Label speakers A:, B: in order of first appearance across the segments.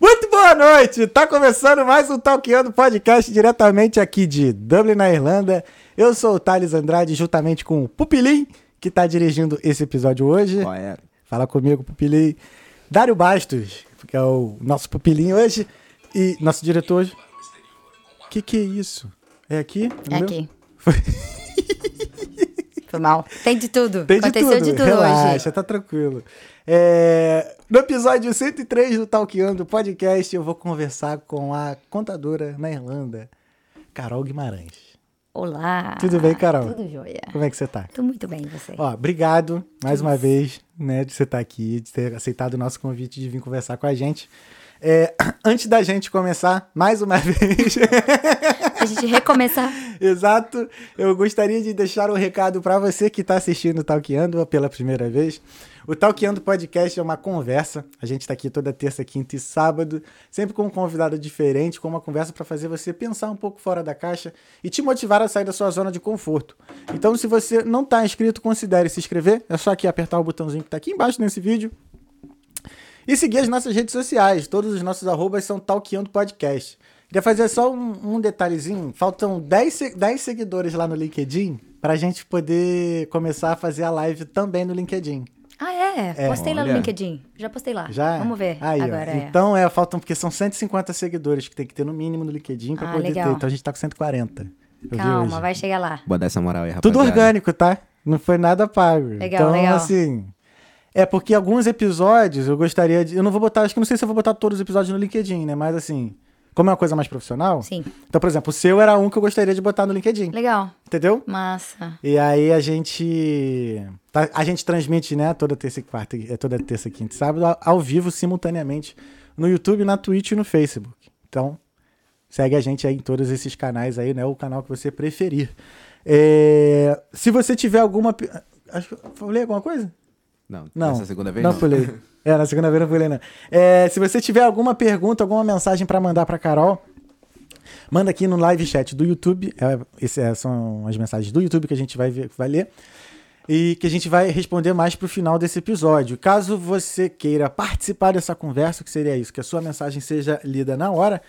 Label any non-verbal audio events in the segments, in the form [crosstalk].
A: Boa noite! Tá começando mais um Talkando Podcast diretamente aqui de Dublin, na Irlanda. Eu sou o Thales Andrade, juntamente com o Pupilim, que tá dirigindo esse episódio hoje.
B: Qual é?
A: Fala comigo, Pupilim. Dário Bastos, que é o nosso Pupilim hoje, e nosso diretor hoje. Que que é isso? É aqui?
C: É
A: Meu? [laughs]
C: aqui. Foi mal. Tem de tudo.
A: Tem de
C: Aconteceu
A: tudo.
C: de tudo
A: Relaxa,
C: hoje.
A: tá tranquilo. É, no episódio 103 do Talkando Podcast, eu vou conversar com a contadora na Irlanda, Carol Guimarães.
C: Olá.
A: Tudo bem, Carol?
C: Tudo jóia.
A: Como é que você tá?
C: Tô muito bem, e você.
A: Ó, obrigado mais uma vez, né, de você estar aqui, de ter aceitado o nosso convite de vir conversar com a gente. É, [clears throat] antes da gente começar, mais uma [laughs] vez,
C: A
A: [laughs]
C: gente recomeçar.
A: Exato. Eu gostaria de deixar um recado para você que está assistindo o Talkeando pela primeira vez. O Talkeando Podcast é uma conversa. A gente está aqui toda terça, quinta e sábado, sempre com um convidado diferente, com uma conversa para fazer você pensar um pouco fora da caixa e te motivar a sair da sua zona de conforto. Então, se você não está inscrito, considere se inscrever. É só aqui apertar o botãozinho que está aqui embaixo nesse vídeo e seguir as nossas redes sociais. Todos os nossos arrobas são Talkeando Podcast. Queria fazer só um, um detalhezinho. Faltam 10, se- 10 seguidores lá no LinkedIn pra gente poder começar a fazer a live também no LinkedIn.
C: Ah, é? Postei lá
B: Olha.
C: no LinkedIn. Já postei lá.
A: Já?
C: Tá,
A: é?
C: Vamos ver
A: Aí, ó.
C: agora. é.
A: Então, é, faltam, porque são 150 seguidores que tem que ter no mínimo no LinkedIn pra
C: Ah,
A: poder
C: legal.
A: ter. Então a gente tá com 140. Eu vi
C: Calma,
A: hoje.
C: vai chegar lá.
B: Boa dar essa moral aí, rapaziada.
A: Tudo orgânico, tá? Não foi nada pago.
C: Legal,
A: então,
C: legal.
A: assim. É porque alguns episódios eu gostaria de. Eu não vou botar, acho que não sei se eu vou botar todos os episódios no LinkedIn, né? Mas assim, como é uma coisa mais profissional.
C: Sim.
A: Então, por exemplo, o seu era um que eu gostaria de botar no LinkedIn.
C: Legal.
A: Entendeu?
C: Massa.
A: E aí a gente. tá- a gente transmite, né, toda terça e quarta, é toda terça, quinta e sábado, ao, ao vivo, simultaneamente, no YouTube, na Twitch e no Facebook. Então, segue a gente aí em todos esses canais aí, né? O canal que você preferir. É, se você tiver alguma. pe- Acho que eu falei alguma coisa?
B: Não,
A: Não.
B: Essa segunda vez?
A: Não, pulei.
B: [laughs]
A: É, na segunda vez não pulei, não. É, se você tiver alguma pergunta, alguma mensagem pra mandar pra Carol, manda aqui no live chat do YouTube. É, esse é- são as mensagens do YouTube que a gente vai, ver, vai ler. E que a gente vai responder mais pro final desse episódio. Caso você queira participar dessa conversa, o que seria isso? Que a sua mensagem seja lida na hora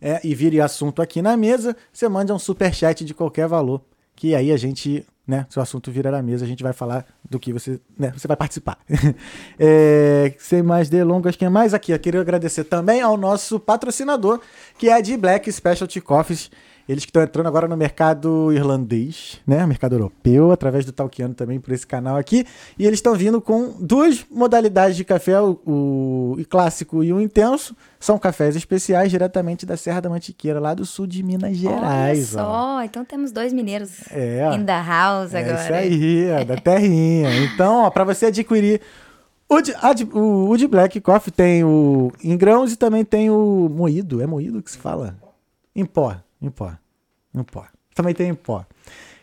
A: é, e vire assunto aqui na mesa, você manda um superchat de qualquer valor. Que aí a gente, né? Se o assunto virar na mesa, a gente vai falar do que você, né? Você vai participar. [laughs] É, sem mais delongas, quem mais aqui? Eu queria agradecer também ao nosso patrocinador, que é a de Black Specialty Coffees. Eles que estão entrando agora no mercado irlandês, né? Mercado europeu, através do Talkiano também por esse canal aqui. E eles estão vindo com duas modalidades de café, o, o clássico e o intenso. São cafés especiais diretamente da Serra da Mantiqueira, lá do sul de Minas Gerais.
C: Olha
A: ó.
C: só. Então temos dois mineiros
A: É, ó.
C: in the house
A: É
C: agora.
A: isso aí, ó, da terrinha. Então, ó, pra você adquirir o de, a de- o, o de Black Coffee tem o em grãos e também tem o moído. É moído que se fala? Em pó, em pó, em pó. Também tem em pó.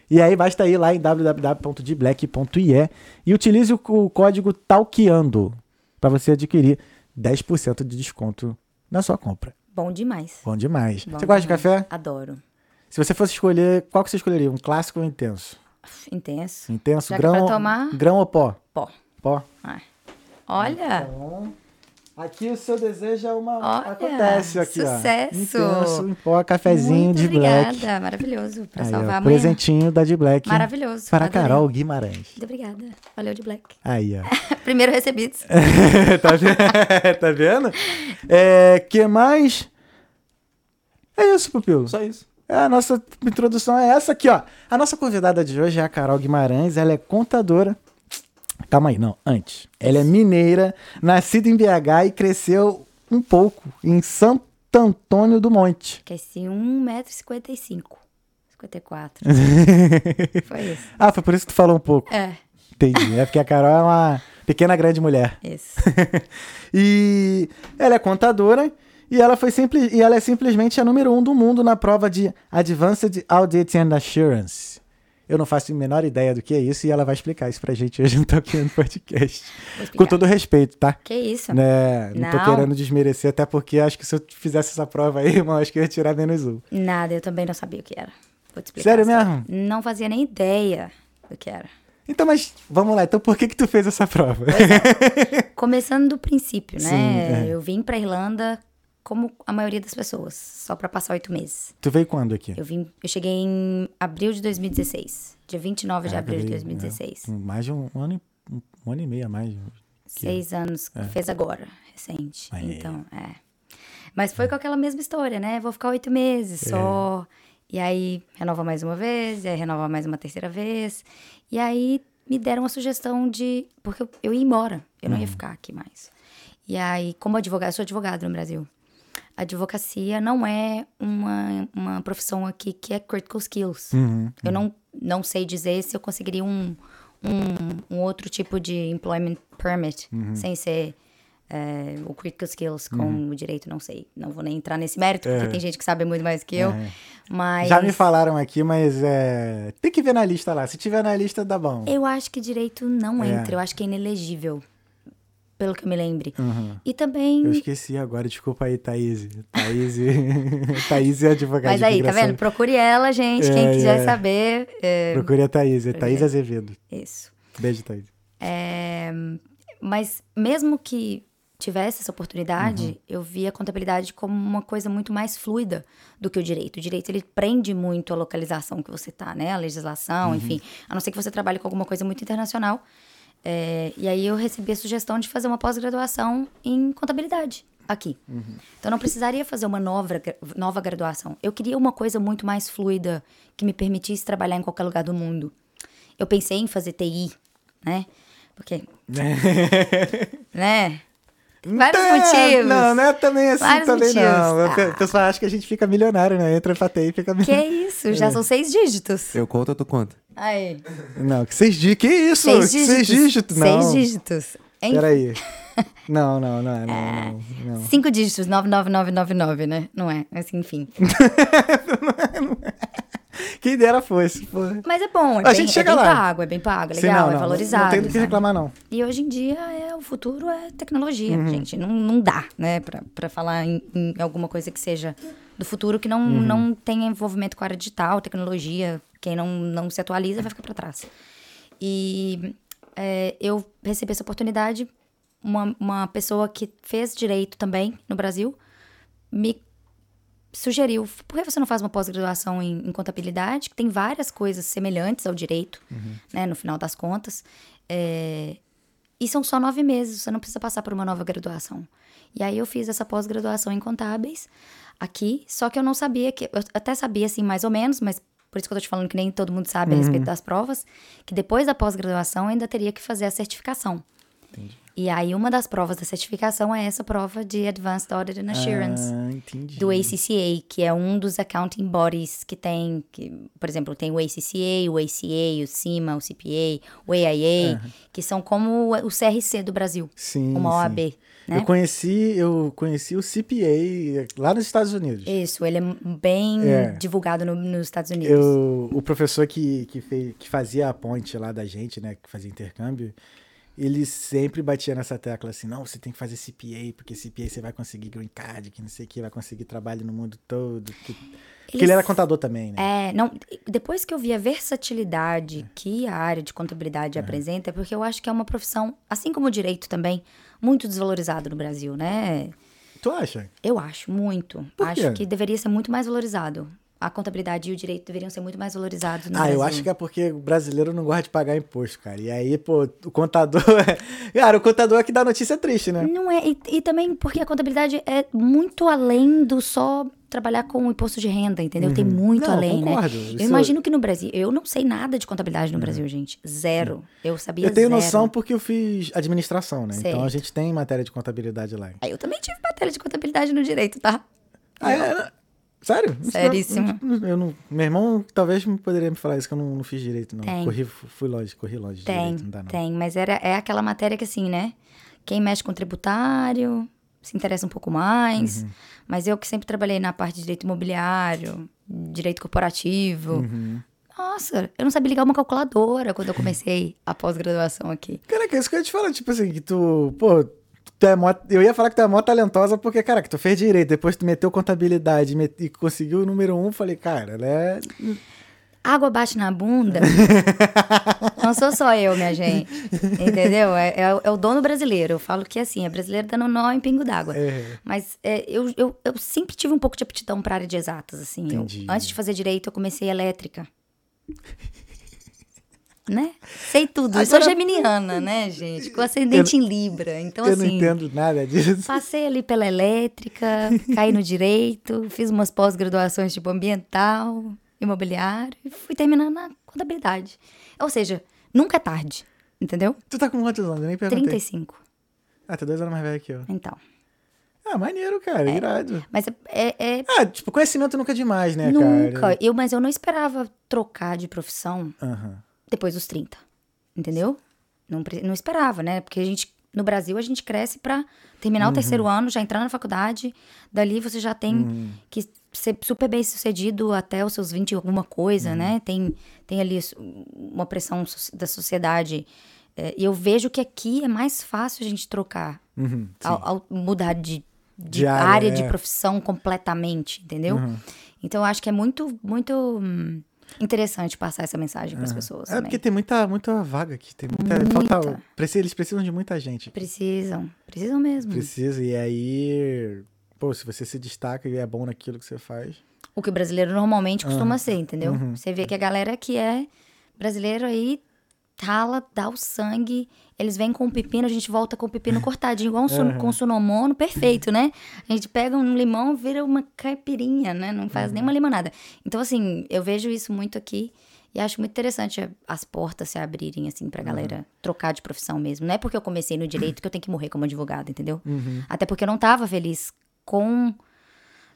A: E aí basta ir lá em www.dblack.ie e utilize o, c- o código TALKEANDO pra você adquirir 10% de desconto na sua compra.
C: Bom demais.
A: Bom demais.
C: Bom
A: você gosta de
C: demais.
A: café?
C: Adoro.
A: Se você fosse escolher, qual que você escolheria? Um clássico ou intenso?
C: Intenso.
A: Intenso,
C: Já que é
A: grão,
C: pra tomar-
A: grão ou pó?
C: Pó.
A: Pó.
C: Ah. Olha.
A: Então, Aqui o seu desejo é uma.
C: Olha,
A: acontece aqui,
C: sucesso.
A: ó. Intenso, em pó, cafezinho
C: Muito
A: de
C: obrigada.
A: black.
C: Maravilhoso. Pra
A: Aí, ó,
C: salvar amanhã.
A: presentinho da de black.
C: Maravilhoso.
A: Para
C: adorei.
A: Carol Guimarães.
C: Muito obrigada. Valeu de Black. [laughs]
A: Aí, ó.
C: Primeiro recebidos.
A: [laughs] tá vendo? tá vendo? É, que mais? É isso, Pupilo.
B: Só isso.
A: É, A nossa introdução é essa aqui, ó. A nossa convidada de hoje é a Carol Guimarães, ela é contadora. Calma aí, não, antes. Ela é mineira, nascida em BH e cresceu um pouco em Santo Antônio do Monte.
C: Aqueci 1,55m.
A: [laughs]
C: 54. Foi isso.
A: Ah, foi por isso que tu falou um pouco.
C: É,
A: Entendi. É porque a Carol é uma pequena grande mulher.
C: isso.
A: [laughs] E ela é contadora e ela foi simples e ela é simplesmente a número um do mundo na prova de Advanced Audit and Assurance. Eu não faço a menor ideia do que é isso e ela vai explicar isso pra gente hoje [laughs] no Toquinho Podcast.
C: Vou explicar.
A: Com todo respeito, tá?
C: Que isso?
A: Né, não tô
C: Não.
A: querendo desmerecer, até porque acho que se eu fizesse essa prova aí, [laughs] irmão, acho que eu ia tirar menos um.
C: Nada, eu também não sabia o que era. Vou te explicar.
A: Sério
C: só.
A: mesmo?
C: Não fazia nem ideia do que era.
A: Então, mas vamos lá. Então, por que que tu
C: é.
A: fez essa prova?
C: Começando do princípio, né?
A: Sim, é.
C: Eu vim pra Irlanda como a maioria das pessoas, só pra passar oito meses.
A: [laughs] Tu veio quando aqui?
C: Eu vim, eu cheguei em abril de 2016, dia 29 de abril de 2016.
A: É, mais de um ano, e- um, um ano e meio a mais.
C: Seis anos, fez agora, recente.
A: Aí.
C: Então, é. Mas foi com aquela mesma história, né? Vou ficar oito meses só. E aí, renova mais uma vez, e aí renova mais uma terceira vez. E aí, me deram uma sugestão de... Porque eu, eu ia embora, eu não ia ficar aqui mais. E aí, como advogada, eu sou advogada no Brasil. Advocacia não é uma, uma profissão aqui que é critical skills. Eu
A: Hum.
C: não, não sei dizer se eu conseguiria um, um, um outro tipo de employment permit,
A: Uhum.
C: sem ser é, o critical skills com o direito, não sei. Não vou nem entrar nesse mérito, porque tem gente que sabe muito mais que eu.
A: Uhum.
C: Mas
A: É. Já me falaram aqui, mas é, tem que ver na lista lá. Se tiver na lista, dá bom.
C: eu acho que direito não
A: É.
C: entra, eu acho que é inelegível, pelo que eu me lembre.
A: Uhum.
C: E também.
A: Eu esqueci agora, desculpa aí, Thaís. Thaís, Thaís [laughs] é advogada
C: Mas
A: de
C: aí, tá
A: imigração.
C: vendo? Procure ela, gente.
A: É,
C: Quem quiser
A: é.
C: saber. é,
A: Procure a Thaís, é Thaís Azevedo.
C: isso.
A: Beijo, Thaís.
C: Mas mesmo que tivesse essa oportunidade, eu via a contabilidade como uma coisa muito mais fluida do que o direito. O direito ele prende muito a localização que você tá, né? A legislação, enfim. A não ser que você trabalhe com alguma coisa muito internacional. É, e aí eu recebi a sugestão de fazer uma pós-graduação em contabilidade aqui. Então eu não precisaria fazer uma nova, gra- nova graduação. Eu queria uma coisa muito mais fluida que me permitisse trabalhar em qualquer lugar do mundo. Eu pensei em fazer TI, né? Porque né? Vários
A: Tá,
C: motivos.
A: Não, não é também assim
C: Vários
A: também não.
C: motivos, tá.
A: O pessoal acha que a gente fica milionário, né? Entra pra TI e fica [laughs]
C: Que
A: milionário.
C: isso, já são seis dígitos.
B: Eu conto ou tu conta?
C: Aí.
A: Não, que seis dígitos. Que isso?
C: Seis
A: Que
C: dígitos.
A: Seis dígitos, não.
C: Seis dígitos. Hein? [laughs]
A: Peraí. Não, não, não, é, não, não, não.
C: Cinco dígitos, 99999, né? Não é? Mas, enfim.
A: Quem dera fosse, pô.
C: Mas é bom, é
A: A
C: bem,
A: gente
C: é
A: chega
C: bem
A: lá.
C: pago, é bem pago, é
A: Sim,
C: legal,
A: não,
C: é
A: não,
C: valorizado.
A: Não tem do que
C: sabe?
A: reclamar, não.
C: E hoje em dia, é, o futuro é tecnologia, gente. Não, não dá, né, pra, pra falar em, em alguma coisa que seja do futuro que não, não tenha envolvimento com a área digital, tecnologia. Quem não, não se atualiza vai ficar pra trás. E é, eu recebi essa oportunidade. Uma, uma pessoa que fez direito também no Brasil me sugeriu, por que você não faz uma pós-graduação em, em contabilidade, que tem várias coisas semelhantes ao direito, né, no final das contas, É, e são só nove meses, você não precisa passar por uma nova graduação. E aí eu fiz essa pós-graduação em contábeis aqui, só que eu não sabia que, eu até sabia assim mais ou menos, mas por isso que eu tô te falando que nem todo mundo sabe a respeito das provas, que depois da pós-graduação eu ainda teria que fazer a certificação. E aí uma das provas da certificação é essa prova de Advanced Audit and Assurance
A: Ah, entendi.
C: do ACCA, que é um dos accounting bodies que tem, que, por exemplo, tem o ACCA, o ACA, o CIMA, o CPA, o AIA, que são como o CRC do Brasil,
A: Sim,
C: uma
A: sim.
C: OAB, né?
A: Eu conheci, eu conheci o CPA lá nos Estados Unidos.
C: Isso, ele é bem
A: É.
C: divulgado no- nos Estados Unidos.
A: Eu, o professor que, que, fez, que fazia a ponte lá da gente, né? Que fazia intercâmbio, ele sempre batia nessa tecla assim, não, você tem que fazer CPA, porque CPA você vai conseguir green card, que não sei o que, vai conseguir trabalho no mundo todo. Que... Porque ele era contador também, né?
C: É, não, depois que eu vi a
A: É.
C: versatilidade que a área de contabilidade apresenta, é porque eu acho que é uma profissão, assim como o direito também, muito desvalorizada no Brasil, né?
A: Tu acha?
C: Eu acho, muito.
A: Por quê?
C: acho que deveria ser muito mais valorizado. A contabilidade e o direito deveriam ser muito mais valorizados no
A: ah, eu
C: Brasil.
A: acho que é porque o brasileiro não gosta de pagar imposto, cara. E aí, pô, o contador. [laughs] cara, o contador é que dá notícia triste, né?
C: Não é, e, e também porque a contabilidade é muito além do só trabalhar com o imposto de renda, entendeu? Tem muito
A: Uhum. Não,
C: além,
A: concordo.
C: né?
A: Isso- Uhum.
C: Eu imagino que no Brasil, eu não sei nada de contabilidade no Brasil, gente. Zero. Eu sabia
A: Eu tenho
C: zero.
A: noção porque eu fiz administração, né? Então a
C: Certo.
A: gente tem matéria de contabilidade lá.
C: Aí Ah, eu também tive matéria de contabilidade no direito, tá?
A: Ah, é? Sério? Isso
C: Seríssimo.
A: não- não- eu não- meu irmão talvez me poderia me falar isso, que eu não, não fiz direito, não.
C: Tem.
A: Corri, fui longe, corri longe. de
C: Tem,
A: direito, não dá, não.
C: tem, mas era, é aquela matéria que assim, né? Quem mexe com tributário se interessa um pouco mais,
A: Uhum.
C: mas eu que sempre trabalhei na parte de direito imobiliário, direito corporativo.
A: Uhum.
C: Nossa, eu não sabia ligar uma calculadora quando eu comecei a pós-graduação aqui.
A: Caraca, isso que eu ia te falar, tipo assim, que tu, pô, tu é mó, eu ia falar que tu é mó talentosa porque, caraca, tu fez né? direito, depois tu meteu contabilidade met- e conseguiu o número um, falei, cara, ela é
C: água bate
A: [laughs]
C: na bunda. não sou só eu, minha gente. Entendeu? É, é o- é o dono brasileiro. Eu falo que assim, é brasileiro dando nó em pingo d'água.
A: É.
C: Mas é, eu, eu, eu sempre tive um pouco de aptidão pra área de exatas, assim. Eu-
A: Entendi.
C: antes de fazer direito, eu comecei elétrica. [laughs] né? Sei tudo. Eu sou
A: Agora-
C: geminiana, né, gente? Com ascendente em Libra. Então,
A: eu
C: assim.
A: não entendo nada disso.
C: Passei ali pela elétrica, caí no direito, fiz umas pós-graduações tipo ambiental, imobiliário e fui terminar na contabilidade. Ou seja, nunca é tarde, entendeu?
A: Tu tá com quantos anos? Eu nem perguntei.
C: 35,
A: Ah, tá dois anos mais velho que eu.
C: então.
A: Ah, maneiro, cara. Irado.
C: Mas é- é, é
A: Ah, tipo, conhecimento nunca é demais, né, cara?
C: nunca. Eu, mas eu não esperava trocar de profissão
A: Aham.
C: depois dos 30. Entendeu? Não, pre- não esperava, né? Porque a gente, no Brasil, a gente cresce pra terminar o
A: Uhum.
C: terceiro ano, já entrar na faculdade. Dali você já tem
A: Hum.
C: que ser super bem sucedido até os seus 20 e alguma coisa,
A: Uhum.
C: né? Tem, tem ali s- uma pressão so- da sociedade. É, E eu vejo que aqui é mais fácil a gente trocar,
A: Uhum, sim.
C: ao, ao mudar de, de
A: De área,
C: área, de
A: é. Uhum.
C: profissão completamente, entendeu? Então eu acho que é muito, muito hum, interessante passar essa mensagem para as pessoas.
A: É
C: também.
A: porque tem muita, muita vaga aqui. Tem muita. Falta, preci- eles precisam de muita gente.
C: Precisam, precisam mesmo. né?
A: Precisa. E aí. Pô, se você se destaca e é bom naquilo que você faz.
C: O que o brasileiro normalmente costuma ser, entendeu? Você vê que a galera que é brasileiro aí rala, dá o sangue, eles vêm com o pepino, a gente volta com o pepino cortadinho, igual um sun, com sunomono, perfeito, né? A gente pega um limão, vira uma caipirinha, né? Não faz nenhuma limonada. Então, assim, eu vejo isso muito aqui e acho muito interessante a- as portas se abrirem, assim, pra galera trocar de profissão mesmo. Não é porque eu comecei no direito que eu tenho que morrer como advogada, entendeu? Até porque eu não tava feliz com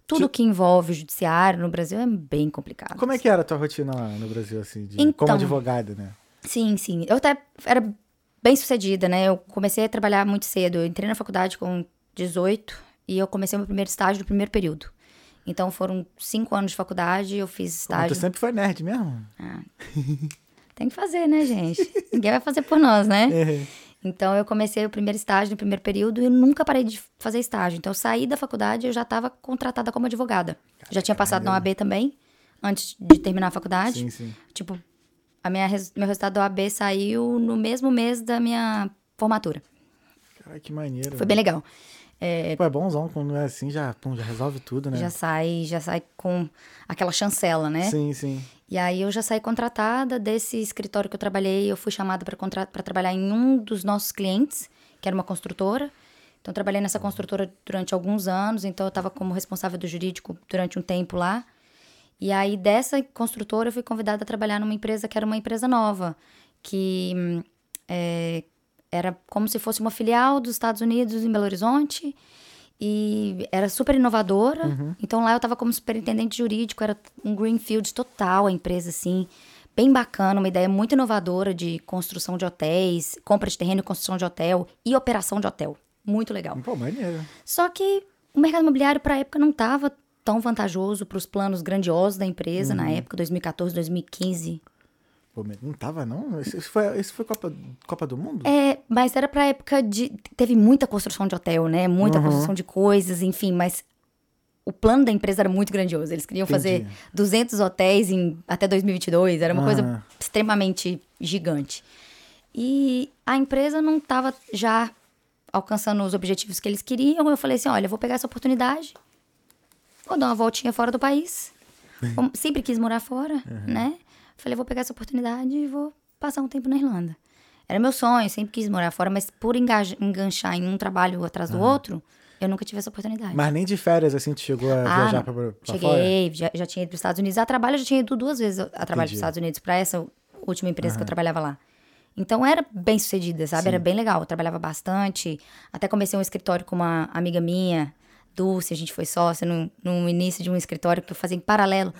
C: tudo que envolve o judiciário no Brasil é bem complicado.
A: Como é que era a tua rotina lá no Brasil, assim, de, como
C: Então.
A: advogada, né?
C: Sim, sim. Eu até era bem sucedida, né? Eu comecei a trabalhar muito cedo. Eu entrei na faculdade com 18 e eu comecei o meu primeiro estágio no primeiro período. Então foram cinco anos de faculdade, eu fiz
A: Pô, mas
C: estágio.
A: tu sempre foi nerd
C: [laughs]
A: mesmo?
C: Tem que fazer, né, gente? Ninguém vai fazer por nós, né?
A: É.
C: Então eu comecei o primeiro estágio no primeiro período e eu nunca parei de fazer estágio. Então eu saí da faculdade e eu já estava contratada como advogada. já tinha passado na OAB também, antes de terminar a faculdade.
A: Sim, sim.
C: Tipo, a minha, res- meu resultado da OAB saiu no mesmo mês da minha formatura.
A: Cara, que maneiro.
C: Foi bem legal.
A: Pô, é bonzão quando é assim, já, pum, já resolve tudo, né?
C: Já sai, já sai com aquela chancela, né?
A: Sim, sim.
C: E aí eu já saí contratada desse escritório que eu trabalhei, eu fui chamada para contra... pra trabalhar em um dos nossos clientes, que era uma construtora. Então eu trabalhei nessa construtora durante alguns anos, então eu estava como responsável do jurídico durante um tempo lá. E aí dessa construtora eu fui convidada a trabalhar numa empresa que era uma empresa nova, que hum, é, era como se fosse uma filial dos Estados Unidos em Belo Horizonte e era super inovadora. Então lá eu tava como superintendente jurídico, era um greenfield total a empresa assim, bem bacana, uma ideia muito inovadora de construção de hotéis, compra de terreno e construção de hotel e operação de hotel. Muito legal.
A: Pô, maneiro.
C: Só que o mercado imobiliário para a época não estava tão vantajoso para os planos grandiosos da empresa na época 2014, 2015.
A: Pô, mas não tava, não? Isso isso foi, isso foi Copa, Copa do Mundo?
C: É, mas era pra época de. Teve muita construção de hotel, né? Muita
A: Uhum.
C: construção de coisas, enfim, mas o plano da empresa era muito grandioso. Eles queriam fazer
A: Entendi.
C: 200 hotéis em, até 2022, era uma
A: Aham.
C: coisa extremamente gigante. E a empresa não estava já alcançando os objetivos que eles queriam. Eu falei assim: olha, eu vou pegar essa oportunidade, vou dar uma voltinha fora do país.
A: [laughs]
C: Como Sempre quis morar fora, né? Falei, vou pegar essa oportunidade e vou passar um tempo na Irlanda. Era meu sonho, sempre quis morar fora, mas por engaja- enganchar em um trabalho atrás do outro, eu nunca tive essa oportunidade.
A: Mas nem de férias, assim, tu chegou a
C: Ah,
A: viajar
C: não.
A: pra, pra fora?
C: Cheguei, já, já tinha ido para os Estados Unidos. A trabalho, eu já tinha ido duas vezes a a trabalho para
A: Entendi.
C: os Estados Unidos, para essa última empresa que eu trabalhava lá. Então era bem sucedida, sabe? Era bem legal. Eu trabalhava bastante. Até comecei um escritório com uma amiga minha, Dulce, a gente foi sócia no, no início de um escritório que eu fazia em paralelo.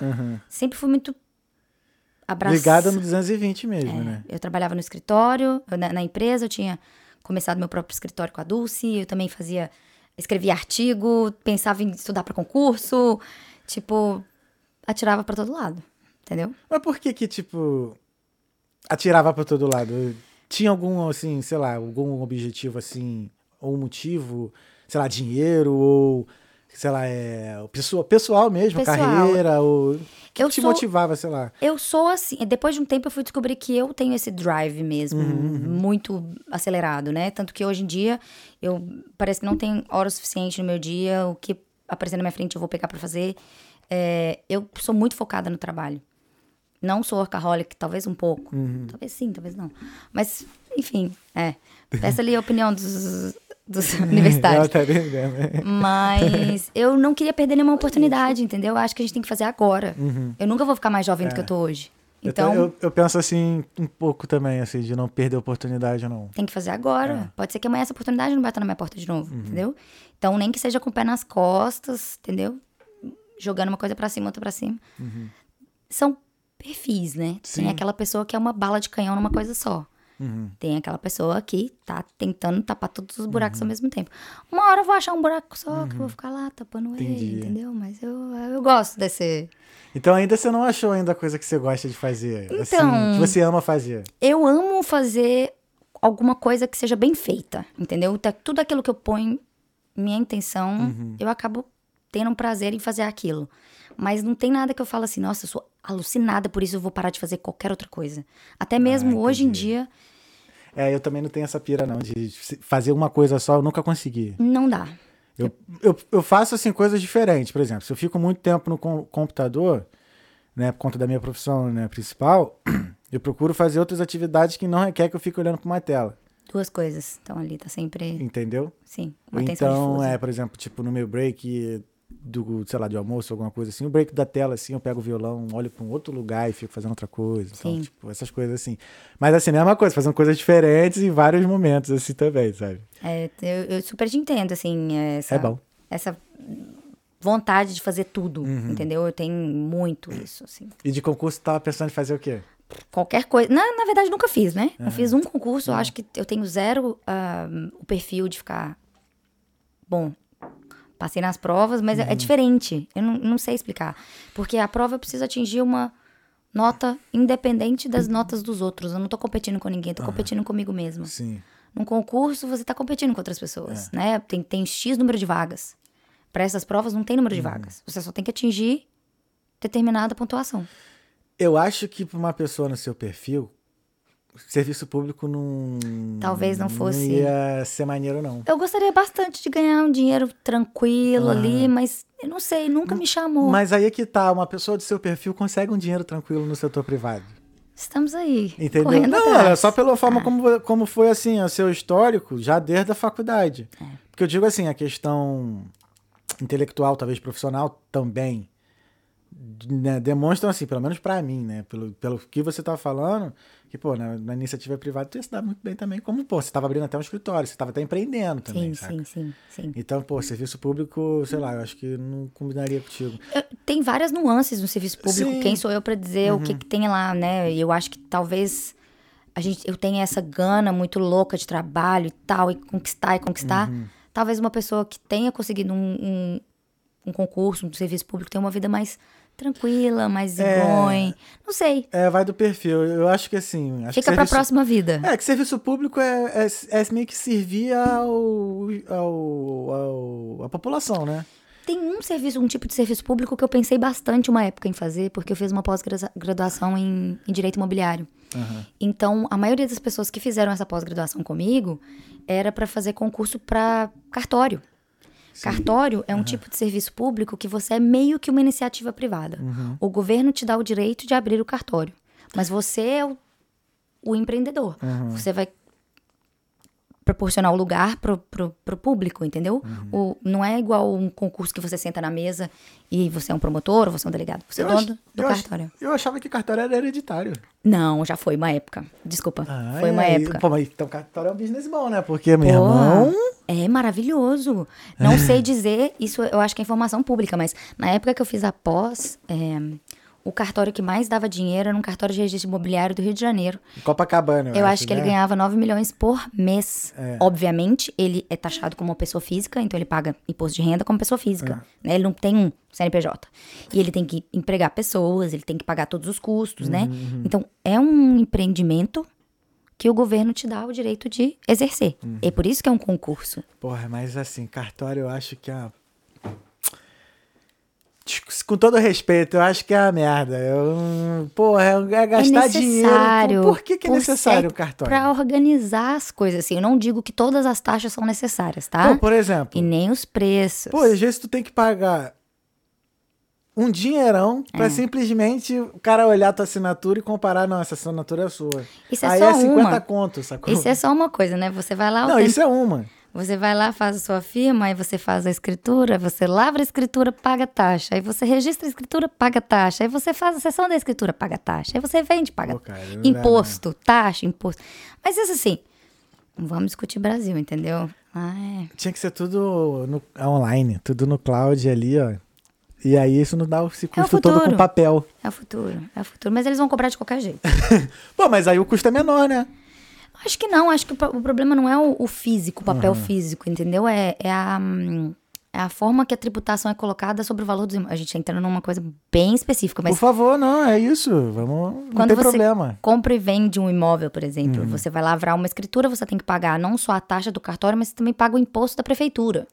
C: Sempre fui muito abraçada.
A: Uhum. Ligada no 220 mesmo, né?
C: Eu trabalhava no escritório, eu- na, na empresa, eu tinha começado meu próprio escritório com a Dulce, eu também fazia, escrevia artigo, pensava em estudar para concurso, tipo, atirava para todo lado, entendeu?
A: Mas por que que, tipo, atirava pra todo lado? Tinha algum, assim, sei lá, algum objetivo, assim, ou motivo? Sei lá, dinheiro ou sei lá, é, o pessoal, pessoal mesmo,
C: Pessoal.
A: carreira, o o que
C: Eu
A: que te
C: sou-
A: motivava, sei lá.
C: Eu sou assim. Depois de um tempo, eu fui descobrir que eu tenho esse drive mesmo, muito acelerado, né? Tanto que hoje em dia, eu parece que não tem hora suficiente no meu dia. O que aparecer na minha frente, eu vou pegar pra fazer. É, eu sou muito focada no trabalho. Não sou workaholic, talvez um pouco. Talvez sim, talvez não. Mas, enfim, é. Peça ali a opinião dos, dos
A: [laughs]
C: [laughs] universitários.
A: Ela tá entendendo, né?
C: Mas eu não queria perder nenhuma oportunidade, entendeu? Eu acho que a gente tem que fazer agora. Eu nunca vou ficar mais jovem do que eu tô hoje.
A: Uhum. É. Eu tô-
C: Então,
A: eu, eu penso assim um pouco também, assim, de não perder a oportunidade, não.
C: tem que fazer agora.
A: É.
C: Pode ser que amanhã essa oportunidade não bata na minha porta de novo,
A: Uhum.
C: entendeu? Então, nem que seja com o pé nas costas, entendeu? Jogando uma coisa pra cima, outra pra cima. São perfis, né?
A: Uhum. Sim.
C: Tem aquela pessoa que é uma bala de canhão numa coisa só.
A: Uhum.
C: Tem aquela pessoa que tá tentando tapar todos os buracos ao
A: Uhum.
C: mesmo tempo. Uma hora eu vou achar um buraco só, que eu vou ficar lá tapando
A: Entendi.
C: ele, entendeu? Mas eu, eu gosto desse.
A: Então ainda você não achou ainda a coisa que você gosta de fazer, assim,
C: Então-
A: que você ama fazer.
C: eu amo fazer alguma coisa que seja bem feita, entendeu? Tá- Tudo aquilo que eu ponho, minha intenção,
A: Uhum.
C: eu acabo tendo um prazer em fazer aquilo. Mas não tem nada que eu falo assim, nossa, eu sou alucinada, por isso eu vou parar de fazer qualquer outra coisa. Até mesmo hoje em
A: Ah, entendi.
C: dia,
A: É, eu também não tenho essa pira, não, de se- fazer uma coisa só, eu nunca consegui.
C: não dá.
A: Eu, eu, eu faço, assim, coisas diferentes. Por exemplo, se eu fico muito tempo no com- computador, né, por conta da minha profissão né, principal, [clears throat] eu procuro fazer outras atividades que não requer que eu fique olhando pra uma tela,
C: Duas coisas estão ali, tá sempre,
A: entendeu?
C: sim,
A: Ou
C: uma atenção né?
A: então,
C: difusa.
A: é, por exemplo, tipo, no meu break do, sei lá, de almoço, alguma coisa assim, o break da tela, assim, eu pego o violão, olho pra um outro lugar e fico fazendo outra coisa. Então,
C: Sim.
A: tipo, essas coisas assim. Mas assim, mesma coisa, fazendo coisas diferentes em vários momentos, assim, também, sabe?
C: É, eu, eu super te entendo, assim, essa,
A: É bom.
C: essa vontade de fazer tudo,
A: Uhum.
C: entendeu? Eu tenho muito isso, assim.
A: E de concurso, tava pensando em fazer o quê?
C: qualquer coisa. Na, na verdade, nunca fiz, né? Eu fiz um concurso, eu
A: Uhum.
C: acho que eu tenho zero ah, o perfil de ficar. Bom, passei nas provas, mas é-
A: Uhum.
C: é, diferente. Eu não, não sei explicar. Porque a prova eu preciso atingir uma nota independente das notas dos outros. Eu não tô competindo com ninguém, eu tô competindo comigo mesma.
A: Sim.
C: Num concurso, você tá competindo com outras
A: É.
C: pessoas, né? Tem, tem X número de vagas. Para essas provas, não tem número
A: Uhum.
C: de vagas. Você só tem que atingir determinada pontuação.
A: Eu acho que pra uma pessoa no seu perfil, serviço público não.
C: Talvez não fosse.
A: Não ia ser maneiro, não.
C: Eu gostaria bastante de ganhar um dinheiro tranquilo ali, mas eu não sei, nunca me chamou.
A: Ah. Mas aí é que tá, uma pessoa do seu perfil consegue um dinheiro tranquilo no setor privado.
C: Estamos aí.
A: Entendeu?
C: Correndo
A: não,
C: atrás.
A: é só pela forma como, como foi assim, o seu histórico já desde a faculdade.
C: É.
A: Porque eu digo assim, a questão intelectual, talvez profissional também, né, demonstram assim, pelo menos pra mim, né? Pelo, pelo que você tá falando, que, pô, na, na iniciativa privada tu ia se dar muito bem também, como, pô, você tava abrindo até um escritório, você tava até empreendendo também,
C: Sim,
A: saca?
C: sim, sim, sim.
A: Então, pô, serviço público, sei lá, eu acho que não combinaria contigo.
C: Eu- Tem várias nuances no serviço público.
A: Sim. Uhum.
C: Quem sou eu pra dizer o que, que tem lá, né? E Eu acho que talvez a gente, eu tenha essa gana muito louca de trabalho e tal, e conquistar e conquistar.
A: Uhum.
C: Talvez uma pessoa que tenha conseguido um, um, um concurso, um serviço público, tenha uma vida mais tranquila, mais
A: É.
C: igual. Não sei.
A: É, vai do perfil. Eu acho que assim. Acho
C: Fica
A: que
C: pra
A: serviço-
C: próxima vida.
A: É, que serviço público é, é, é meio que servir ao, ao, ao- à população, né?
C: Tem um serviço, um tipo de serviço público que eu pensei bastante uma época em fazer, porque eu fiz uma pós-graduação em, em direito imobiliário. Então, a maioria das pessoas que fizeram essa pós-graduação comigo era para fazer concurso para cartório. Cartório é um tipo de serviço público que você é meio que uma iniciativa privada.
A: Uhum.
C: O governo te dá o direito de abrir o cartório, mas você é o, o empreendedor.
A: Uhum.
C: Você vai proporcionar o lugar pro, pro, pro público, entendeu?
A: Uhum.
C: O, não é igual um concurso que você senta na mesa e você é um promotor, ou você é um delegado, você é dono
A: ach-
C: do
A: eu ach-
C: cartório.
A: eu achava que cartório era hereditário.
C: Não, já foi uma época. Desculpa,
A: Ah,
C: foi uma
A: é, e-
C: época.
A: Pô, mas então cartório é um business bom, né? Porque, meu
C: Pô,
A: irmão.
C: É maravilhoso.
A: É.
C: Não sei dizer, isso eu acho que é informação pública, mas na época que eu fiz a pós, é, o cartório que mais dava dinheiro era um cartório de registro imobiliário do Rio de Janeiro.
A: Copacabana. Eu,
C: Eu acho que ele
A: né? É.
C: ganhava 9 milhões por mês. Obviamente, ele é taxado como uma pessoa física, então ele paga imposto de renda como pessoa física.
A: É.
C: né? Ele não tem um CNPJ. E ele tem que empregar pessoas, ele tem que pagar todos os custos, né?
A: Uhum,
C: Então, é um empreendimento que o governo te dá o direito de
A: Uhum.
C: exercer. É por isso que é um concurso.
A: Porra, mas assim, cartório eu acho que é. uma- com todo respeito, eu acho que é a merda. Eu, porra, é gastar dinheiro.
C: necessário,
A: Por que, que é
C: por
A: necessário
C: sec-
A: o cartório?
C: Pra organizar as coisas, assim. Eu não digo que todas as taxas são necessárias, tá?
A: Pô, por exemplo.
C: E nem os preços.
A: Pô, às vezes tu tem que pagar um dinheirão pra
C: É.
A: simplesmente o cara olhar tua assinatura e comparar, não, essa assinatura é sua.
C: Isso é
A: Aí
C: só
A: é 50
C: uma.
A: conto, sacou?
C: Isso é só uma coisa, né? Você vai lá,
A: não,
C: autent-
A: isso é uma.
C: você vai lá, faz a sua firma, aí você faz a escritura, você lavra a escritura, paga a taxa. Aí você registra a escritura, paga a taxa. Aí você faz a sessão da escritura, paga a taxa. Aí você vende, paga
A: Pô, cara, é não dá,
C: imposto, taxa, imposto. Mas isso assim, não vamos discutir Brasil, entendeu? Ah, é.
A: Tinha que ser tudo no- online, tudo no cloud ali, ó. E aí isso não dá esse custo todo
C: É futuro.
A: com papel.
C: É o futuro, é o futuro. Mas eles vão cobrar de qualquer jeito.
A: Pô, mas aí o custo é menor, né?
C: Acho que não, acho que o pro- o problema não é o, o físico, o papel
A: Uhum.
C: físico, entendeu? É, é a, hum, é a forma que a tributação é colocada sobre o valor dos imóveis. A gente tá entrando numa coisa bem específica, mas
A: Por favor, não, é isso. Vamos, não
C: quando
A: tem
C: você
A: problema.
C: compra e vende um imóvel, por
A: Uhum.
C: exemplo, você vai lavrar uma escritura, você tem que pagar não só a taxa do cartório, mas você também paga o imposto da prefeitura.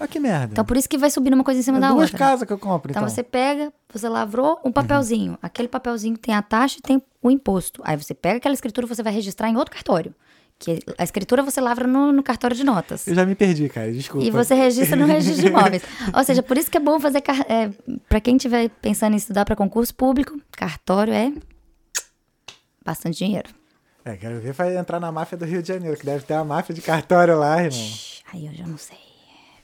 A: Olha Ah, que merda.
C: Então por isso que vai subindo uma coisa em cima
A: Uhum. É
C: da
A: duas
C: outra.
A: casas que eu compro,
C: Então,
A: então. Uhum.
C: você pega, você lavrou um papelzinho. Aquele papelzinho tem a taxa e tem o imposto. Aí você pega aquela escritura e você vai registrar em outro cartório. Que a escritura você lavra no, no cartório de notas.
A: Eu já me perdi, cara, desculpa.
C: E você registra no registro de imóveis. Ou seja, por isso que é bom fazer. Car... É, para quem estiver pensando em estudar para concurso público, cartório é bastante dinheiro.
A: É, quero ver vai entrar na máfia do Rio de Janeiro, que deve ter uma máfia de cartório lá, irmão.
C: Aí eu já não sei.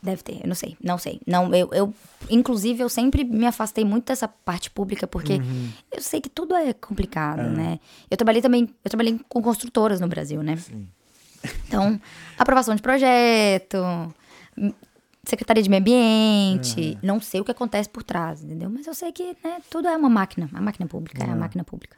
C: Deve ter, eu não sei, não sei. Não, eu, eu inclusive, eu sempre me afastei muito dessa parte pública, porque
A: Uhum.
C: eu sei que tudo é complicado, né? Eu trabalhei também, eu trabalhei com construtoras no Brasil, né? Então, aprovação de projeto, hum, Secretaria de Meio Ambiente,
A: É.
C: não sei o que acontece por trás, entendeu? Mas eu sei que né, tudo é uma máquina, a máquina pública, é a máquina pública.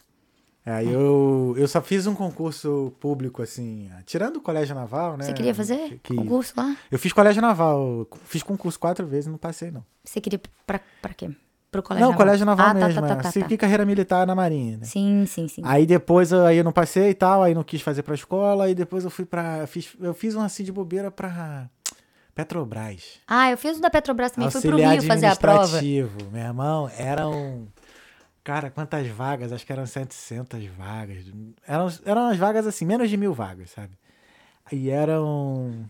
A: É, eu, eu só fiz um concurso público, assim, tirando o colégio naval, né?
C: Você queria fazer
A: Que-
C: concurso lá?
A: Eu fiz colégio naval, fiz concurso quatro vezes e não passei, não.
C: Você queria pra, pra quê? Pro colégio
A: não, colégio naval
C: Ah, tá,
A: mesmo,
C: tá,
A: é.
C: tá, tá,
A: Segui
C: tá.
A: carreira militar na marinha, né?
C: Sim, sim, sim.
A: Aí depois eu- aí eu não passei e tal, aí não quis fazer pra escola, aí depois eu fui pra. Fiz, eu fiz um assim de bobeira pra Petrobras.
C: Ah, eu fiz o da Petrobras também, fui pro
A: Auxiliar
C: Rio fazer a prova.
A: administrativo, meu irmão, eram. Cara, quantas vagas? Acho que eram 700 vagas. Eram, eram umas vagas assim, menos de mil vagas, sabe? E eram.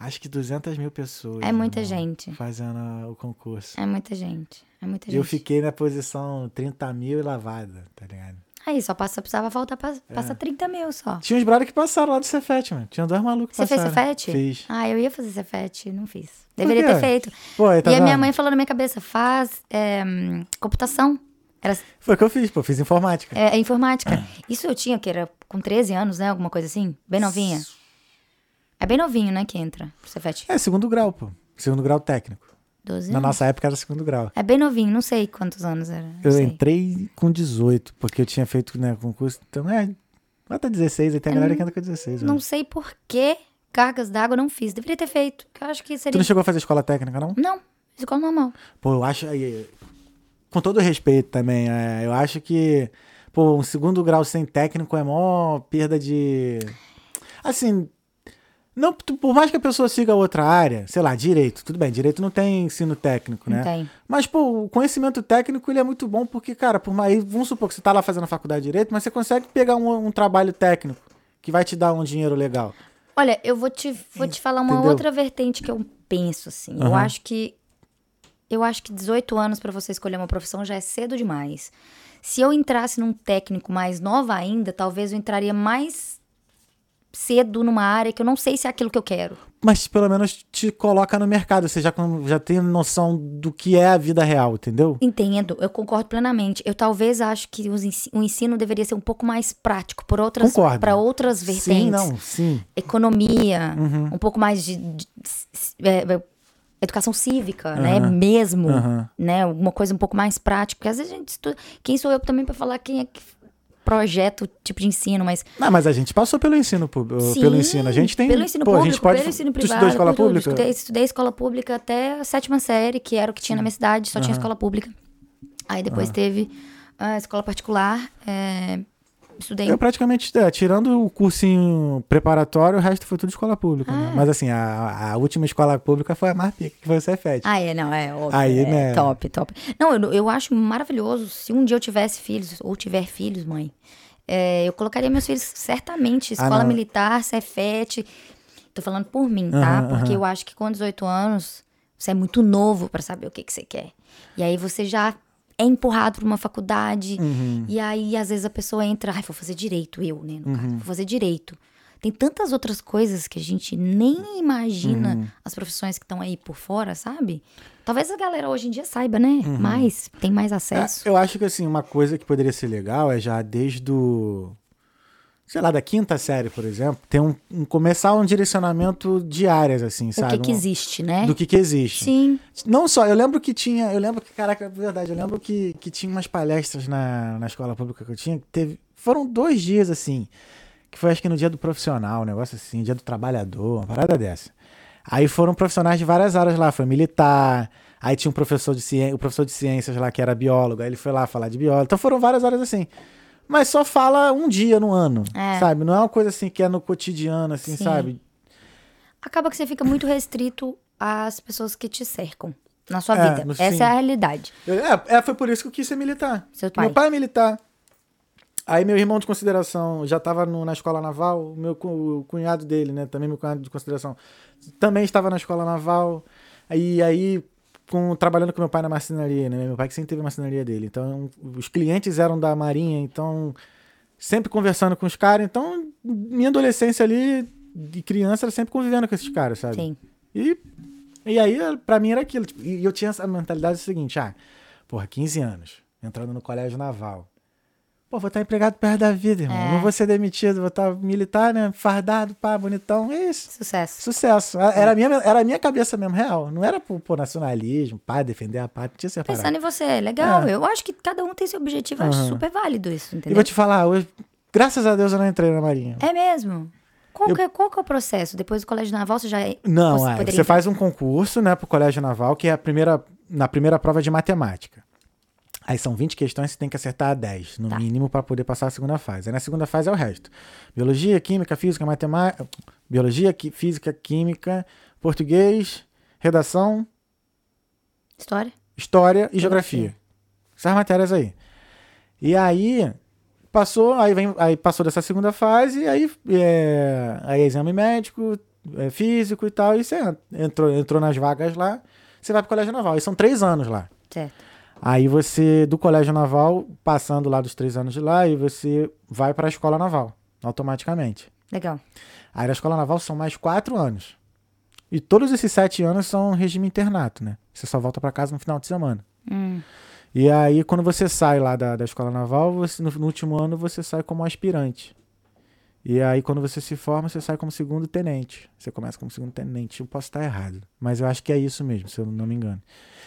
A: Acho que 200 mil pessoas.
C: É muita
A: irmão,
C: gente.
A: Fazendo a- o concurso.
C: É muita gente. É muita
A: E
C: gente.
A: eu fiquei na posição 30 mil e lavada, tá ligado?
C: Aí só passa, precisava faltar, passa,
A: É.
C: passa 30 mil só.
A: Tinha uns brothers que passaram lá do Cefet, mano. Tinha dois malucos que
C: Você fez
A: passaram.
C: Cefete?
A: Fiz.
C: Ah, eu ia fazer Cefete, não fiz. Deveria
A: quê?
C: ter feito.
A: Pô, aí tá
C: e a minha
A: vendo?
C: mãe falou na minha cabeça: faz é, hum, computação. Era
A: Foi o que eu fiz, pô. Fiz informática.
C: é,
A: [coughs]
C: é informática. Isso eu tinha, que era com 13 anos, né? Alguma coisa assim? Bem novinha. É bem novinho, né? Que entra pro Cefete.
A: É, segundo grau, pô. Segundo grau técnico.
C: 12
A: Na
C: anos.
A: nossa época era segundo grau.
C: É bem novinho, não sei quantos anos era. não
A: Eu
C: Ah, sei.
A: entrei com 18, porque eu tinha feito né, concurso. Então, é. Bota 16, aí tem a galera que anda com 16.
C: Não
A: né?
C: sei por que cargas d'água eu não fiz. Deveria ter feito. Que eu acho que
A: Tu
C: seria. tipo,
A: não chegou a fazer escola técnica, não?
C: Não, escola normal.
A: Pô, eu acho. aí, Com todo respeito também, é, eu acho que. Pô, um segundo grau sem técnico é mó perda de. Assim. Não, tu- por mais que a pessoa siga outra área, sei lá, direito, tudo bem, direito não tem ensino técnico, né?
C: Não tem.
A: Mas, pô, o conhecimento técnico ele é muito bom porque, cara, por mais. Vamos supor que você tá lá fazendo a faculdade de direito, mas você consegue pegar um, um trabalho técnico que vai te dar um dinheiro legal.
C: Olha, eu vou te, vou te falar uma
A: Entendeu?
C: outra vertente que eu penso, assim. Eu
A: Aham.
C: acho que. Eu acho que 18 anos pra você escolher uma profissão já é cedo demais. Se eu entrasse num técnico mais nova ainda, talvez eu entraria mais cedo numa área que eu não sei se é aquilo que eu quero.
A: Mas pelo menos te coloca no mercado. Você já, com- já tem noção do que é a vida real, entendeu?
C: Entendo, eu concordo plenamente. Eu talvez acho que os ensi- o ensino deveria ser um pouco mais prático por outras
A: Concordo.
C: para outras vertentes.
A: Sim, não, Uhum. sim.
C: economia, um pouco mais de, de- s- é, é, educação cívica, né?
A: Aham.
C: Mesmo,
A: Aham.
C: né? Alguma coisa um pouco mais prática. Porque às vezes a gente estuda. Quem sou eu também para falar quem é que projeta o tipo de ensino, mas
A: Não, mas a gente passou pelo ensino público.
C: Sim,
A: Pelo ensino. A gente tem.
C: Pelo ensino
A: pô,
C: público,
A: a gente pode,
C: pelo ensino
A: tu
C: privado.
A: estudou escola
C: por tudo.
A: pública?
C: Estudei, estudei escola pública até a sétima série, que era o que tinha na minha cidade, só tinha escola pública. Aí depois teve a escola particular. ah, é, estudei.
A: Eu praticamente, é, tirando o cursinho preparatório, o resto foi tudo escola pública.
C: Ah.
A: né? Mas assim, a, a última escola pública foi a mais pica, que foi o Cefet.
C: Ah, é, não, é óbvio.
A: Aí,
C: é,
A: né?
C: Top, top. Não, eu, eu acho maravilhoso. Se um dia eu tivesse filhos, ou tiver filhos, mãe, é, eu colocaria meus filhos certamente. Escola
A: Ah, não.
C: militar, Cefete. Tô falando por mim, tá?
A: Aham,
C: Porque
A: aham.
C: eu acho que com 18 anos, você é muito novo pra saber o que, que você quer. E aí você já é empurrado pra uma faculdade.
A: Uhum.
C: E aí, às vezes, a pessoa entra, ai, vou fazer direito, eu, né? No
A: Uhum.
C: caso, vou fazer direito. Tem tantas outras coisas que a gente nem imagina
A: Uhum.
C: as profissões que estão aí por fora, sabe? Talvez a galera hoje em dia saiba, né?
A: Uhum.
C: Mais, tem mais acesso.
A: É, eu acho que assim, uma coisa que poderia ser legal é já desde o. Sei lá, da quinta série, por exemplo, ter um, um- começar um direcionamento de áreas, assim,
C: o
A: sabe?
C: que, que
A: Um-
C: existe, né?
A: Do que, que existe.
C: Sim.
A: Não só, eu lembro que tinha, eu lembro que, caraca, é verdade, eu lembro que, que tinha umas palestras na, na escola pública que eu tinha, que teve, foram dois dias assim, que foi acho que no dia do profissional, um negócio assim, dia do trabalhador, uma parada dessa. Aí foram profissionais de várias áreas lá, foi militar, aí tinha um professor de ciências, o professor de ciências lá que era biólogo, aí ele foi lá falar de biólogo, então foram várias áreas assim. Mas só fala um dia no ano,
C: É.
A: sabe? Não é uma coisa assim que é no cotidiano, assim,
C: Sim.
A: sabe?
C: Acaba que você fica muito restrito às pessoas que te cercam na sua
A: É,
C: vida.
A: no
C: Essa
A: fim.
C: é a realidade.
A: Eu- é, é, foi por isso que eu quis ser militar.
C: Seu pai.
A: Meu pai é militar. Aí meu irmão de consideração já estava na escola naval, o meu cu- o cunhado dele, né? Também meu cunhado de consideração, também estava na escola naval. Aí aí com, trabalhando com meu pai na marcenaria, né? Meu pai que sempre teve a marcenaria dele. Então os clientes eram da marinha, então sempre conversando com os caras. Então minha adolescência ali de criança era sempre convivendo com esses caras, sabe?
C: Sim.
A: E, e aí, pra mim era aquilo. tipo, e eu tinha essa mentalidade seguinte: ah, porra, 15 anos, entrando no colégio naval. Pô, vou estar empregado perto da vida, irmão.
C: É.
A: Não vou ser demitido, vou estar militar, né? Fardado, pá, bonitão. É isso.
C: Sucesso.
A: Sucesso. A- Era a minha, era a minha cabeça mesmo, real. Não era por, por nacionalismo, pá, defender a pátria, não tinha essa parada.
C: Pensando em você, legal.
A: É.
C: Eu acho que cada um tem seu objetivo. Eu acho
A: Aham.
C: super válido isso,
A: E
C: entendeu?
A: vou te falar, hoje, graças a Deus eu não entrei na Marinha.
C: É mesmo? Qual, que, é- qual que é o processo? Depois do colégio naval, você já. é-
A: Não,
C: você
A: é,
C: poderia
A: você
C: entrar?
A: faz um concurso, né, pro Colégio Naval, que é a primeira, na primeira prova de matemática. Aí são 20 questões, você tem que acertar 10, no
C: Tá.
A: mínimo, para poder passar a segunda fase. Aí na segunda fase é o resto. Biologia, química, física, matemática... Biologia, qui- física, química, português, redação,
C: História?
A: história e geografia. Essas matérias aí. E aí passou, aí, vem, aí passou dessa segunda fase, aí, é, aí é exame médico, é físico e tal, e você en- entrou, entrou nas vagas lá, você vai pro Colégio Naval. E são três anos lá.
C: Certo.
A: Aí você, do Colégio Naval, passando lá dos três anos de lá, e você vai para a Escola Naval, automaticamente.
C: Legal.
A: Aí na Escola Naval são mais quatro anos. E todos esses sete anos são regime internato, né? Você só volta para casa no final de semana.
C: Hum,
A: E aí, quando você sai lá da, da escola naval, você- no, no último ano você sai como aspirante. E aí, quando você se forma, você sai como segundo tenente. Você começa como segundo tenente. Eu posso estar errado, mas eu acho que é isso mesmo, se eu não me engano.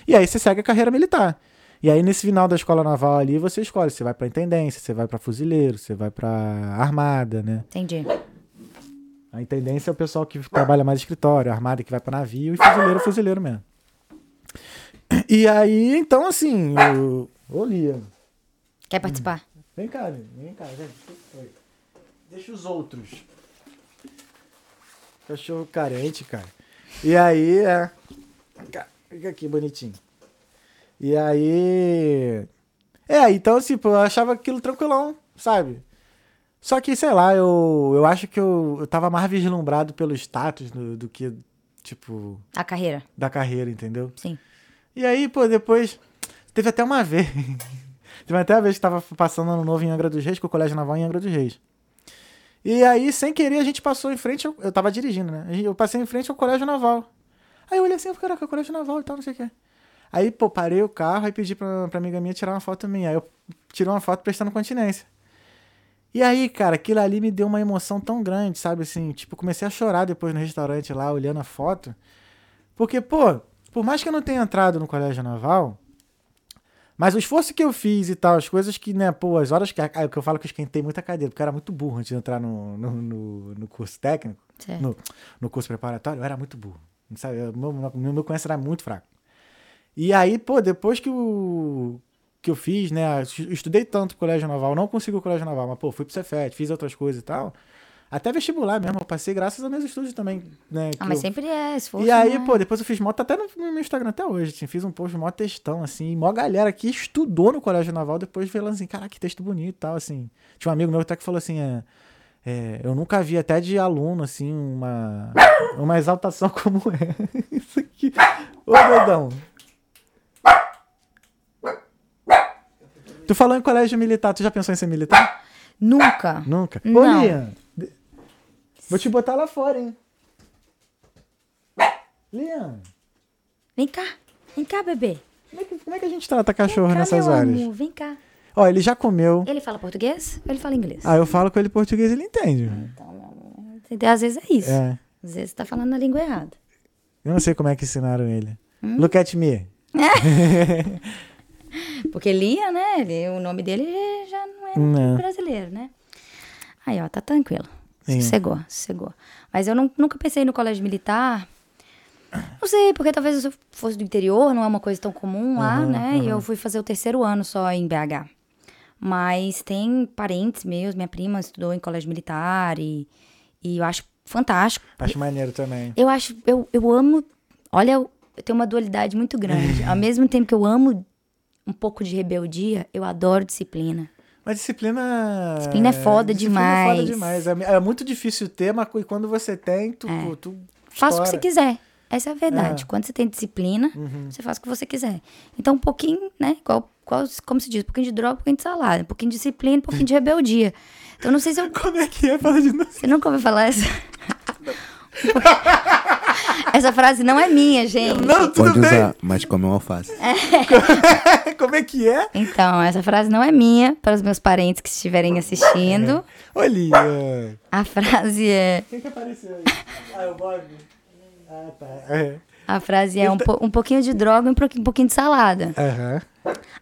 A: E aí, você segue a carreira militar. E aí, nesse final da escola naval ali, você escolhe. Você vai pra intendência, você vai pra fuzileiro, você vai pra armada, né?
C: entendi.
A: A intendência é o pessoal que trabalha mais escritório, a armada que vai para navio e fuzileiro, é fuzileiro mesmo. E aí, então, assim, o. Ô, Lia.
C: Quer participar?
A: Vem cá, Lia. Vem cá, gente. Oi. Deixa os outros. Cachorro carente, cara. E aí, é. Vem cá, Fica aqui, bonitinho. E aí. É, então, tipo, eu achava aquilo tranquilão, sabe? Só que, sei lá, eu, eu acho que eu, eu tava mais vislumbrado pelo status do, do que, tipo,
C: A carreira,
A: da carreira, entendeu?
C: sim.
A: E aí, pô, depois. Teve até uma vez. [laughs] teve até uma vez que tava passando ano novo em Angra dos Reis, com o Colégio Naval é em Angra dos Reis. E aí, sem querer, a gente passou em frente. ao- Eu tava dirigindo, né? A gente- Eu passei em frente ao Colégio Naval. Aí eu olhei assim, eu falei, caraca, Colégio Naval e tal, não sei o quê. Aí, pô, parei o carro e pedi pra, pra amiga minha tirar uma foto minha. Aí eu tirei uma foto prestando continência. E aí, cara, aquilo ali me deu uma emoção tão grande, sabe? Assim, tipo, comecei a chorar depois no restaurante lá, olhando a foto. Porque, pô, por mais que eu não tenha entrado no colégio naval, mas o esforço que eu fiz e tal, as coisas que, né, pô, as horas que. Ah, é o que eu falo que eu esquentei muita cadeira, porque eu era muito burro antes de entrar no, no, no- no curso técnico,
C: Certo.
A: no, no curso preparatório, eu era muito burro. Não sabe? Eu- meu, meu, meu conhecimento era muito fraco. E aí, pô, depois que o. que eu fiz, né? eu Estudei tanto pro colégio naval, não consegui o colégio naval, mas pô, fui pro Cefet, fiz outras coisas e tal. Até vestibular mesmo, eu passei graças aos meus estudos também, né?
C: Ah,
A: que
C: mas
A: eu-
C: sempre é esforço.
A: E aí,
C: né?
A: pô, depois eu fiz mó, tá até no, no meu Instagram até hoje, assim, fiz um post mó textão, assim, mó galera que estudou no Colégio Naval, depois veio lá assim, caraca, que texto bonito e tal, assim. Tinha um amigo meu até que falou assim, é, é, eu nunca vi até de aluno, assim, uma, uma exaltação [laughs] como é [laughs] isso aqui. Ô, doidão. Tu falou em colégio militar, tu já pensou em ser militar?
C: Nunca.
A: Nunca. Ô,
C: Não.
A: Lian, de- vou te botar lá fora, hein. Lian...
C: Vem cá. Vem cá, bebê.
A: Como é que, como é que a gente trata
C: Vem
A: cachorro
C: cá,
A: nessas
C: meu
A: horas?
C: amor. Vem cá.
A: Ó, ele já comeu.
C: Ele fala português? Ele fala inglês.
A: Aí eu falo com ele português, ele entende.
C: Ah, tá Entendeu? Às vezes é isso.
A: É.
C: Às vezes tá falando a língua errada.
A: Eu não sei como é que ensinaram ele.
C: Hum?
A: Look at me.
C: Porque Lia, né? ele- o nome dele já não é
A: Não.
C: brasileiro, né? Aí, ó, tá tranquilo.
A: Sim.
C: Sossegou, sossegou. Mas eu não- nunca pensei no colégio militar. Não sei, porque talvez se eu fosse do interior, não é uma coisa tão comum lá, né? E eu fui fazer o terceiro ano só em BH. Mas tem parentes meus, minha prima estudou em colégio militar e, e eu acho fantástico.
A: Acho maneiro também.
C: Eu acho, eu, eu amo. Olha, eu eu tenho uma dualidade muito grande. Ao mesmo tempo que eu amo um pouco de rebeldia, eu adoro disciplina.
A: Mas disciplina.
C: Disciplina é foda
A: Disciplina é foda
C: demais.
A: demais. É, é muito difícil ter, mas cu- quando você tem, tu. tu- tu
C: Faça o que você
A: estoura.
C: quiser. Essa é a verdade. Quando você tem disciplina, você faz o que você quiser. Então, um pouquinho, né? Qual, qual, como se diz? Um pouquinho de droga, um pouquinho de salada. Um pouquinho de disciplina, um pouquinho de rebeldia. Então, não sei se
A: [laughs]
C: eu
A: Como é que é? Fala de novo.
C: Você nunca ouviu falar essa? [laughs] Um pouco- essa frase não é minha, gente.
A: Não, tudo
B: Pode
A: bem. É.
B: usar, mas come um alface.
A: [laughs] Como é que é?
C: Então, essa frase não é minha, para os meus parentes que estiverem assistindo.
A: Olha.
C: A frase é.
A: Quem que apareceu aí? Ah, o Bob. Ah, tá. É.
C: A frase é um,
A: Então
C: po- um pouquinho de droga e um pouquinho, um pouquinho de salada.
A: Aham.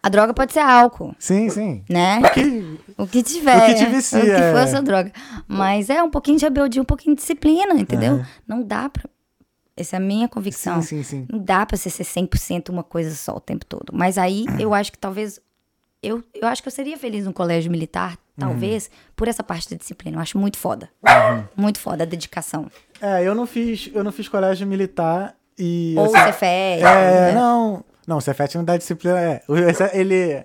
C: A droga pode ser álcool,
A: Sim, sim.
C: né?
A: Que-
C: O que tiver.
A: O que te
C: é.
A: vicia,
C: O que for
A: é.
C: essa droga. Mas é um pouquinho de rebeldia, um pouquinho de disciplina, entendeu? Não dá pra. Essa é a minha convicção.
A: Sim, sim, sim.
C: Não dá pra você ser 100% uma coisa só o tempo todo. Mas aí eu acho que talvez. Eu, eu acho que eu seria feliz num colégio militar, talvez,
A: Uhum.
C: por essa parte da disciplina. Eu acho muito foda. Muito foda a dedicação.
A: É, eu não fiz, eu não fiz colégio militar e.
C: Ou
A: assim,
C: você fez.
A: É, não. Não, o Cefet não dá disciplina. É. O Cefet, ele.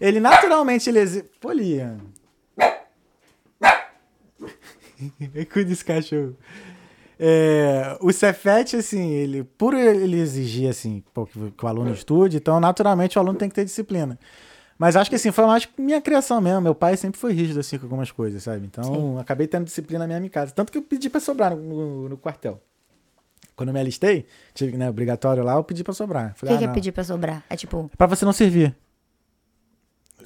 A: Ele naturalmente ele exi... Pô, Lian. [laughs] Cuida desse cachorro. É, o Cefet, assim, ele, por ele exigir, assim, pô, que, que o aluno estude, então, naturalmente, o aluno tem que ter disciplina. Mas acho que, assim, foi mais minha criação mesmo. Meu pai sempre foi rígido, assim, com algumas coisas, sabe? Então, acabei tendo disciplina mesmo em casa. Tanto que eu pedi pra sobrar no- no- no quartel. Quando eu me alistei, tive, né, obrigatório lá, eu pedi pra sobrar.
C: O
A: Falei,
C: que,
A: ah,
C: que é
A: não.
C: pedir pra sobrar? É tipo,
A: Pra você não servir.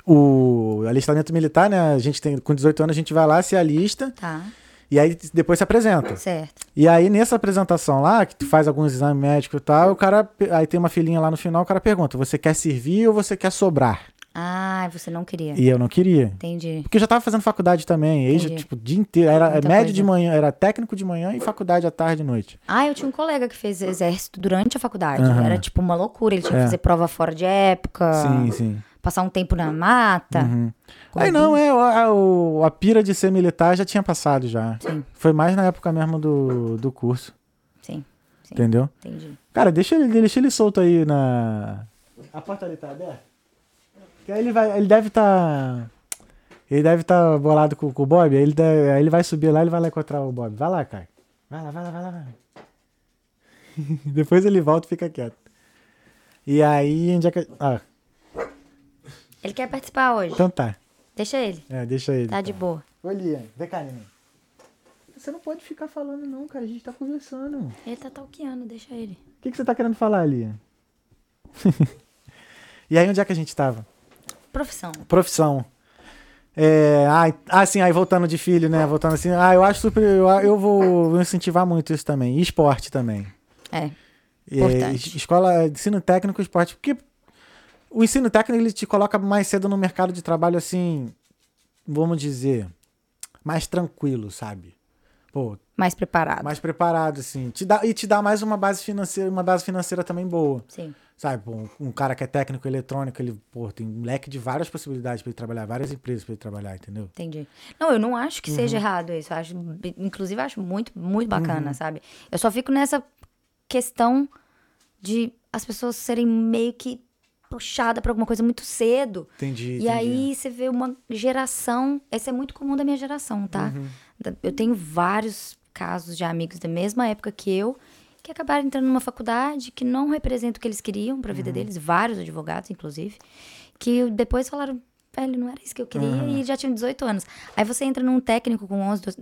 A: O alistamento militar, né? A gente tem, com 18 anos, a gente vai lá, se alista,
C: tá,
A: e aí depois se apresenta.
C: certo.
A: E aí, nessa apresentação lá, que tu faz alguns exames médicos e tal, o cara. pe- Aí tem uma filhinha lá no final, o cara pergunta: você quer servir ou você quer sobrar?
C: Ah, você não queria.
A: E eu não queria.
C: Entendi.
A: Porque eu já tava fazendo faculdade também, aí, já,
C: Entendi. É
A: tipo, o dia inteiro. Era
C: Muita
A: médio
C: coisa.
A: de manhã, era técnico de manhã e faculdade à tarde e noite.
C: Ah, eu tinha um colega que fez exército durante a faculdade.
A: Aham.
C: Era tipo uma loucura. Ele tinha
A: É.
C: que fazer prova fora de época.
A: Sim, sim.
C: Passar um tempo na mata.
A: Aí não, é, a, o- a pira de ser militar já tinha passado já.
C: Sim.
A: Foi mais na época mesmo do, do curso,
C: Sim, Sim.
A: entendeu?
C: entendi.
A: Cara, deixa ele, deixa ele solto aí na. A porta ali tá aberta? Que aí ele vai. Ele deve tá. Ele deve estar tá bolado com, com o Bob, aí ele, deve- aí ele vai subir lá ele vai lá encontrar o Bob. Vai lá, cara. Vai lá, vai lá, vai lá, [laughs] vai lá. Depois ele volta e fica quieto. E aí, onde é que. Ah,
C: Ele quer participar hoje.
A: então tá.
C: Deixa ele.
A: É, deixa ele.
C: Tá de boa.
A: Ô, Lian, vem cá, neném. Você não pode ficar falando, não, cara. A gente tá conversando.
C: Ele tá talqueando, deixa ele.
A: O que, que você tá querendo falar, Lian? [laughs] e aí, onde é que a gente tava?
C: Profissão.
A: Profissão. É, ah, ah, sim, aí voltando de filho, né? Voltando assim. Ah, eu acho super. Eu, eu vou incentivar muito isso também. E esporte também.
C: É.
A: É,
C: Importante.
A: es- escola, ensino técnico, esporte. Porque o ensino técnico ele te coloca mais cedo no mercado de trabalho, assim, vamos dizer, mais tranquilo, sabe? Pô,
C: Mais preparado.
A: mais preparado, assim. Te dá, e te dá mais uma base financeira, uma base financeira também boa.
C: Sim.
A: Sabe, pô, um, um cara que é técnico eletrônico, ele, pô, tem um leque de várias possibilidades pra ele trabalhar, várias empresas pra ele trabalhar, entendeu?
C: Entendi. Não, eu não acho que seja errado isso. Eu acho, inclusive, acho muito, muito bacana, sabe? Eu só fico nessa questão de as pessoas serem meio que puxadas pra alguma coisa muito cedo.
A: Entendi.
C: E
A: entendi.
C: aí você vê uma geração. Esse é muito comum da minha geração, tá?
A: Uhum.
C: Da- Eu tenho vários casos de amigos da mesma época que eu que acabaram entrando numa faculdade que não representa o que eles queriam pra
A: Uhum.
C: vida deles, vários advogados, inclusive, que depois falaram, velho, não era isso que eu queria
A: Uhum.
C: e já tinham 18 anos. Aí você entra num técnico com 11, 12.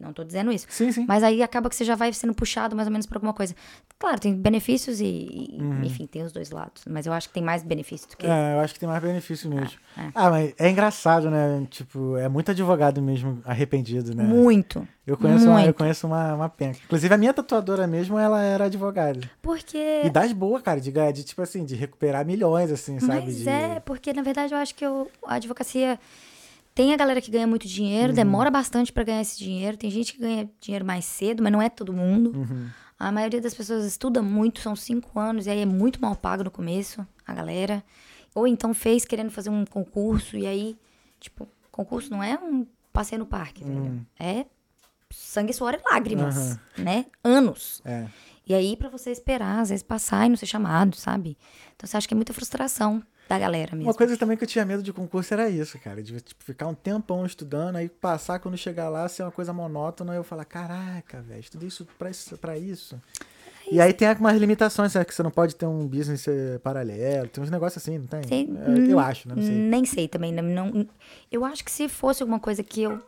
C: Não tô dizendo isso.
A: Sim, sim.
C: Mas aí acaba que você já vai sendo puxado mais ou menos pra alguma coisa. Claro, tem benefícios e, e- enfim, tem os dois lados. Mas eu acho que tem mais benefício do que.
A: Uhum. É, eu acho que tem mais benefício mesmo. Ah, mas é engraçado, né? Tipo, é muito advogado mesmo arrependido, né?
C: Muito.
A: Eu conheço, uma, eu
C: muito.
A: conheço uma, uma penca. Inclusive, a minha tatuadora mesmo, ela era advogada.
C: Porque.
A: E das boas, cara, de, ganhar- de tipo assim, de recuperar milhões, assim, sabe?
C: Mas
A: de...
C: é, porque na verdade eu acho que eu- a advocacia. Tem a galera que ganha muito dinheiro,
A: Uhum.
C: demora bastante pra ganhar esse dinheiro. Tem gente que ganha dinheiro mais cedo, mas não é todo mundo.
A: Uhum.
C: A maioria das pessoas estuda muito, são cinco anos, e aí é muito mal pago no começo, a galera. Ou então fez querendo fazer um concurso, e aí, tipo, concurso não é um passeio no parque,
A: Uhum.
C: velho. É sangue, suor e lágrimas, né? Anos.
A: É.
C: E aí, pra você esperar, às vezes passar e não ser chamado, sabe? Então, você acha que é muita frustração da galera mesmo.
A: Uma coisa também que eu tinha medo de concurso era isso, cara. De tipo, ficar um tempão estudando, aí passar quando chegar lá ser uma coisa monótona, eu falar, caraca, velho, estudei isso pra isso. Pra isso. E aí tem algumas limitações, né? Que você não pode ter um business eh, paralelo, tem uns negócios assim, não tem?
C: Tem-
A: É, Eu acho, né? Não sei.
C: Nem sei também. Não, não- eu acho que se fosse alguma coisa que eu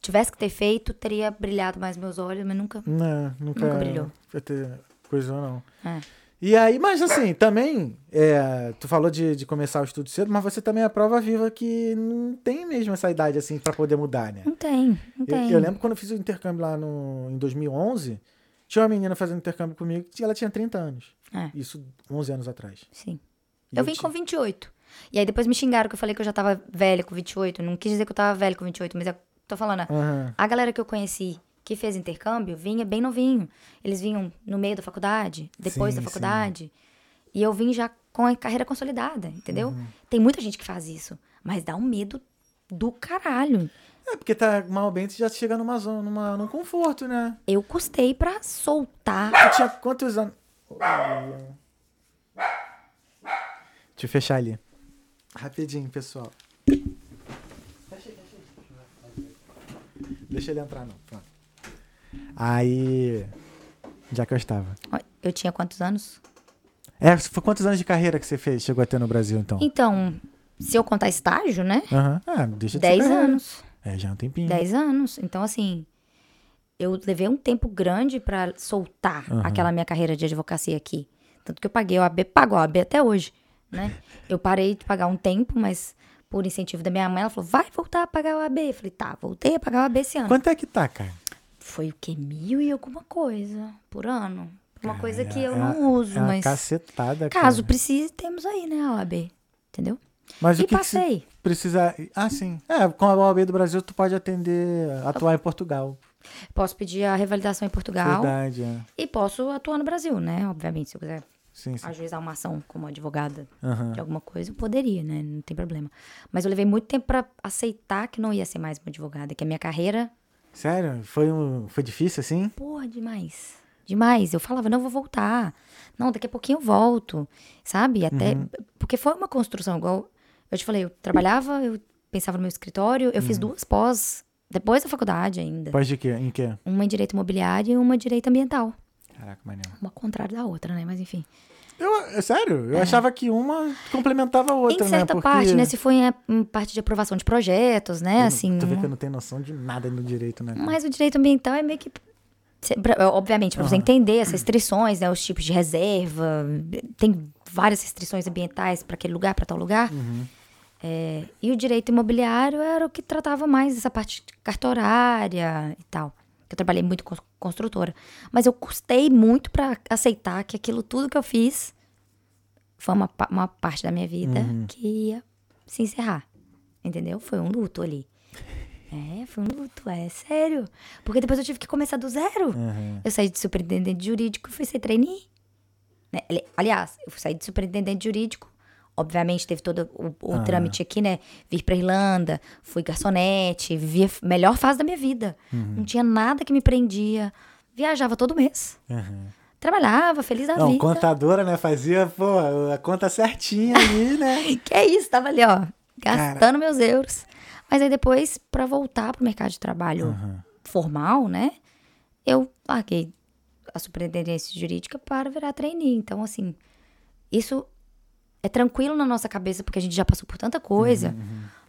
C: tivesse que ter feito, teria brilhado mais meus olhos, mas nunca.
A: Não, nunca,
C: Nunca brilhou.
A: Foi ter coisa não.
C: É.
A: E aí, mas assim, também, é, tu falou de, de começar o estudo cedo, mas você também é a prova viva que não tem mesmo essa idade assim pra poder mudar, né?
C: Não tem,
A: Eu,
C: não tem.
A: eu lembro quando eu fiz o intercâmbio lá no, em 2011, tinha uma menina fazendo intercâmbio comigo que ela tinha 30 anos.
C: É.
A: Isso 11 anos atrás.
C: Sim.
A: E
C: Eu vim
A: ti-
C: com 28. E aí depois me xingaram que eu falei que eu já tava velha com 28. Não quis dizer que eu tava velha com 28, mas eu tô falando. né?
A: Aham.
C: A galera que eu conheci que fez intercâmbio vinha bem novinho. Eles vinham no meio da faculdade, depois
A: Sim,
C: da
A: sim.
C: faculdade. E eu vim já com a carreira consolidada, entendeu?
A: Uhum.
C: Tem muita gente que faz isso, mas dá um medo do caralho.
A: É, porque tá mal ou bem, tu já chega numa zona, numa, num conforto, né?
C: Eu custei pra soltar.
A: Tu tinha quantos anos? Olha. Deixa eu fechar ali. Rapidinho, pessoal. Deixa ele entrar, não. Pronto. Aí. Já que eu estava.
C: Ó, Eu tinha quantos anos?
A: É, foi quantos anos de carreira que você fez, chegou a ter no Brasil, então?
C: Então, se eu contar estágio, né?
A: Aham. Ah, deixa de ser
C: 10
A: carreira.
C: anos.
A: É, já é um tempinho.
C: 10 anos. Então, assim, eu levei um tempo grande pra soltar aquela minha carreira de advocacia aqui. Tanto que eu paguei o AB, pago o AB até hoje,
A: [laughs]
C: né? Eu parei de pagar um tempo, mas por incentivo da minha mãe, ela falou, vai voltar a pagar o AB. Eu falei, tá, voltei a pagar o AB esse ano.
A: Quanto é que tá, cara?
C: Foi o quê? Mil e alguma coisa por ano. Uma coisa que
A: É-
C: eu
A: é
C: não
A: uma-
C: uso,
A: é uma
C: mas
A: cacetada, cara.
C: caso precise, temos aí, né, a OAB. Entendeu?
A: Mas
C: e
A: o que que se-
C: passei.
A: Precisa. Ah, sim. É, com a OAB do Brasil, tu pode atender, atuar em Portugal.
C: Posso pedir a revalidação em Portugal
A: Verdade, é.
C: e posso atuar no Brasil, né? Obviamente, se eu quiser
A: Sim, sim.
C: ajuizar uma ação como advogada
A: Aham.
C: de alguma coisa, eu poderia, né? Não tem problema. Mas eu levei muito tempo pra aceitar que não ia ser mais uma advogada, que a minha carreira,
A: Sério? Foi, um... Foi difícil assim?
C: porra, demais. Demais. Eu falava, não, eu vou voltar. Não, daqui a pouquinho eu volto. Sabe? Até.
A: Uhum.
C: Porque foi uma construção, igual. Eu te falei, eu trabalhava, eu pensava no meu escritório, eu
A: Uhum.
C: fiz duas pós, depois da faculdade ainda.
A: Pode de quê? Em quê?
C: Uma em direito imobiliário e uma em direito ambiental.
A: Caraca, maneiro.
C: Uma contrária da outra, né? Mas enfim.
A: Eu, é sério, eu achava que uma complementava a outra,
C: em
A: né?
C: certa
A: Porque-
C: parte, né? Se foi em, em parte de aprovação de projetos, né?
A: Eu não-
C: assim,
A: Tu vê que eu não tenho noção de nada no direito, né?
C: Mas o direito ambiental é meio que. cê- pra- é, obviamente, pra você entender as restrições, né? Os tipos de reserva. Tem várias restrições ambientais para aquele lugar, para tal lugar. É, e o direito imobiliário era o que tratava mais dessa parte cartorária e tal. Eu trabalhei muito com construtora. Mas eu custei muito para aceitar que aquilo tudo que eu fiz foi uma, pa- uma parte da minha vida que ia se encerrar. Entendeu? Foi um luto ali. É, foi um luto, é sério. Porque depois eu tive que começar do zero.
A: Aham.
C: Eu saí de superintendente jurídico e fui ser trainee. né? Ele- Aliás, eu saí de superintendente jurídico, obviamente teve todo o, o trâmite aqui, né? Vir pra Irlanda, fui garçonete, vivi a f- melhor fase da minha vida.
A: Uhum.
C: Não tinha nada que me prendia. Viajava todo mês. Trabalhava, feliz da
A: Não,
C: vida.
A: contadora, né? Fazia, pô, a conta certinha ali,
C: [laughs]
A: né?
C: [laughs] Que é isso, tava ali, ó, gastando
A: Cara.
C: meus euros. Mas aí depois, pra voltar pro mercado de trabalho formal, né? Eu larguei a superintendência jurídica para virar trainee. Então, assim, isso é tranquilo na nossa cabeça, porque a gente já passou por tanta coisa,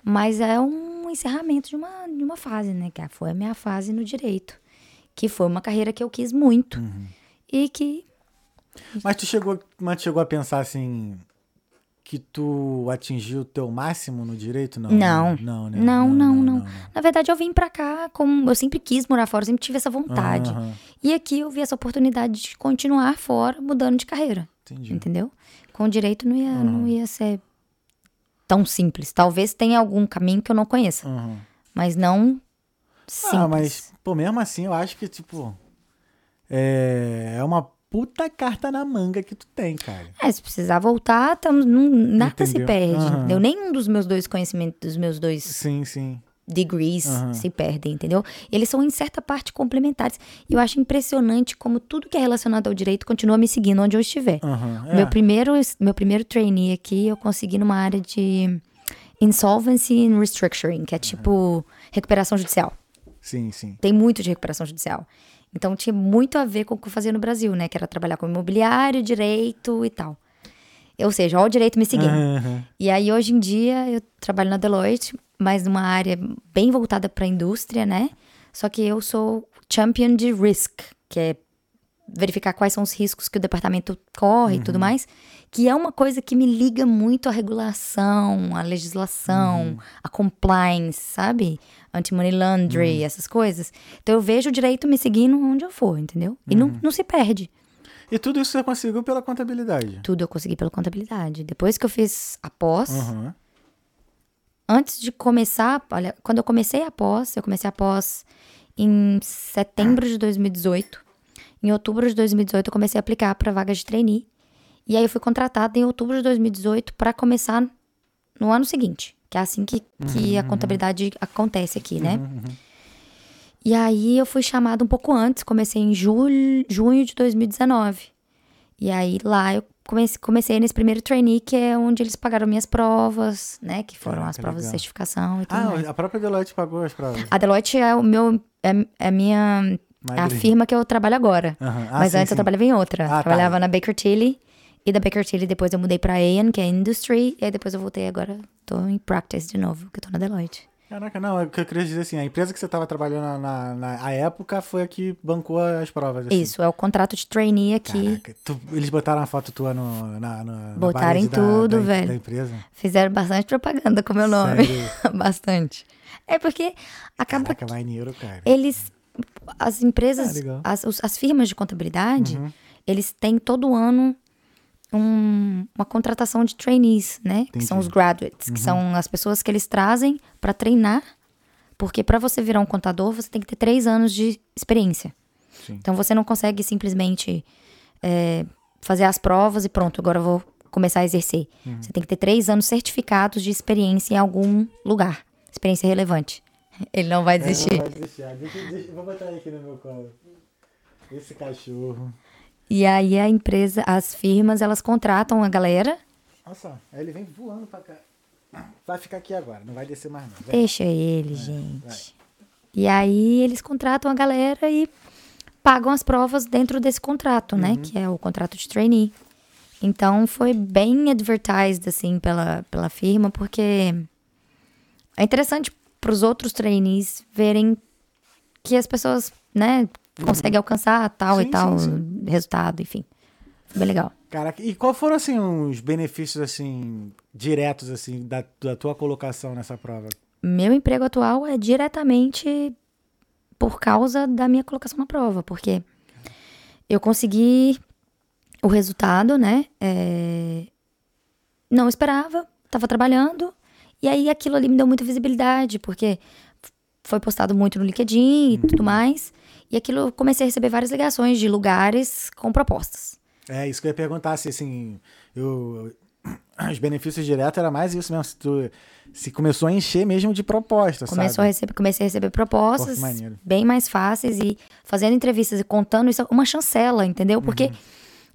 C: mas é um encerramento de uma, de uma fase, né? Que foi a minha fase no direito. Que foi uma carreira que eu quis muito. E que
A: Mas tu chegou, mas tu chegou a pensar assim que tu atingiu o teu máximo no direito, não?
C: Não.
A: né? Não, né?
C: Não, não, não.
A: não.
C: Na verdade, eu vim pra cá como. Eu sempre quis morar fora, eu sempre tive essa vontade.
A: Aham,
C: E aqui eu vi essa oportunidade de continuar fora, mudando de carreira.
A: entendi. Ah.
C: Entendeu? Com direito não ia, não ia ser tão simples. Talvez tenha algum caminho que eu não conheça,
A: Aham.
C: mas não simples.
A: Ah, mas, pô, mesmo assim, eu acho que, tipo, é, é uma puta carta na manga que tu tem, cara.
C: É, se precisar voltar, tamo, não- nada se
A: Entendeu.
C: perde.
A: Aham.
C: Entendeu? Nenhum dos meus dois conhecimentos, dos meus dois
A: Sim, sim.
C: degrees
A: Aham.
C: se perdem, entendeu? Eles são, em certa parte, complementares. E eu acho impressionante como tudo que é relacionado ao direito continua me seguindo onde eu estiver.
A: Aham, é.
C: Meu, primeiro, meu primeiro trainee aqui eu consegui numa área de insolvency and restructuring, que é tipo recuperação judicial.
A: Sim, sim.
C: Tem muito de recuperação judicial. Então tinha muito a ver com o que eu fazia no Brasil, né? Que era trabalhar com imobiliário, direito e tal. Ou seja, ó, o direito me seguindo.
A: Aham.
C: E aí, hoje em dia, eu trabalho na Deloitte, mas numa área bem voltada para a indústria, né? Só que eu sou champion de risk, que é verificar quais são os riscos que o departamento corre e tudo mais, que é uma coisa que me liga muito à regulação, à legislação, à compliance, sabe? Anti-money laundering, essas coisas. Então, eu vejo o direito me seguindo onde eu for, entendeu? E não, não se perde.
A: E tudo isso você conseguiu pela contabilidade.
C: Tudo eu consegui pela contabilidade. Depois que eu fiz a pós,
A: Aham.
C: antes de começar, olha, quando eu comecei a pós, eu comecei a pós em setembro de 2018. Em outubro de 2018 eu comecei a aplicar para vagas de trainee. E aí eu fui contratada em outubro de 2018 para começar no ano seguinte, que é assim que,
A: Uhum,
C: que a contabilidade acontece aqui, né? E aí eu fui chamada um pouco antes, comecei em julho, junho de 2019. E aí lá eu comecei, comecei nesse primeiro trainee, que é onde eles pagaram minhas provas, né? Que foram
A: Caraca,
C: as provas de
A: Ah, legal.
C: certificação e tudo mais.
A: Ah, a própria Deloitte pagou as provas.
C: A Deloitte é o meu. É, é a minha. É a
A: Magrinho.
C: firma que eu trabalho agora.
A: Aham. Ah,
C: Mas
A: sim,
C: antes
A: sim.
C: eu trabalhava em outra.
A: Ah, tá.
C: Trabalhava na Baker Tilly. E da Baker Tilly depois eu mudei pra Aon, que é Industry. E aí depois eu voltei agora. Tô em Practice de novo, que eu tô na Deloitte.
A: Caraca, não, é o que eu queria dizer assim, a empresa que você estava trabalhando na, na, na- a época foi a que bancou as provas. assim.
C: Isso, é o contrato de trainee aqui.
A: Caraca, tu- eles botaram a foto tua no, na, no, na
C: Botaram
A: parede
C: em tudo,
A: da, da,
C: velho.
A: Da empresa.
C: Fizeram bastante propaganda com o meu nome.
A: Sério?
C: [laughs] bastante. É porque acaba
A: Caraca, maneiro, cara.
C: eles as
A: Ah,
C: empresas
A: legal. Uhum.
C: as, os- as firmas de contabilidade eles têm todo ano um- uma contratação de trainees né que são os graduates
A: Uhum.
C: que são as pessoas que eles trazem para treinar porque para você virar um contador você tem que ter três anos de experiência
A: Sim.
C: então você não consegue simplesmente é, fazer as provas e pronto agora eu vou começar a exercer
A: Uhum.
C: você tem que ter três anos certificados de experiência em algum lugar experiência relevante [laughs] ele não vai
A: É,
C: desistir
A: ah, vou botar ele aqui no meu colo. Esse cachorro.
C: E aí a empresa, as firmas, elas contratam a galera.
A: Olha só, aí ele vem voando pra cá. Vai ficar aqui agora, não vai descer mais não. Vem.
C: Deixa
A: É,
C: ele, gente. E aí eles contratam a galera e pagam as provas dentro desse contrato,
A: Uhum.
C: né? Que é o contrato de trainee. Então foi bem advertised, assim, pela, pela firma, porque é interessante pros outros trainees verem que as pessoas, né, conseguem alcançar tal
A: Sim,
C: e tal
A: sim,
C: resultado, enfim. Foi bem legal.
A: Caraca, e qual foram assim os benefícios assim diretos assim da, da tua colocação nessa prova?
C: meu emprego atual é diretamente por causa da minha colocação na prova, porque eu consegui o resultado, né? É, Não esperava, tava trabalhando, e aí aquilo ali me deu muita visibilidade, porque f- foi postado muito no LinkedIn e tudo mais, e aquilo eu comecei a receber várias ligações de lugares com propostas.
A: É, isso que eu ia perguntar, se assim, eu, os benefícios diretos era mais isso mesmo, se, tu, se começou a encher mesmo de propostas,
C: Começou
A: sabe?
C: a receber, comecei a receber
A: Pô,
C: propostas
A: que maneiro.
C: bem mais fáceis e fazendo entrevistas e contando isso, é uma chancela, entendeu?
A: Uhum.
C: Porque,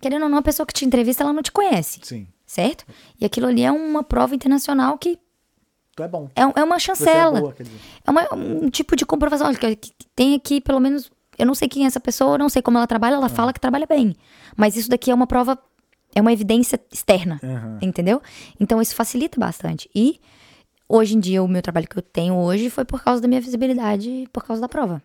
C: querendo ou não, a pessoa que te entrevista, ela não te conhece,
A: Sim,
C: certo? E aquilo ali é uma prova internacional que
A: tu é bom.
C: é, um- é uma
A: Você é
C: chancela.
A: boa, quer dizer.
C: É uma- um tipo de comprovação. Olha, que, que tem aqui, pelo menos, eu não sei quem é essa pessoa, eu não sei como ela trabalha,
A: É.
C: ela fala que trabalha bem. Mas isso daqui é uma prova, é uma evidência externa,
A: Aham.
C: entendeu? Então isso facilita bastante. E hoje em dia, o meu trabalho que eu tenho hoje foi por causa da minha visibilidade e por causa da prova.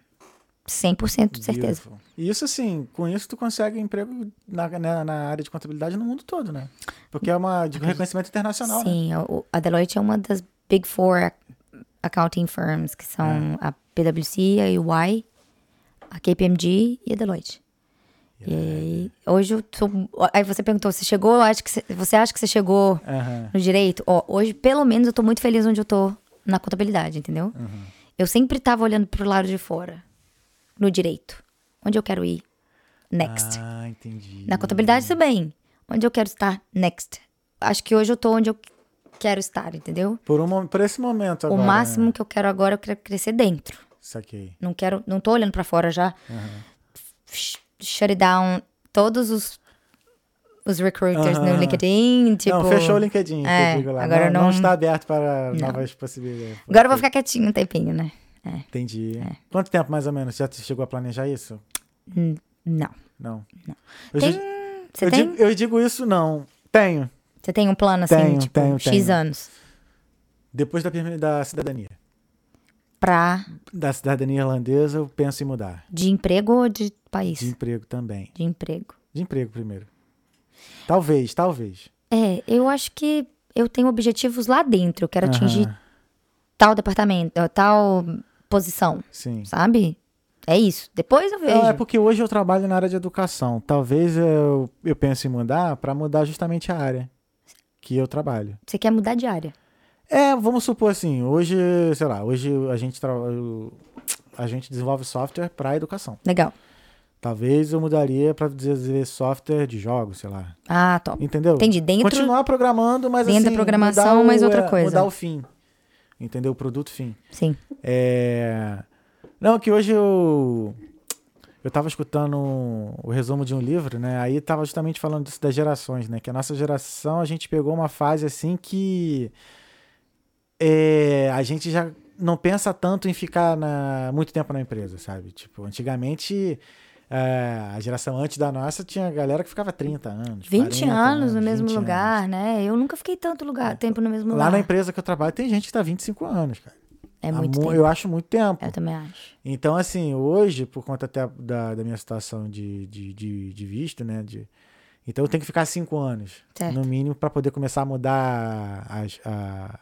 C: 100% de certeza.
A: Beautiful. E isso, assim, com isso tu consegue emprego na, na, na área de contabilidade no mundo todo, né? Porque é uma de reconhecimento internacional, né?
C: Sim, o- a Deloitte é uma das Big Four ac- accounting firms, que são a PwC, a EY, a KPMG e a Deloitte. E aí, hoje eu tô. Aí você perguntou, você chegou, acho que você, você acha que você chegou
A: Aham.
C: no direito? Ó, hoje, pelo menos, eu tô muito feliz onde eu tô na contabilidade, entendeu?
A: Uhum.
C: Eu sempre tava olhando pro lado de fora, no direito. Onde eu quero ir? Next.
A: Ah, entendi.
C: Na contabilidade também. Onde eu quero estar next. Acho que hoje eu tô onde eu quero estar, entendeu?
A: Por, um, mo- por esse momento agora.
C: o
A: né?
C: máximo que eu quero agora, eu quero crescer dentro.
A: Saquei.
C: Não quero, não tô olhando pra fora já.
A: Uhum.
C: Sh- Shut it down. Todos os, os recruiters
A: Aham.
C: no LinkedIn, tipo...
A: não, fechou o LinkedIn, que
C: é,
A: eu digo lá.
C: agora
A: não,
C: eu
A: não
C: não-
A: está aberto para novas possibilidades.
C: Agora eu vou ficar quietinho um tempinho, né? É.
A: Entendi. Quanto tempo, mais ou menos? Já te chegou a planejar isso?
C: Hum, Não.
A: Não. Eu,
C: Tem-
A: ju-
C: Você
A: eu
C: tem,
A: digo, eu digo isso, não. Tenho.
C: você tem um plano, assim,
A: Tenho,
C: tipo,
A: tenho,
C: X
A: tenho.
C: anos
A: Depois da, permi- da cidadania.
C: pra...
A: Da cidadania irlandesa, eu penso em mudar.
C: De emprego ou de país?
A: De emprego também.
C: de emprego.
A: De emprego primeiro. Talvez, talvez.
C: É, eu acho que eu tenho objetivos lá dentro. Eu quero atingir
A: Aham,
C: tal departamento, ó, tal posição,
A: Sim.
C: sabe? É isso. Depois eu vejo.
A: Não, é porque hoje eu trabalho na área de educação. Talvez eu, eu pense em mudar para mudar justamente a área que eu trabalho.
C: Você quer mudar de área.
A: É, vamos supor assim, hoje, sei lá, hoje a gente, tra... o- a gente desenvolve software para educação.
C: Legal.
A: Talvez eu mudaria para dizer software de jogos, sei lá.
C: Ah, top.
A: Entendeu?
C: Entendi. Dentro-
A: Continuar programando, mas
C: Dentro da
A: assim,
C: programação,
A: mudar
C: mas
A: o-
C: outra
A: é,
C: coisa.
A: Mudar o fim. Entendeu? O produto fim.
C: Sim.
A: É... Não, que hoje eu... Eu tava escutando o resumo de um livro, né? Aí tava justamente falando disso das gerações, né? Que a nossa geração, a gente pegou uma fase assim que... é, a gente já não pensa tanto em ficar na- muito tempo na empresa, sabe? Tipo, antigamente... é, a geração antes da nossa tinha galera que ficava 30 anos.
C: 20
A: 40
C: anos no mesmo
A: 20 anos. É.
C: lugar, né? Eu nunca fiquei tanto lugar, tempo no mesmo
A: Lá
C: lugar.
A: na empresa que eu trabalho tem gente que tá 25 anos, cara.
C: É
A: Há
C: muito
A: mu-
C: tempo. É
A: Eu acho muito tempo.
C: Eu também acho.
A: Então, assim, hoje, por conta até da, da minha situação de, de, de, de visto, né? De, então, eu tenho que ficar cinco anos,
C: Certo.
A: no mínimo, para poder começar a mudar as- a-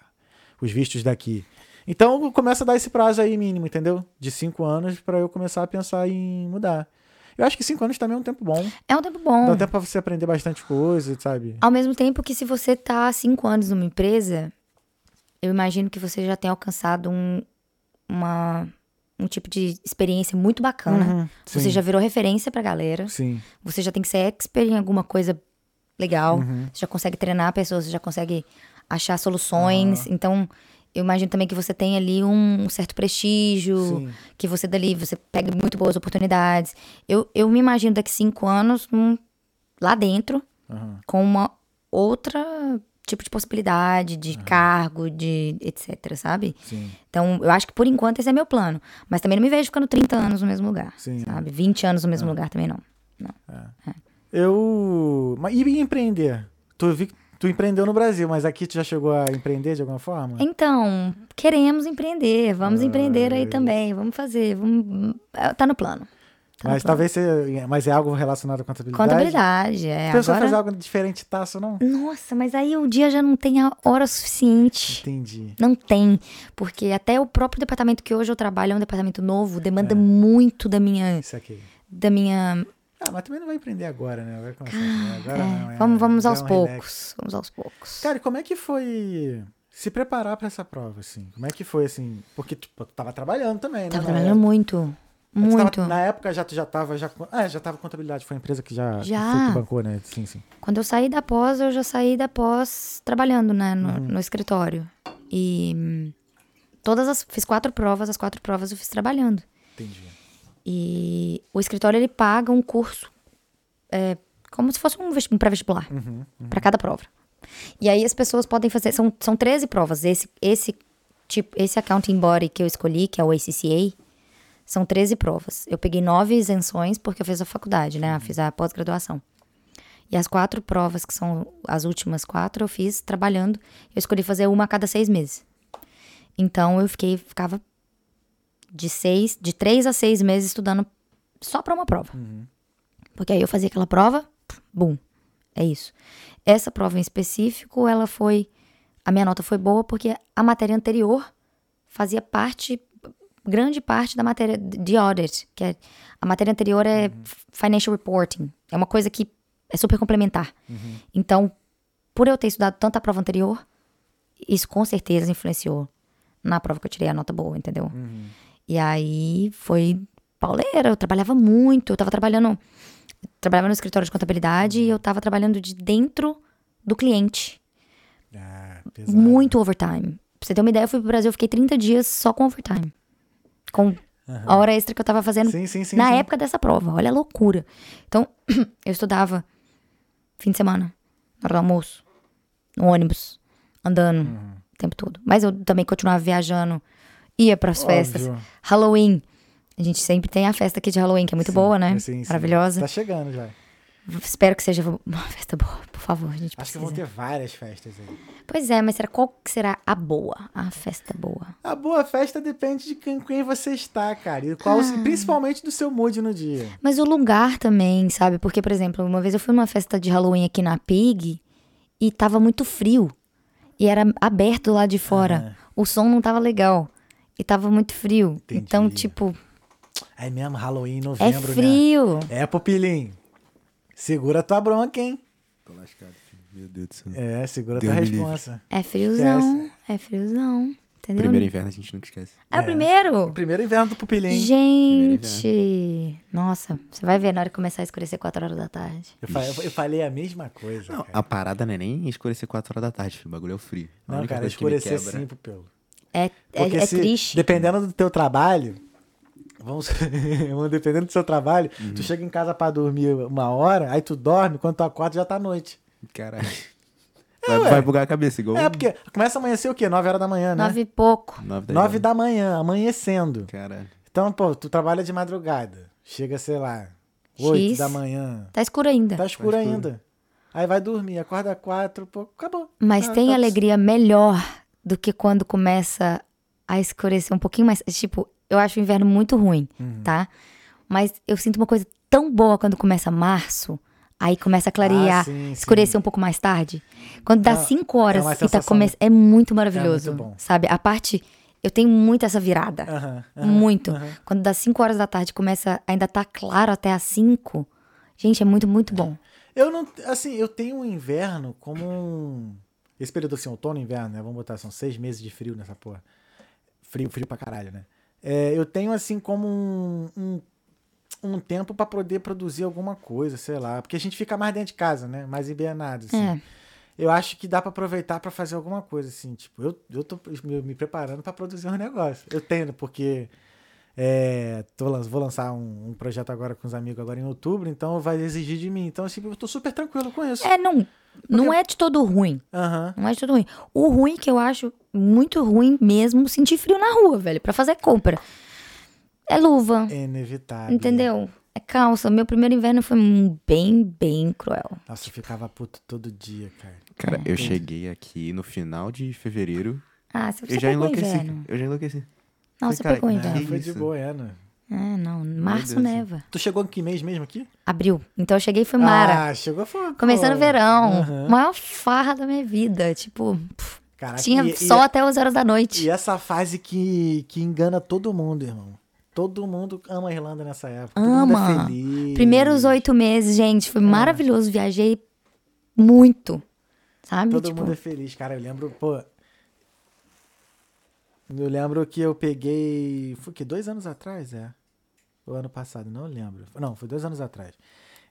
A: os vistos daqui. Então, começa a dar esse prazo aí mínimo, entendeu? De cinco anos para eu começar a pensar em mudar. Eu acho que cinco anos também é um tempo bom.
C: É um tempo bom.
A: Dá tempo para você aprender bastante coisa, sabe?
C: Ao mesmo tempo que se você tá há cinco anos numa empresa, eu imagino que você já tenha alcançado um, uma, um tipo de experiência muito bacana.
A: Uhum, sim,
C: Você já virou referência pra galera.
A: Sim.
C: Você já tem que ser expert em alguma coisa legal.
A: Uhum.
C: Você já consegue treinar pessoas, você já consegue achar soluções. Então, eu imagino também que você tem ali um, um certo prestígio.
A: Sim.
C: Que você dali, você pega muito boas oportunidades. Eu, eu me imagino daqui cinco anos hum, lá dentro
A: Aham.
C: com uma outra tipo de possibilidade, de cargo, de etc, sabe?
A: Sim.
C: Então, eu acho que por enquanto esse é meu plano. Mas também não me vejo ficando 30 anos no mesmo lugar,
A: Sim. Ah.
C: sabe? 20 anos no mesmo lugar também não.
A: Eu. Mas e empreender? Tu, vi... tu empreendeu no Brasil, mas aqui tu já chegou a empreender de alguma forma?
C: Então, queremos empreender, vamos
A: Ah,
C: empreender
A: é
C: aí também, vamos fazer, vamos... é, tá no plano. Tá no
A: mas
C: plano.
A: talvez você. Mas é algo relacionado à contabilidade.
C: Contabilidade, é,
A: Pensou em fazer
C: agora...
A: algo diferente, taço, não?
C: Nossa, mas aí o dia já não tem a hora suficiente.
A: Entendi.
C: Não tem, porque até o próprio departamento que hoje eu trabalho é um departamento novo,
A: É.
C: demanda muito da minha,
A: Isso aqui.
C: da minha.
A: Ah, mas também não vai empreender agora, né? Vai começar agora, agora
C: é,
A: não. é-
C: vamos, vamos
A: dá
C: aos
A: um
C: poucos,
A: relax.
C: vamos aos poucos.
A: Cara, e como é que foi se preparar pra essa prova, assim? Como é que foi, assim? Porque, tipo, tu tava trabalhando também, né?
C: Tava
A: na É
C: trabalhando muito,
A: Tu tava-
C: Muito.
A: na época já tu já tava. Já, co- ah, já tava contabilidade, foi a empresa que já,
C: Já.
A: Que, foi que bancou, né? Sim, sim.
C: Quando eu saí da pós, eu já saí da pós trabalhando, né,
A: Uhum.
C: no, no escritório. E hum, todas as fiz quatro provas, as quatro provas eu fiz trabalhando.
A: Entendi.
C: E o escritório ele paga um curso, é, como se fosse um, vesti- um pré-vestibular para cada prova. E aí as pessoas podem fazer, são, são 13 provas. Esse, esse tipo, esse accounting body que eu escolhi, que é o ACCA, são 13 provas. Eu peguei nove isenções porque eu fiz a faculdade, né? Fiz a pós-graduação. E as quatro provas, que são as últimas quatro, eu fiz trabalhando. Eu escolhi fazer uma a cada seis meses. Então eu fiquei, ficava de seis, de três a seis meses estudando só pra uma prova. Porque aí eu fazia aquela prova, bum, é isso. Essa prova em específico, ela foi, a minha nota foi boa porque a matéria anterior fazia parte, grande parte da matéria de audit, que é, a matéria anterior é financial reporting, é uma coisa que é super complementar. Então, por eu ter estudado tanta prova anterior, isso com certeza influenciou na prova que eu tirei a nota boa, entendeu? E aí foi pauleira, eu trabalhava muito, eu tava trabalhando, trabalhava no escritório de contabilidade e eu tava trabalhando de dentro do cliente.
A: Ah, pesado.
C: Muito overtime. Pra você ter uma ideia, eu fui pro Brasil, eu fiquei 30 dias só com overtime. Com a hora extra que eu tava fazendo
A: Sim, sim, sim.
C: na
A: sim.
C: época dessa prova. Olha a loucura. Então, [clears throat] eu estudava fim de semana, na hora do almoço, no ônibus, andando
A: Uhum.
C: o tempo todo. Mas eu também continuava viajando, ia pras
A: Óbvio.
C: festas. Halloween. A gente sempre tem a festa aqui de Halloween, que é muito boa, né?
A: Sim, sim.
C: Maravilhosa.
A: Tá chegando já.
C: Espero que seja uma [laughs] festa boa, por favor. A gente
A: Acho que
C: precisa.
A: vão ter várias festas aí.
C: Pois é, mas será qual que será a boa? A festa boa.
A: A boa festa depende de quem, quem você está, cara. E qual,
C: Ah.
A: Principalmente do seu mood no dia.
C: Mas o lugar também, sabe? Porque, por exemplo, uma vez eu fui numa festa de Halloween aqui na Pig e tava muito frio. E era aberto lá
A: Ah,
C: de
A: é.
C: fora. O som não tava legal. E tava muito frio.
A: Entendi.
C: Então, tipo,
A: É mesmo, Halloween,
C: é
A: novembro, né?
C: frio.
A: É, pupilim. Segura tua bronca, hein?
B: Tô lascado, filho. Meu Deus do céu.
A: É, segura
B: Deus
A: tua
B: me livre.
A: responsa.
C: É friozão. É friozão. Entendeu?
B: Primeiro inverno a gente nunca esquece.
A: É.
C: Ah, o primeiro?
A: O primeiro inverno do pupilim.
C: Gente! Nossa, você vai ver na hora que começar a escurecer 4 horas da tarde.
A: Eu, fa- eu falei a mesma coisa.
B: Não,
A: cara.
B: a parada não é nem escurecer 4 horas da tarde, filho. O bagulho é o frio. A
A: Não,
B: única
A: cara,
B: coisa que me
A: escurecer
B: quebra-
A: sim, Pupilo.
C: É, é,
A: Porque
C: é
A: se-
C: triste.
A: Dependendo do teu trabalho, vamos, [laughs] vamos- dependendo do seu trabalho, tu chega em casa pra dormir uma hora, aí tu dorme, quando tu acorda já tá noite.
B: Caralho.
A: [laughs]
B: Vai,
A: É, ué.
B: vai bugar a cabeça, igual. um
A: É, porque começa a amanhecer o quê? 9 horas da manhã, né?
C: Nove e pouco.
B: 9 da
A: 9 da manhã, amanhecendo.
B: Caralho.
A: Então, pô, tu trabalha de madrugada. Chega, sei lá, 8
C: X.
A: da manhã.
C: Tá escuro ainda.
A: Tá escuro ainda. Aí vai dormir, acorda 4, pô, acabou.
C: Mas
A: Ah,
C: tem
A: tá-
C: alegria melhor do que quando começa a escurecer um pouquinho mais. Tipo, eu acho o inverno muito ruim,
A: Uhum.
C: tá? Mas eu sinto uma coisa tão boa quando começa março. Aí começa a clarear,
A: Ah, sim,
C: escurecer um pouco mais tarde. Quando dá
A: Ah,
C: cinco
A: é
C: horas
A: uma
C: e tá
A: sensação-
C: começando. É muito maravilhoso.
A: bom.
C: Sabe? A parte. Eu tenho muito essa virada.
A: Aham, Ah, aham.
C: Muito. Quando das 5 horas da tarde começa, ainda tá claro até as 5. Gente, é muito, muito bom.
A: Eu não. Assim, eu tenho o inverno como um. Esse período assim, outono e inverno, né? Vamos botar, são seis meses de frio nessa porra. Frio, frio pra caralho, né? É, eu tenho, assim, como um. um um tempo pra poder produzir alguma coisa, sei lá, porque a gente fica mais dentro de casa, né? Mais hibernado, assim.
C: É.
A: Eu acho que dá pra aproveitar pra fazer alguma coisa, assim, tipo, eu, eu tô me, me preparando pra produzir um negócio. Eu tenho, porque é, tô lan- vou lançar um, um projeto agora com os amigos agora em outubro, então vai exigir de mim. Então, assim, eu tô super tranquilo com isso.
C: É, não, não é de todo ruim.
A: Aham.
C: Não é de todo ruim. O ruim que eu acho muito ruim mesmo, sentir frio na rua, velho, pra fazer compra. É luva,
A: É inevitável.
C: entendeu? É calça. Meu primeiro inverno foi um bem, bem cruel.
A: Nossa, eu ficava puto todo dia, cara.
B: Cara, eu cheguei aqui no final de fevereiro.
C: Ah, você, você
B: eu
A: tá
B: já
C: pegou o
B: enlouqueci.
C: inverno.
B: Eu já enlouqueci.
C: Não,
B: Falei,
C: você
B: cara,
C: pegou o
B: que
A: Ah,
C: inverno.
A: foi de
B: isso?
A: Goiânia. né?
C: É, não. Março
B: Deus.
C: neva.
A: Tu chegou em que mês mesmo aqui?
C: Abril. Então eu cheguei e fui Mara.
A: Ah, chegou foi.
C: Começando o
A: pô.
C: verão.
A: Aham.
C: Maior farra da minha vida. Tipo, pff,
A: Caraca,
C: tinha
A: e- e-
C: sol até 11 horas da noite.
A: E essa fase que, que engana todo mundo, irmão. Todo mundo ama a Irlanda nessa época. Todo mundo é
C: Ama.
A: feliz.
C: Primeiros oito meses, gente, foi maravilhoso. Viajei muito. Sabe?
A: Todo
C: tipo,
A: mundo é feliz, cara. Eu lembro, pô. Eu lembro que eu peguei. Foi o quê? Dois anos atrás, é. ou ano passado, não lembro. Não, foi dois anos atrás.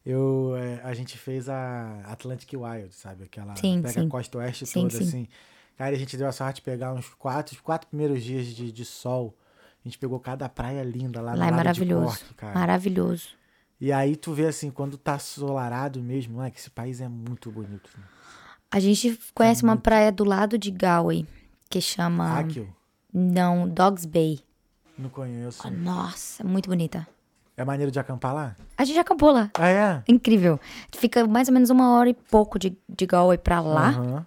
A: Eu, é, a gente fez a Atlantic Wild, sabe? Aquela
C: Sim,
A: pega
C: sim.
A: a costa oeste
C: Sim,
A: toda,
C: sim.
A: assim. Cara, a gente deu a sorte de pegar uns quatro, os quatro primeiros dias de, de sol. A gente pegou cada praia linda lá, no
C: Lá é
A: Lago de
C: maravilhoso.
A: Cork, cara.
C: Maravilhoso.
A: E aí tu vê assim, quando tá solarado mesmo, moleque, esse país é muito bonito. né?
C: A gente
A: Tá
C: conhece uma praia do lado de Galway, que chama.
A: Aquilo,
C: Não, Dogs Bay.
A: não conheço.
C: Nossa, muito bonita.
A: É maneiro de acampar lá?
C: A gente já acampou lá.
A: Ah, é?
C: Incrível. Fica mais ou menos uma hora e pouco de, de Galway pra lá.
A: Aham.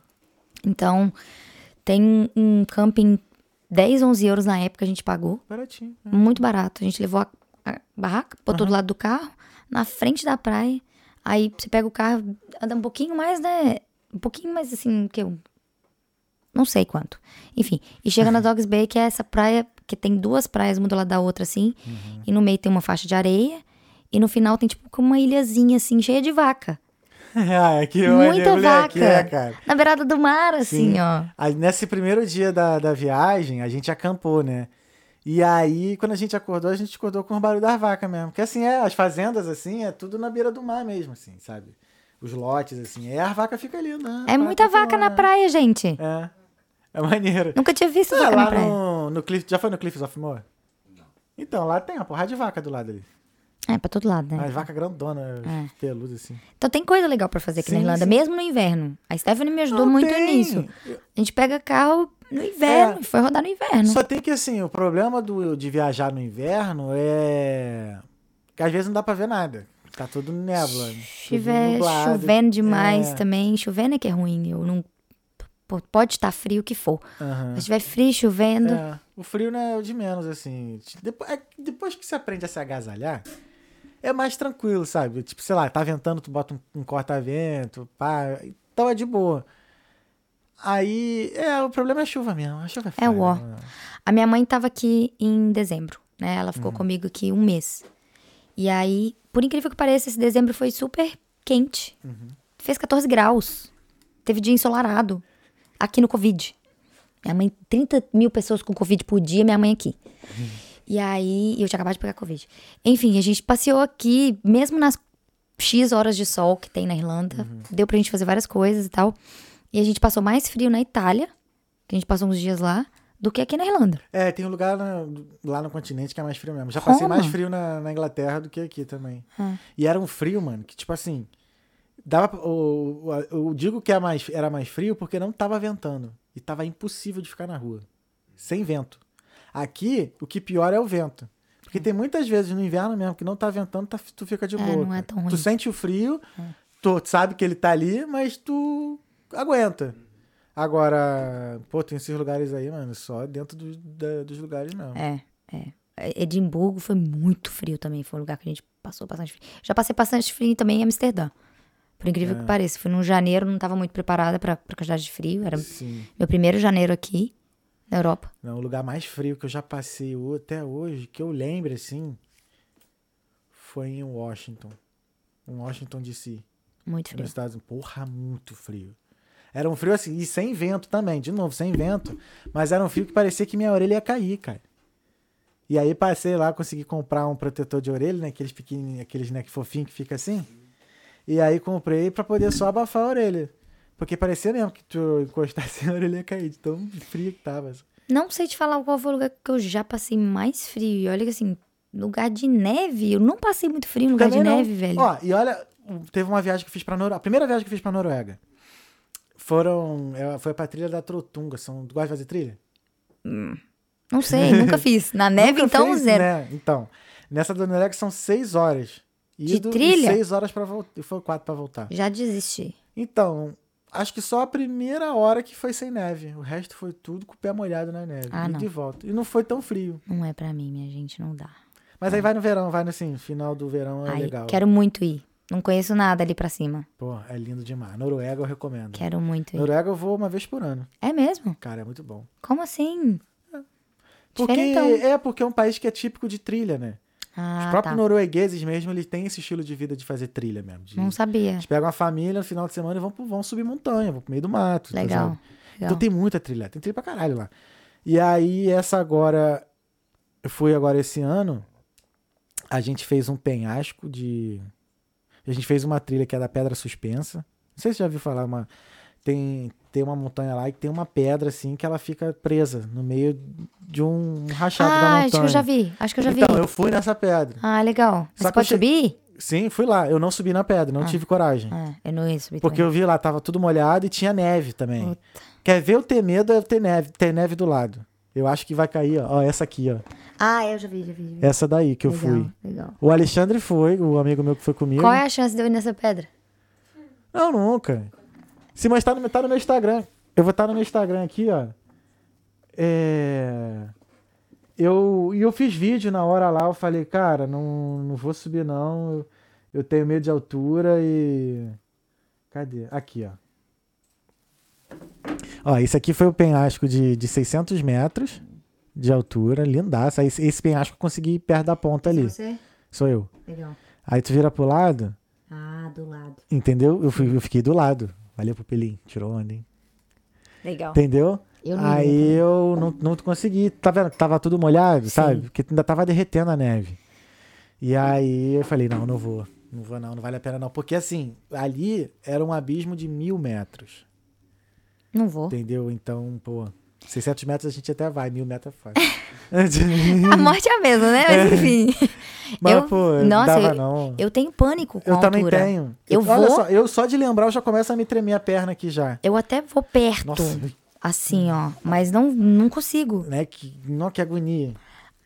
C: Então, tem um camping 10, 11 euros na época a gente pagou.
A: Baratinho. [laughs] né?
C: Uhum. Muito barato. A gente levou a, a barraca, botou do lado do carro, na frente da praia. Aí você pega o carro, anda um pouquinho mais, né? Um pouquinho mais assim, que eu. Não sei quanto. Enfim, e chega na Dogs Bay, que é essa praia, que tem duas praias, uma do lado da outra, assim.
A: Uhum.
C: E no meio tem uma faixa de areia. E no final tem, tipo, uma ilhazinha, assim, cheia de vaca.
A: ah, é que é
C: Muita
A: maneiro, né? Que
C: vaca.
A: é, cara.
C: Na beirada do mar, assim,
A: Sim.
C: ó.
A: Aí, nesse primeiro dia da, da viagem, a gente acampou, né? E aí, quando a gente acordou, a gente acordou com o barulho das vacas mesmo. Porque assim, é, as fazendas, assim, é tudo na beira do mar mesmo, assim, sabe? Os lotes, assim. Aí a vaca fica ali, né?
C: É muita vaca na praia, gente.
A: praia. É. É maneiro.
C: Nunca tinha visto
A: Ah,
C: vaca na
A: lá
C: praia.
A: no, no Cliff. Já foi no Cliffs of Moher? Então, lá tem uma porrada de vaca do lado ali.
C: É, pra todo lado, né?
A: As vacas grandonas,
C: É.
A: peludas, assim.
C: Então tem coisa legal pra fazer aqui na
A: Sim,
C: Irlanda,
A: sim.
C: mesmo no inverno. A Stephanie me ajudou
A: Não
C: muito
A: tem.
C: nisso. A gente pega carro no inverno,
A: É.
C: e foi rodar no inverno.
A: Só tem que, assim, o problema do, de viajar no inverno é. que às vezes não dá pra ver nada. Tá tudo névoa.
C: Se
A: tudo
C: tiver
A: nublado.
C: chovendo demais
A: É.
C: também, chovendo é que é ruim. Eu não pô, pode estar frio o que for.
A: Aham.
C: Mas se tiver frio chovendo,
A: É, O frio né, é o de menos, assim. Depois, é que depois que você aprende a se agasalhar, é mais tranquilo, sabe? Tipo, sei lá, tá ventando, tu bota um, um corta-vento, pá. Então é de boa. Aí, é, o problema é a chuva mesmo. A chuva é foda,
C: ó.
A: né?
C: a minha mãe tava aqui em dezembro, né? Ela ficou comigo aqui um mês. E aí, por incrível que pareça, esse dezembro foi super quente. Fez 14 graus. Teve dia ensolarado. Aqui no Covid. Minha mãe, 30 mil pessoas com Covid por dia, minha mãe aqui. E aí, eu tinha acabado de pegar Covid. Enfim, a gente passeou aqui, mesmo nas X horas de sol que tem na Irlanda. Deu pra gente fazer várias coisas e tal. E a gente passou mais frio na Itália, que a gente passou uns dias lá, do que aqui na Irlanda.
A: É, tem um lugar na- lá no continente que é mais frio mesmo. Já passei
C: Roma?
A: mais frio na, na Inglaterra do que aqui também. E era um frio, mano, que tipo assim. Dava, pra- o, o- eu digo que é mais, era mais frio porque não tava ventando. E tava impossível de ficar na rua. Sem vento. Aqui, o que pior é o vento. Porque tem muitas vezes no inverno mesmo que não tá ventando, tá- tu fica de
C: É,
A: boa.
C: não é
A: cara.
C: tão ruim. É.
A: Tu sente o frio, tu sabe que ele tá ali, mas tu aguenta. Agora, pô, tem esses lugares aí, mano, só dentro do- da- dos lugares não.
C: É, é. Edimburgo foi muito frio também. Foi um lugar que a gente passou bastante frio. Já passei bastante frio também em Amsterdã. Por incrível
A: É.
C: que pareça. Fui no janeiro, não estava muito preparada para a quantidade de frio. Era
A: Sim.
C: meu primeiro janeiro aqui, na Europa.
A: Não, o lugar mais frio que eu já passei o- até hoje, que eu lembro, assim, foi em Washington. Em Washington, D.C.
C: Muito
A: Nos
C: frio.
A: Estados Unidos. Porra, muito frio. Era um frio assim, e sem vento também, de novo, sem vento. Mas era um frio que parecia que minha orelha ia cair, cara. E aí passei lá, consegui comprar um protetor de orelha, né? Aqueles pequenininhos, aqueles né, que fofinho que fica assim. E aí comprei pra poder só abafar a orelha. Porque parecia mesmo que tu encostasse [laughs] a orelha ia cair, de tão frio que tava.
C: Não sei te falar qual foi o lugar que eu já passei mais frio. E olha que assim, lugar de neve. Eu não passei muito frio em lugar
A: Também
C: de
A: não.
C: neve, velho.
A: Ó, e olha, teve uma viagem que eu fiz pra Noruega. A primeira viagem que eu fiz pra Noruega. Foram. é, Foi pra trilha da Trotunga. São, tu gosta de fazer trilha?
C: Não sei, nunca fiz. Na neve,
A: [laughs] Nunca
C: então,
A: fez,
C: zero.
A: né? Então, nessa do Noruega são seis horas.
C: De
A: Ido
C: trilha?
A: E seis horas pra voltar. Foi quatro pra voltar.
C: Já desisti.
A: Então, acho que só a primeira hora que foi sem neve. O resto foi tudo com o pé molhado na neve.
C: Ah,
A: e
C: não.
A: de volta. E não foi tão frio.
C: Não é pra mim, minha gente, não dá.
A: Mas aí vai no verão, vai no assim, final do verão é
C: Ah. Ai,
A: legal.
C: quero muito ir. Não conheço nada ali pra cima.
A: Pô, é lindo demais. Noruega eu recomendo.
C: Quero muito ir.
A: Noruega eu vou uma vez por ano.
C: É mesmo?
A: Cara, é muito bom.
C: Como assim?
A: Porque
C: Diferentão.
A: é porque é um país que é típico de trilha, né? Os
C: Ah,
A: próprios
C: tá.
A: noruegueses mesmo, eles têm esse estilo de vida de fazer trilha mesmo. de-
C: Não sabia.
A: Eles pegam a família no final de semana e vão, pro- vão subir montanha, vão pro meio do mato. tá ligado?
C: Legal. Legal.
A: Então tem muita trilha, tem trilha pra caralho lá. E aí, essa agora. Eu fui agora esse ano. A gente fez um penhasco de. A gente fez uma trilha que é da Pedra Suspensa. Não sei se você já viu falar, uma. Tem, tem uma montanha lá que tem uma pedra assim que ela fica presa no meio de um rachado da
C: Ah,
A: montanha.
C: acho que eu já vi. Acho que eu já vi.
A: Então, eu fui nessa pedra.
C: Ah, legal. Mas
A: Só
C: Você
A: que eu
C: pode
A: che-
C: subir?
A: Sim, fui lá. Eu não subi na pedra, não tive coragem.
C: Ah, eu não ia subir
A: Porque eu vi lá, tava tudo molhado e tinha neve também.
C: Puta.
A: Quer ver eu ter medo é eu ter neve, ter neve do lado. Eu acho que vai cair, ó, ó, essa aqui, ó.
C: também. Ah, eu já vi, já vi. já vi.
A: Essa daí É que eu
C: legal,
A: fui.
C: Legal.
A: O Alexandre foi, o amigo meu que foi comigo.
C: Qual é a chance de eu ir nessa pedra?
A: Não, nunca. Se mas tá no, meu- tá no meu Instagram. Eu vou estar no meu Instagram aqui, ó. É. Eu, e eu fiz vídeo na hora lá, eu falei, cara, não, não vou subir não, eu, eu tenho medo de altura e... Cadê? Aqui, ó. Ó, esse aqui foi o penhasco de, de 600 metros de altura, lindaça. Esse, esse penhasco eu consegui ir perto da ponta Tá ali,
C: Você?
A: sou eu.
C: Legal.
A: Aí tu vira pro lado,
C: Ah, do lado.
A: Entendeu? Eu, fui- eu fiquei do lado. Valeu, Pupilim. Tirou onda, hein?
C: Legal.
A: Entendeu?
C: Eu não
A: Aí
C: ia
A: eu não, não consegui. Tá vendo? que Tava tudo molhado, sabe? Porque ainda tava derretendo a neve. E aí eu falei, não, não vou. Não vou não, não vale a pena não. Porque assim, ali era um abismo de mil metros.
C: Não vou.
A: Entendeu? Então, pô... 600 metros a gente até vai, mil metros é
C: [laughs] A
A: fácil.
C: morte é [laughs] a mesma, né? Mas enfim.
A: [laughs] Mas,
C: eu,
A: pô, não
C: nossa,
A: dava
C: eu,
A: não.
C: eu tenho pânico com
A: Eu também
C: altura.
A: tenho.
C: Eu
A: Olha
C: vou-
A: só, eu só de lembrar eu já começo a me tremer a perna aqui já.
C: Eu até vou perto.
A: Nossa,
C: Assim, ó. Mas não, não consigo.
A: né? Que, não, que agonia.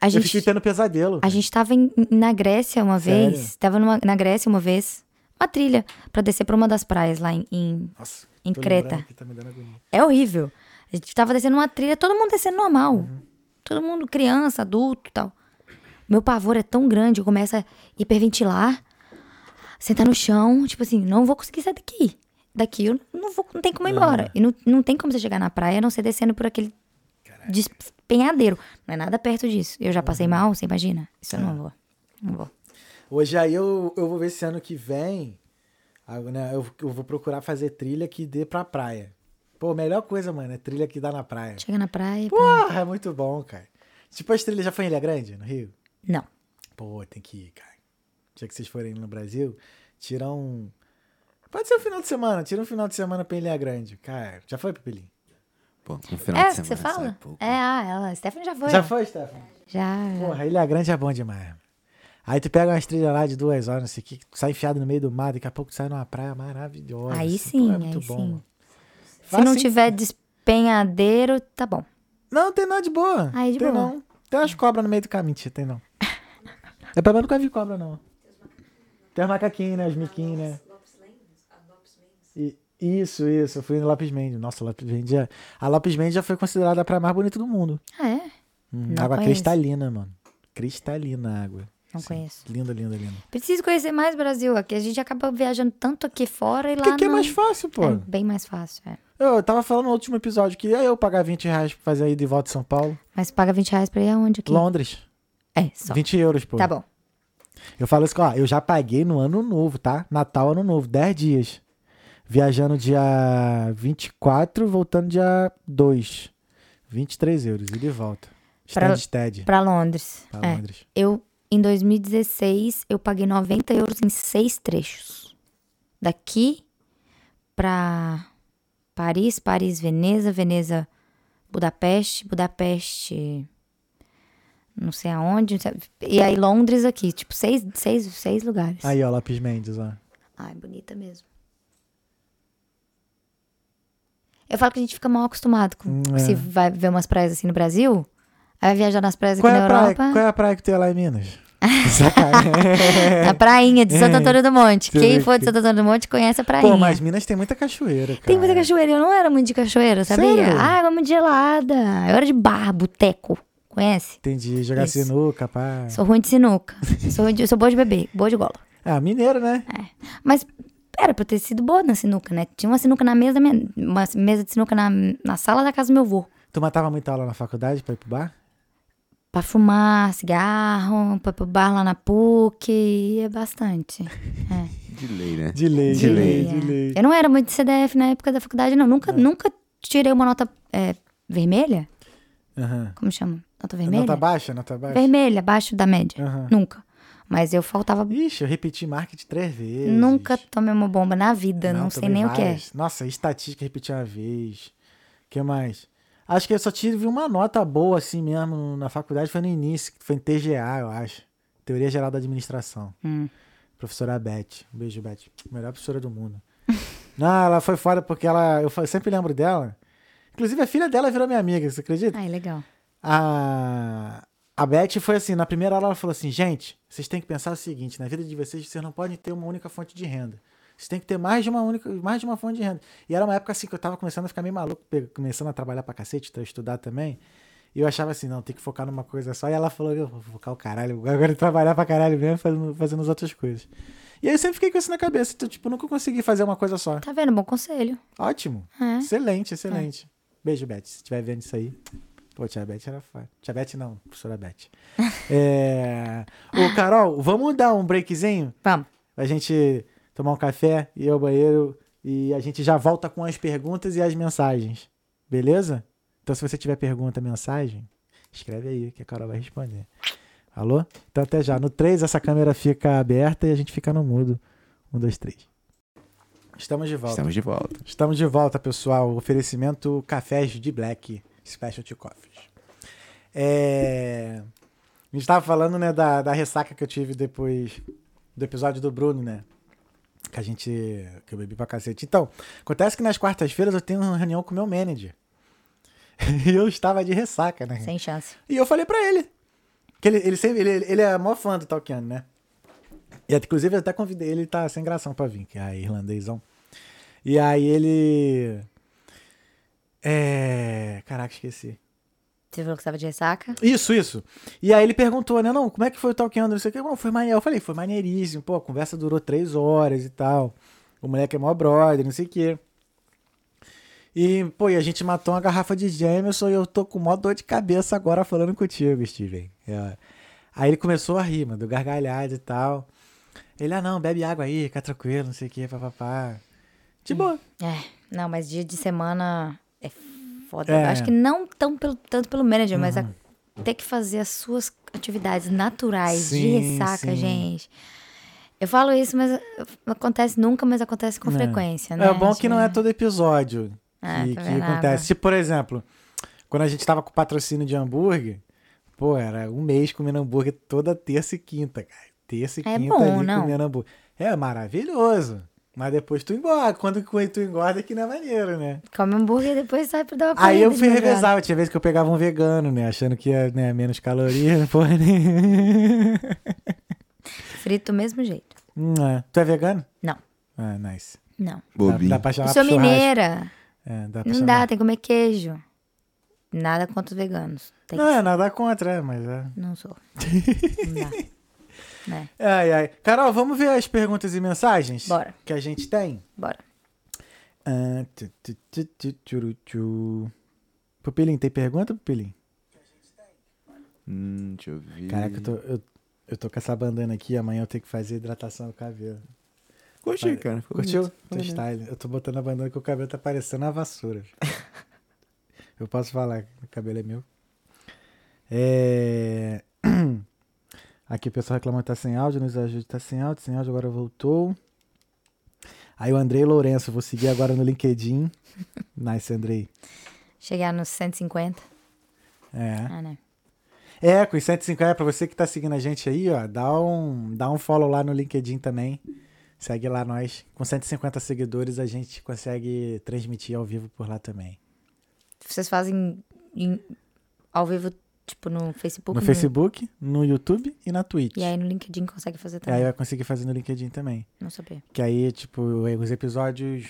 C: A
A: Eu fiquei
C: gente,
A: tendo pesadelo.
C: a gente tava em- na Grécia uma
A: Sério?
C: vez. Tava numa- na Grécia uma vez. Uma trilha pra descer pra uma das praias lá em- em
A: Nossa,
C: em
A: tô
C: Creta.
A: lembrando que tá me dando agonia.
C: É horrível. A gente tava descendo uma trilha, todo mundo descendo normal. Todo mundo, criança, adulto e tal. Meu pavor é tão grande, eu começo a hiperventilar, sentar no chão, tipo assim, não vou conseguir sair daqui. Daqui eu não vou, não tem como ir embora. E não, não tem como você chegar na praia a não ser descendo por aquele despenhadeiro. Não é nada perto disso. Eu já passei mal, você imagina? Isso eu não vou. Não vou.
A: Hoje aí eu, eu vou ver se ano que vem ah, né, eu, eu vou procurar fazer trilha que dê pra praia. Pô, a melhor coisa, mano, é trilha que dá na praia.
C: Chega na praia. pra-
A: Porra, é muito bom, cara. Tipo, as trilhas já foi em Ilha Grande, no Rio?
C: Não.
A: Pô, tem que ir, cara. Já que vocês forem no Brasil, tira um... Pode ser um final de semana, tira um final de semana pra Ilha Grande. Cara, já foi, Pepelim?
B: Pô, um final
C: É
B: de semana.
C: isso que você
B: sai
C: fala?
B: pouco.
C: É, ah, ela. Stephanie já foi.
A: Já foi, Stefan?
C: Já, já.
A: Porra, Ilha Grande é bom demais. Aí tu pega uma trilha lá de duas horas, não sei o que, sai enfiado no meio do mar, daqui a pouco sai numa praia maravilhosa.
C: Aí
A: assim,
C: sim,
A: pô, é
C: aí
A: muito bom.
C: sim.
A: mano.
C: Se não
A: Assim-
C: tiver despenhadeiro, tá bom.
A: Não, tem nada de boa.
C: Aí, de
A: tem
C: boa.
A: não. Tem umas cobras no meio do caminho, tia, tem
C: [laughs]
A: não. É pra eu nunca vi cobra, não. Tem os macaquinhos, né? Os miquinhos, né? E- Isso, isso. Eu fui no Lopes Mendes. Nossa, Lopes Mendes é... A Lopes Mendes já foi considerada a praia mais bonita do mundo.
C: Ah, é?
A: Hum,
C: Não
A: água
C: conheço.
A: cristalina, mano. Cristalina a água.
C: Não conheço.
A: Linda, linda, linda.
C: Preciso conhecer mais Brasil aqui. A gente acaba viajando tanto aqui fora e lá
A: Porque aqui é
C: não-
A: mais fácil, pô.
C: É bem mais fácil, é.
A: Eu tava falando no último episódio que ia eu pagar 20 reais pra fazer aí de volta de São Paulo.
C: Mas paga 20 reais pra ir aonde aqui?
A: Londres.
C: É, só.
A: 20 euros, pô.
C: Tá bom.
A: Eu falo isso, ó, eu já paguei no ano novo, tá? Natal, ano novo, 10 dias. Viajando dia 24, voltando dia 2. 23 euros, e de volta.
C: Pra-
A: Stand TED,
C: Pra Londres.
A: pra
C: é.
A: Londres.
C: Eu, em 2016, eu paguei 90 euros em seis trechos. Daqui pra Paris, Paris, Veneza, Veneza, Budapeste, Budapeste, não sei aonde. não sei- E aí Londres aqui, tipo, seis, seis, seis lugares.
A: Aí, ó, Lopes Mendes, ó.
C: Ai, bonita mesmo. Eu falo que a gente fica mal acostumado com
A: Hum,
C: se
A: é.
C: vai ver umas praias assim no Brasil, aí vai viajar nas praias
A: Qual
C: aqui
A: é, a
C: na
A: praia,
C: Europa.
A: qual é a praia que tem lá em
C: [laughs]
A: Minas? Sacanagem.
C: Na prainha de
A: É.
C: Santo Antônio do Monte.
A: Deixa eu
C: Quem
A: ver
C: for
A: aqui.
C: de Santo Antônio do Monte conhece a prainha.
A: Pô, mas Minas tem muita cachoeira, cara.
C: Tem muita cachoeira. Eu não era muito de cachoeira, sabia?
A: Sério?
C: Ah, água muito gelada. Eu era de bar, boteco. Conhece?
A: Entendi, jogar
C: Isso.
A: sinuca, pá.
C: Sou ruim de sinuca. sou, ruim de, sou boa de beber, boa de gola.
A: Ah, mineiro, né?
C: É. Mas era pra eu ter sido boa na sinuca, né? Tinha uma sinuca na mesa, da minha, uma mesa de sinuca na, na sala da casa do meu avô.
A: Tu matava muita aula na faculdade pra ir pro bar?
C: Pra fumar cigarro, pra ir pro bar lá na PUC, é bastante.
B: De lei, né?
A: De lei, de,
B: De
A: lei,
B: lei,
A: de lei.
C: É.
A: É.
C: Eu não era muito de CDF na época da faculdade, não. Nunca, nunca tirei uma nota é, vermelha.
A: Aham.
C: É Como chama? Nota vermelha?
A: Nota baixa, É. nota baixa?
C: vermelha, abaixo da média.
A: Aham.
C: Nunca. Mas eu faltava.
A: Ixi, eu repeti marketing três vezes.
C: Nunca tomei uma bomba na vida, não, sei
A: tomei
C: nem o que é.
A: várias. Nossa, estatística repeti uma vez. que mais? Acho que eu só tive uma nota boa assim mesmo na faculdade, foi no início, que foi em TGA, eu acho. Teoria Geral da Administração.
C: Hum.
A: Professora Beth. Um beijo, Beth. Melhor professora do mundo. [laughs] não, ela foi fora porque ela. Eu fa- sempre lembro dela. Inclusive, a filha dela virou minha amiga, você acredita?
C: é. Ai, legal.
A: A, a Beth foi assim, na primeira aula ela falou assim, gente, vocês têm que pensar o seguinte, na vida de vocês, vocês não podem ter uma única fonte de renda. Vocês têm que ter mais de uma única, mais de uma fonte de renda. E era uma época assim que eu tava começando a ficar meio maluco, pe- começando a trabalhar pra cacete, a estudar também. E eu achava assim, não, tem que focar numa coisa só. E ela falou, eu vou focar o caralho, agora eu trabalhar pra caralho mesmo, fazendo, fazendo as outras coisas. E aí eu sempre fiquei com isso na cabeça, então, tipo, nunca consegui fazer uma coisa só.
C: Tá vendo? Bom conselho.
A: Ótimo.
C: É.
A: Excelente, excelente. Beijo, Beth. Se estiver vendo isso aí. Pô, tia Beth era foda. Tia Beth não, professora
C: [laughs]
A: Beth. é... Ô, Carol, vamos dar um breakzinho?
C: Vamos.
A: A gente tomar um café, ir ao banheiro e a gente já volta com as perguntas e as mensagens. Beleza? Então, se você tiver pergunta, mensagem, escreve aí que a Carol vai responder. Alô? Então, até já. No 3, essa câmera fica aberta e a gente fica no mudo. Um, dois, três. Estamos de volta.
B: Estamos de volta.
A: Estamos de volta, pessoal. Oferecimento Cafés de Black Specialty Coffees. É, A gente estava falando né, da, da ressaca que eu tive depois do episódio do Bruno, né? Que a gente. que eu bebi pra cacete. Então, acontece que nas quartas-feiras eu tenho uma reunião com o meu manager. [laughs] e eu estava de ressaca, né?
C: Sem chance.
A: E eu falei pra ele. Que ele, ele, sempre, ele, ele é maior fã do Tolkien, né? E até- inclusive eu até convidei ele, tá sem gração pra vir, que é irlandêsão. E aí ele. É. Caraca, esqueci.
C: Você falou que estava de ressaca?
A: Isso, isso. E aí ele perguntou, né? Não, como é que foi o Talking Under? Não sei o que. Não, foi maneiro. Eu falei, foi maneiríssimo. Pô, a conversa durou três horas e tal. O moleque é mó brother, não sei o quê. E, pô, e a gente matou uma garrafa de Jameson e eu tô com mó dor de cabeça agora falando contigo, Steven. É. Aí ele começou a rir, mano, do gargalhado e tal. Ele, ah, não, bebe água aí, fica tranquilo, não sei o que, papapá. De boa.
C: É. Não, mas dia de semana é foda.
A: É. Uhum.
C: Eu acho que não tão pelo, tanto pelo manager, mas a- ter que fazer as suas atividades naturais de
A: Sim,
C: ressaca,
A: sim.
C: gente. Eu falo isso, mas eh, acontece nunca, mas acontece com
A: É.
C: frequência, né?
A: É bom
C: Acho
A: que não é todo episódio
C: Ah,
A: que,
C: tá
A: que
C: vendo?
A: acontece. Tipo, por exemplo, quando a gente tava com patrocínio de hambúrguer, pô, era um mês comendo hambúrguer toda terça e quinta, cara. Terça e
C: É
A: quinta
C: bom,
A: ali
C: não?
A: comendo hambúrguer. É maravilhoso. Mas depois tu engorda. Quando tu engorda é que não é maneiro, né?
C: Come hambúrguer e depois sai pra dar uma né, corrida.
A: Aí eu
C: de
A: fui
C: madrugada.
A: revezar, tinha vezes que eu pegava um vegano, né? Achando que ia né, menos calorias, [laughs] porra. Né?
C: Frito do mesmo jeito.
A: Hum, é. Tu é vegano?
C: Não,
A: Ah, nice.
C: não.
A: Dá,
B: Bobinho.
A: dá pra
C: Eu
A: chamar
C: sou
A: pro churrasco.
C: mineira.
A: É, dá pra
C: Não
A: chamar.
C: dá, tem que comer queijo. Nada contra os veganos. Tem que-
A: Não, é nada contra, é, mas é.
C: Não
A: [laughs]
C: sou. Não dá. Né?
A: Ai, ai. Carol, vamos ver as perguntas e mensagens
C: Bora.
A: que a gente tem?
C: Bora.
A: Ah, tu, tu, tu, tu, turu, tu. Pupilim, tem pergunta, Pupilim?
B: Hum, deixa eu ver.
A: Caraca, eu tô, eu, eu tô com essa bandana aqui, amanhã eu tenho que fazer hidratação do cabelo.
B: Gostei, cara. Ficou
A: Curtiu?
B: bonito.
A: Teu style. Eu tô botando a bandana que o cabelo tá parecendo a vassoura. eu posso falar, que o cabelo é meu. É... [clears throat] Aqui o pessoal reclamando que tá sem áudio, nos ajude, tá sem áudio, sem áudio, agora voltou. Aí o Andrei Lourenço, vou seguir agora no LinkedIn. Nice, Andrei.
C: Chegar nos 150.
A: É.
C: Ah, né?
A: É, com os 150, pra você que tá seguindo a gente aí, ó, dá um, dá um follow lá no LinkedIn também. Segue lá nós. Com 150 seguidores, a gente consegue transmitir ao vivo por lá também.
C: Um Vocês fazem em- ao vivo, tipo, no Facebook? Hum.
A: no Facebook, no YouTube e na Twitch.
C: E aí no LinkedIn consegue fazer
A: E aí
C: também.
A: vai conseguir fazer no LinkedIn também.
C: Não sabia.
A: Que aí, tipo, os episódios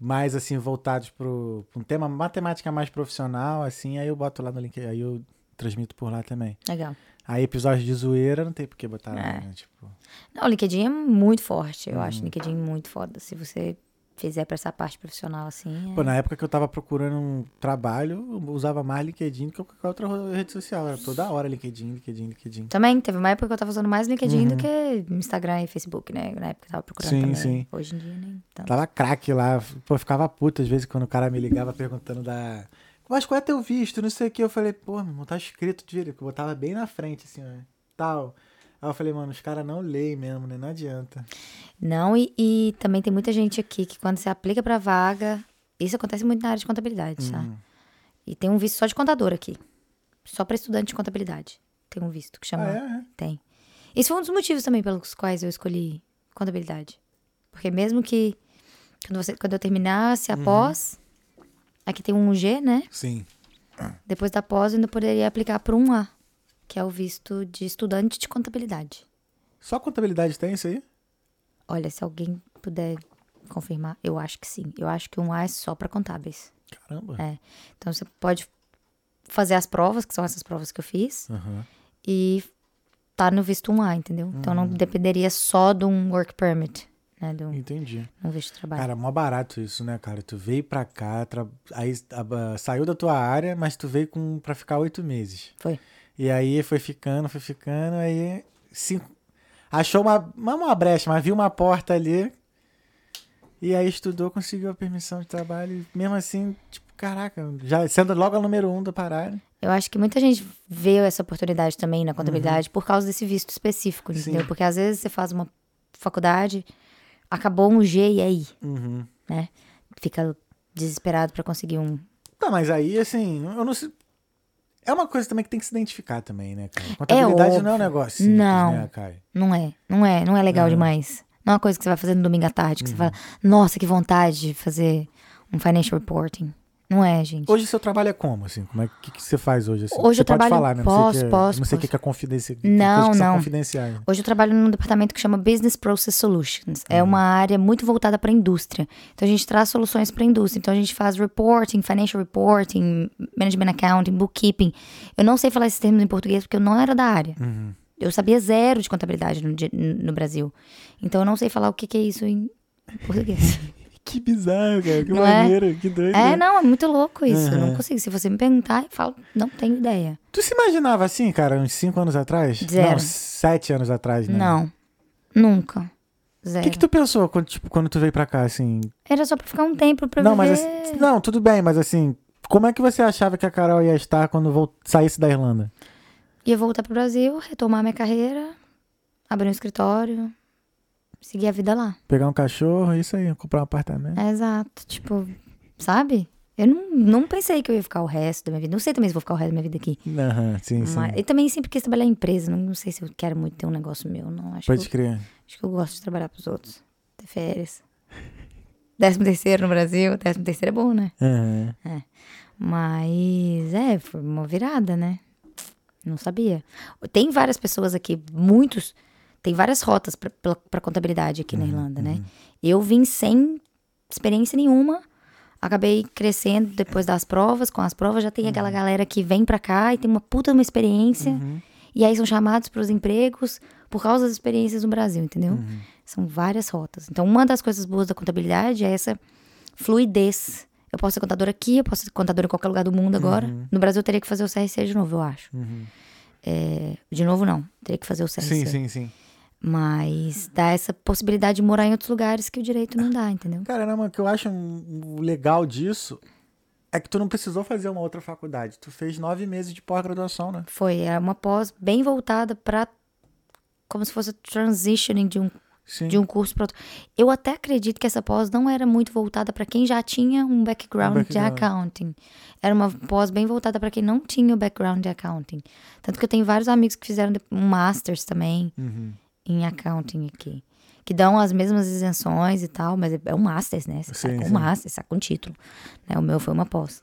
A: mais, assim, voltados pro, pra um tema matemática mais profissional, assim, aí eu boto lá no LinkedIn, aí eu transmito por lá também.
C: Legal.
A: Aí episódios de zoeira não tem por que botar lá,
C: É.
A: né? Tipo...
C: Não, o LinkedIn é muito forte.
A: Hum.
C: Eu acho o LinkedIn é muito foda. Se você fizer pra essa parte profissional assim. é-
A: Pô, né? na época que eu tava procurando um trabalho, eu usava mais LinkedIn do que qualquer outra rede social. Era toda hora LinkedIn, LinkedIn, LinkedIn.
C: Também teve uma época que eu tava usando mais LinkedIn do que Instagram e Facebook, né? Na época eu tava procurando
A: Uhum. Sim,
C: também.
A: sim.
C: Hoje em dia nem tanto.
A: Tava craque lá. Pô, eu ficava puto às vezes quando o cara me ligava perguntando da. Mas qual é teu visto? Não sei o que. Eu falei, pô, meu irmão, tá escrito direito. que Eu botava bem na frente, assim, ó. Tal. Aí Aí eu falei, mano, os caras não leem mesmo, né? Não adianta.
C: Não, e, e também tem muita gente aqui que quando você aplica pra vaga, isso acontece muito na área de contabilidade, tá?
A: Uhum.
C: E tem um visto só de contador aqui. Só pra estudante de contabilidade. Tem um visto que chama.
A: Ah, é?
C: Tem. Esse foi um dos motivos também pelos quais eu escolhi contabilidade. Porque mesmo que quando, você, quando eu terminasse
A: Uhum.
C: a pós, aqui tem um G, né?
A: Sim.
C: Depois da pós, eu ainda poderia aplicar para um A, que é o visto de estudante de contabilidade.
A: Só contabilidade tem isso aí?
C: Olha, se alguém puder confirmar, eu acho que sim. Eu acho que um A é só para contábeis.
A: Caramba.
C: É. Então você pode fazer as provas, que são essas provas que eu fiz,
A: Aham.
C: e tá no visto 1A, entendeu? Então
A: Uhum.
C: não dependeria só de um work permit, né? De um,
A: Entendi.
C: um visto de trabalho.
A: Cara, mó barato isso, né, cara? Tu veio pra cá, tra- aí a- a- saiu da tua área, mas tu veio com... pra ficar oito meses.
C: Foi.
A: E aí foi ficando, foi ficando, aí cinco... achou uma, uma, uma brecha, mas viu uma porta ali. E aí estudou, conseguiu a permissão de trabalho. E mesmo assim, tipo, caraca, já sendo logo a número um da parada.
C: Eu acho que muita gente vê essa oportunidade também na contabilidade por causa desse visto específico,
A: Uhum. Sim.
C: entendeu? Porque às vezes você faz uma faculdade, acabou um G e aí,
A: Uhum.
C: né? Fica desesperado pra conseguir um.
A: Tá, mas aí, assim, eu não sei. É uma coisa também que tem que se identificar também, né, cara? Contabilidade não é um
C: óbvio.
A: negócio simples,
C: Não.
A: né, Kai?
C: Não é, não é, não é legal
A: Aham.
C: demais. Não é uma coisa que você vai fazer no domingo à tarde, que você fala, nossa, que vontade de fazer um financial reporting. Não é, gente.
A: Hoje seu trabalho é como, assim? Como é que, que você faz hoje? Assim?
C: Hoje
A: você
C: eu trabalho-
A: pode falar, né? não sei
C: posso,
A: que é-
C: posso,
A: Não sei o que
C: posso.
A: que é confidencial.
C: Não,
A: coisas que são
C: não.
A: confidenciais.
C: Hoje eu trabalho num departamento que chama Business Process Solutions. É uma área muito voltada para a indústria. Então a gente traz soluções para a indústria. Então a gente faz reporting, financial reporting, management accounting, bookkeeping. Eu não sei falar esses termos em português porque eu não era da área. Eu sabia zero de contabilidade no, di- no Brasil. Então eu não sei falar o que, que é isso em português.
A: Que bizarro, cara. Que
C: Não é?
A: maneiro, que doido.
C: é,
A: né?
C: não, é muito louco isso. Eu
A: Uhum.
C: não consigo. Se você me perguntar, eu falo, não tenho ideia.
A: Tu se imaginava assim, cara, uns 5 anos atrás?
C: Zero.
A: Não, 7 anos atrás, né?
C: Não, nunca.
A: O
C: Zero.
A: que, que tu pensou quando, tipo, quando tu veio pra cá, assim?
C: Era só pra ficar um tempo pra
A: não,
C: viver.
A: mas assim, Não, tudo bem, mas assim, como é que você achava que a Carol ia estar quando vol- saísse da Irlanda?
C: Ia voltar pro Brasil, retomar minha carreira, abrir um escritório, seguir a vida lá.
A: Pegar um cachorro, isso aí, comprar um apartamento.
C: É, exato. Tipo, sabe? Eu não, não pensei que eu ia ficar o resto da minha vida. Não sei também se vou ficar o resto da minha vida aqui.
A: Aham, sim, sim.
C: Mas, e também sempre quis trabalhar em empresa. Não, não sei se eu quero muito ter um negócio meu, não. Acho,
A: Pode
C: que, eu,
A: crer.
C: acho que eu gosto de trabalhar pros outros. Ter férias. [laughs] Décimo terceiro no Brasil. Décimo terceiro é bom, né?
A: Aham.
C: Mas é, foi uma virada, né? Não sabia. Tem várias pessoas aqui, muitos. Tem várias rotas pra- pela- pra contabilidade aqui na Irlanda, né? Eu vim sem experiência nenhuma. Acabei crescendo depois das provas. Com as provas, já tem aquela galera que vem pra cá e tem uma puta de uma experiência.
A: Uhum.
C: E aí são chamados pros empregos por causa das experiências no Brasil, entendeu?
A: Uhum.
C: São várias rotas. Então, uma das coisas boas da contabilidade é essa fluidez. Eu posso ser contadora aqui, eu posso ser contadora em qualquer lugar do mundo agora.
A: Uhum.
C: No Brasil, eu teria que fazer o CRC de novo, eu acho. É, de novo, não. Teria que fazer o CRC.
A: Sim, sim, sim.
C: Mas dá essa possibilidade de morar em outros lugares que o direito não dá, entendeu?
A: Cara, não, mas o que eu acho um- um legal disso é que tu não precisou fazer uma outra faculdade. Tu fez nove meses de pós-graduação, né?
C: Foi é uma pós bem voltada pra como se fosse transitioning de um
A: Sim.
C: de um curso para outro. Eu até acredito que essa pós não era muito voltada para quem já tinha um background,
A: Um
C: de
A: background.
C: accounting. Era uma pós bem voltada para quem não tinha o background de accounting. Tanto que eu tenho vários amigos que fizeram de- um masters também
A: Uhum.
C: em accounting aqui, que dão as mesmas isenções e tal, mas é- é um masters, né? Você sai
A: Sim,
C: com um
A: sim.
C: master, sai com um título. Né? O meu foi uma pós.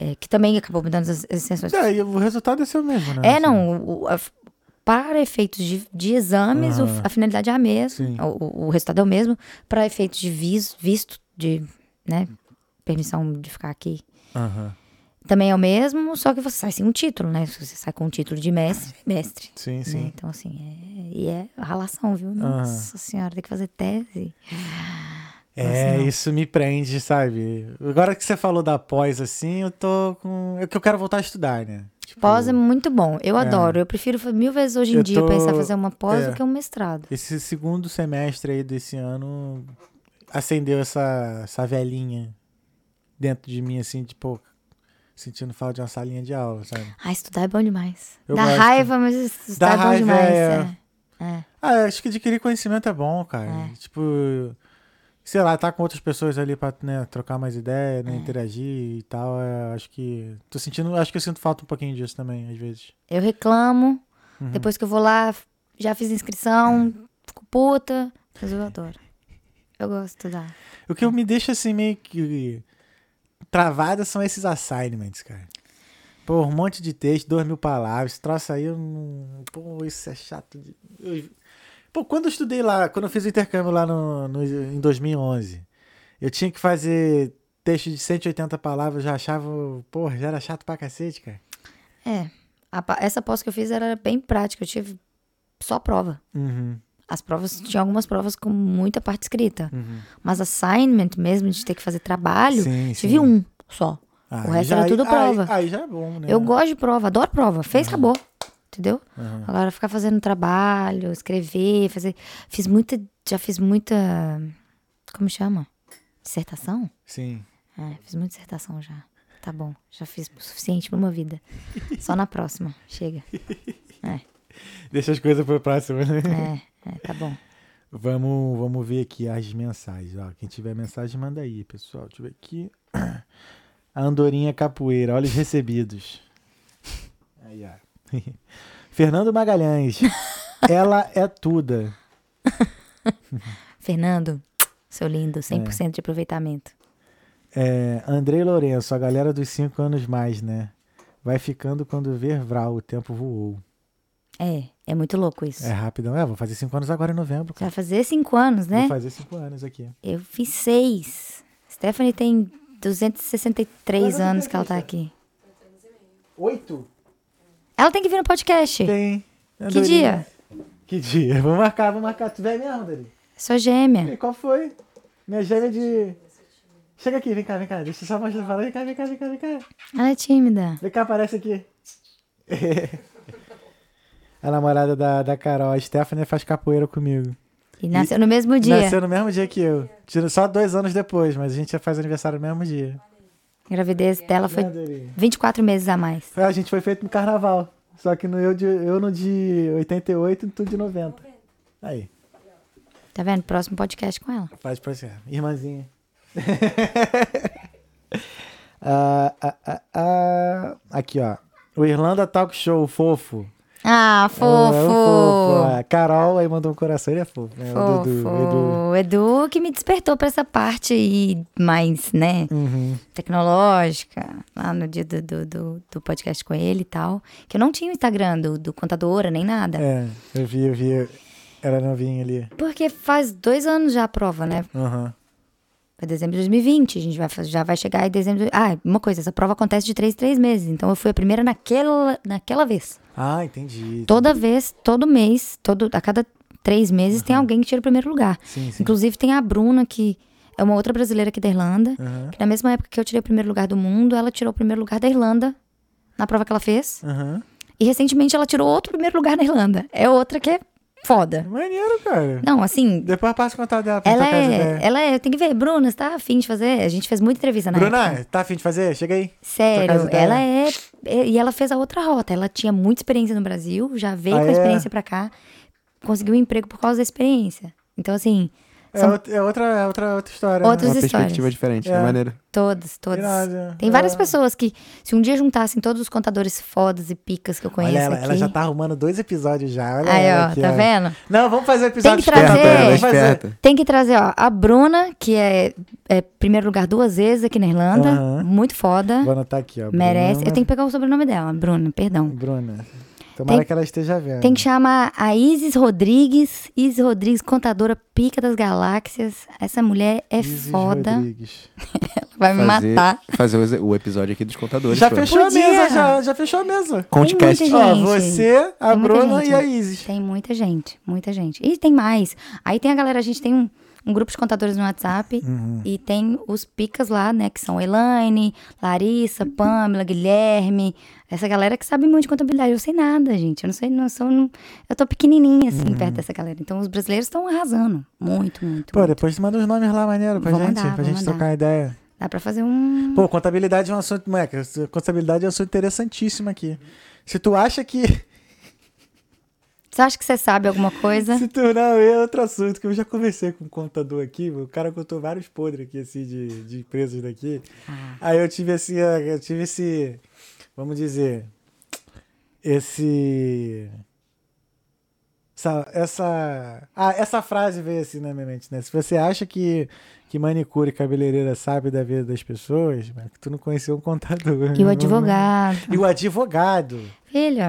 C: É, que também acabou me dando as as isenções.
A: É, e o resultado é seu mesmo, né?
C: É, não. o- a- para efeitos de, de exames, o-
A: Aham.
C: a finalidade é a
A: Ah. Sim.
C: mesma. O, o- o resultado é o mesmo. Para efeitos de vis- visto, de né, permissão de ficar aqui,
A: Assim. Aham,
C: também é o mesmo, só que você sai sem um título, né? Se Você sai com um título de mestre, mestre.
A: sim, Ah.
C: né?
A: sim.
C: Então, assim, é, e é ralação, viu? Nossa senhora, tem que fazer tese. assim,
A: É, isso me prende, sabe? Agora que você falou da pós, assim, eu tô com... É que eu quero voltar a estudar, né? Tipo,
C: Pós é muito bom, eu adoro. Eu prefiro fa- mil vezes hoje em
A: Eu
C: dia
A: tô-
C: pensar em fazer uma pós
A: é.
C: do que um mestrado.
A: Esse segundo semestre aí desse ano acendeu essa, essa velhinha dentro de mim, assim, tipo, sentindo falta de uma salinha de aula, sabe?
C: Ah, estudar é bom demais.
A: Eu
C: Dá
A: gosto.
C: raiva, mas estudar
A: Dá
C: é bom
A: raiva,
C: demais.
A: é.
C: é. É.
A: Ah, eu acho que adquirir conhecimento é bom, cara. Tipo, sei lá, tá com outras pessoas ali pra né, trocar mais ideia, né, interagir e tal. é, acho que. Tô sentindo. Acho que eu sinto falta um pouquinho disso também, às vezes.
C: Eu reclamo.
A: Uhum.
C: Depois que eu vou lá, já fiz inscrição, fico puta. Mas eu adoro. Eu gosto de estudar.
A: O que me deixa assim meio que travada são esses assignments, cara. Pô, um monte de texto, duas mil palavras, esse troço aí eu não. Pô, isso é chato. de- eu- Pô, quando eu estudei lá, quando eu fiz o intercâmbio lá no, no- em 2011, eu tinha que fazer texto de 180 palavras, eu já achava. Porra, já era chato pra cacete, cara.
C: É. A pa- essa pós que eu fiz era bem prática. Eu tive só prova.
A: Uhum,
C: As provas, tinha algumas provas com muita parte escrita. Mas assignment mesmo, de ter que fazer trabalho,
A: Sim,
C: tive
A: sim.
C: um só.
A: Aí
C: resto era tudo
A: aí-
C: prova.
A: Aí, já é bom, né?
C: Eu gosto de prova, adoro prova. Fez, acabou. Entendeu?
A: Uhum.
C: Agora ficar fazendo trabalho, escrever, fazer. Fiz muita. Já fiz muita. Como chama? Dissertação?
A: Sim.
C: É, fiz muita dissertação já. Tá bom. Já fiz o suficiente pra uma vida. Só na próxima. Chega.
A: Deixa as coisas pra próxima, né?
C: É, é, tá bom.
A: Vamos, vamos ver aqui as mensagens. Ó, quem tiver mensagem, manda aí, pessoal. Deixa eu ver aqui. [clears throat] A Andorinha Capoeira, olhos recebidos. Aí, ó. [laughs] Fernando
C: [laughs]
A: Magalhães. Ela é Tuda.
C: Fernando, seu lindo, 100% de aproveitamento.
A: É, Andrei Lourenço, a galera dos cinco anos mais, né? Vai ficando quando ver Vral, o tempo voou.
C: É, é muito louco isso.
A: É rapidão. É, vou fazer cinco anos agora em novembro.
C: Você
A: cara.
C: vai fazer cinco anos, né?
A: Vou fazer cinco anos aqui.
C: Eu fiz seis. Stephanie tem 263 anos que ela tá aqui.
A: Oito?
C: Ela tem que vir no podcast.
A: Tem.
C: Que dia?
A: Que dia? Vou marcar, vou marcar. Tu vem mesmo, Andorinha?
C: Sua gêmea.
A: E qual foi? Minha gêmea de. Chega aqui, vem cá, vem cá. Deixa eu só mostrar pra ela. Vem cá, vem cá, vem cá, vem cá.
C: Ela é tímida.
A: Vem cá, aparece aqui. [laughs] a namorada da, da Carol, a Stephanie, faz capoeira comigo.
C: E nasceu no mesmo dia.
A: Nasceu no mesmo dia que eu. Tira- Só dois anos depois, mas a gente já faz aniversário no mesmo dia.
C: A gravidez dela foi
A: Né, Dorinha?
C: 24 meses a mais.
A: É, A gente foi feito no carnaval. Só que no, eu, de, eu no de 88 e tu de 90. Aí,
C: Tá vendo? Próximo podcast com ela.
A: faz pra você. Irmãzinha. [laughs] Ah, ah, ah, ah. Aqui, ó. O Irlanda Talk Show, fofo.
C: Ah,
A: É, é um
C: fofo.
A: fofo. A Carol aí mandou um coração, ele é fofo. Né? O Dudu, Edu.
C: Fofo. Edu que me despertou pra essa parte aí mais, né?
A: Uhum.
C: Tecnológica. Lá no dia do, do, do, do podcast com ele e tal. Que eu não tinha o Instagram do, do contadora nem nada.
A: É, eu vi, eu vi. Era novinho ali.
C: Porque faz dois anos já a prova, né?
A: Aham.
C: Foi dezembro de 2020. A gente vai, fa- já vai chegar em dezembro. de- Ah, uma coisa, essa prova acontece de três em três meses. Então eu fui a primeira naquela, naquela vez.
A: Ah, entendi.
C: Toda vez, todo mês, todo, a cada três meses
A: Uhum.
C: tem alguém que tira o primeiro lugar.
A: Sim, sim.
C: Inclusive tem a Bruna, que é uma outra brasileira aqui da Irlanda.
A: Aham.
C: Que na mesma época que eu tirei o primeiro lugar do mundo, ela tirou o primeiro lugar da Irlanda na prova que ela fez.
A: Aham.
C: E recentemente ela tirou outro primeiro lugar na Irlanda. É outra que é foda.
A: Maneiro, cara.
C: Não, assim,
A: Depois passa o contato dela pra
C: ela
A: trocar essa
C: é,
A: ideia.
C: ela é, tem que ver, Bruna, você tá afim de fazer? A gente fez muita entrevista na época.
A: Bruna, tá afim de fazer? Chega aí. trocar
C: Sério,
A: essa ideia.
C: ela é, é- E ela fez a outra rota. Ela tinha muita experiência no Brasil, já veio
A: Ah,
C: com a
A: é?
C: experiência pra cá, conseguiu um emprego por causa da experiência. Então, assim, São-
A: É, outra, é outra, é outra, outra história.
C: Outras
B: Uma
A: né?
C: histórias.
B: perspectiva diferente,
A: É.
B: é maneiro.
C: todas, todas.
A: Irada,
C: Tem várias
A: é.
C: pessoas que, se um dia juntassem todos os contadores fodas e picas que eu conheço
A: Olha ela,
C: aqui.
A: ela já tá arrumando dois episódios já. Olha
C: Aí,
A: ela
C: ó,
A: aqui,
C: tá
A: olha.
C: vendo?
A: Não, vamos fazer o episódio
C: trazer-
A: esperto,
B: Ela é
A: vamos fazer.
B: esperta.
C: Tem que trazer, ó, a Bruna, que é, é primeiro lugar duas vezes aqui na Irlanda.
A: Aham.
C: Muito foda.
A: Vou anotar aqui, ó.
C: merece.
A: Bruna.
C: Eu tenho que pegar o sobrenome dela, Bruna, perdão.
A: Bruna. Tomara
C: Tem-
A: que ela esteja vendo.
C: Tem que chamar a Isis Rodrigues. Isis Rodrigues, contadora pica das galáxias. Essa mulher é
A: Isis
C: foda.
A: Rodrigues.
C: Vai me
B: Fazer,
C: matar.
B: fazer o- o episódio aqui dos contadores.
A: Já
B: pô.
A: fechou
C: Podia.
A: a mesa, já, já fechou a mesa.
B: Contcast.
C: Tem muita
A: Ó,
C: Gente,
A: você, a
C: tem muita
A: Bruna
C: gente.
A: e a Isis.
C: Tem muita gente, muita gente. E tem mais. Aí tem a galera, a gente tem um, um grupo de contadores no WhatsApp.
A: Uhum.
C: E tem os picas lá, né? Que são Elaine, Larissa, Pamela, Guilherme. Essa galera que sabe muito de contabilidade. Eu sei nada, gente. Eu não sei, não sou. não- eu tô pequenininha, assim,
A: Uhum.
C: perto dessa galera. Então os brasileiros estão arrasando. Muito, muito.
A: Pô,
C: muito.
A: depois tu manda os nomes lá maneiro pra
C: Vou
A: gente,
C: mandar,
A: pra
C: vou
A: gente
C: mandar.
A: trocar ideia.
C: Dá pra fazer um.
A: Pô, contabilidade é um assunto, moleque, contabilidade é um assunto interessantíssimo aqui. Se tu acha que
C: Você acha que você sabe alguma coisa?
A: Se tornar é outro assunto, que eu já conversei com um contador aqui, o cara contou vários podres aqui, assim, de, de empresas daqui. Aí eu tive assim, ah, eu tive esse, vamos dizer, esse... Essa, essa, ah, essa frase veio assim na minha mente, né? Se você acha que, que manicure e cabeleireira sabe da vida das pessoas, é que tu não conheceu um contador.
C: E o
A: né?
C: advogado.
A: E o advogado.
C: Filho,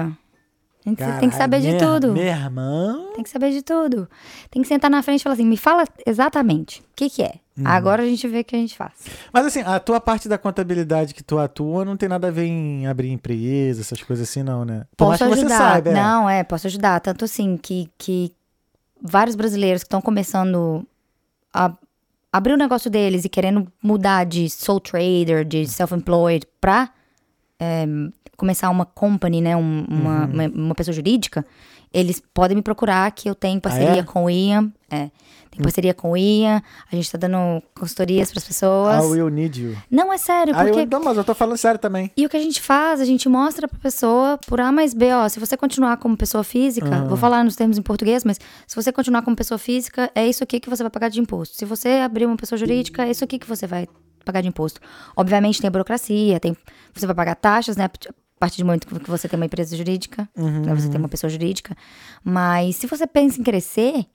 C: a gente
A: Caralho,
C: tem que saber de
A: minha-
C: tudo.
A: Meu irmão.
C: Tem que saber de tudo. Tem que sentar na frente e falar assim, me fala exatamente o que que é. Agora a gente vê o que a gente faz.
A: Mas assim, a tua parte da contabilidade que tu atua não tem nada a ver em abrir empresa, essas coisas assim, não, né? Por mais
C: Posso
A: que
C: ajudar.
A: você saiba, é.
C: Não, é, posso ajudar. Tanto assim que, que vários brasileiros que estão começando a abrir o negócio deles e querendo mudar de sole trader, de
A: Hum.
C: self-employed, pra é, começar uma company, né? um- uma,
A: Uhum.
C: uma, uma pessoa jurídica, eles podem me procurar que eu tenho parceria
A: Ah, é? Hum.
C: com o Ian. É. Tem parceria com o Ian, a gente tá dando consultorias pras
A: I
C: pessoas.
A: Ah, will need you.
C: Não, é sério,
A: Ah,
C: porque
A: eu, não, mas eu tô falando sério também.
C: e o que a gente faz, a gente mostra pra pessoa por A mais B, ó, se você continuar como pessoa física, vou falar nos termos em português, mas se você continuar como pessoa física, é isso aqui que você vai pagar de imposto. Se você abrir uma pessoa jurídica, é isso aqui que você vai pagar de imposto. Obviamente tem a burocracia, tem, você vai pagar taxas, né? A partir do momento que você tem uma empresa jurídica, né, você tem uma pessoa jurídica. Mas se você pensa em crescer,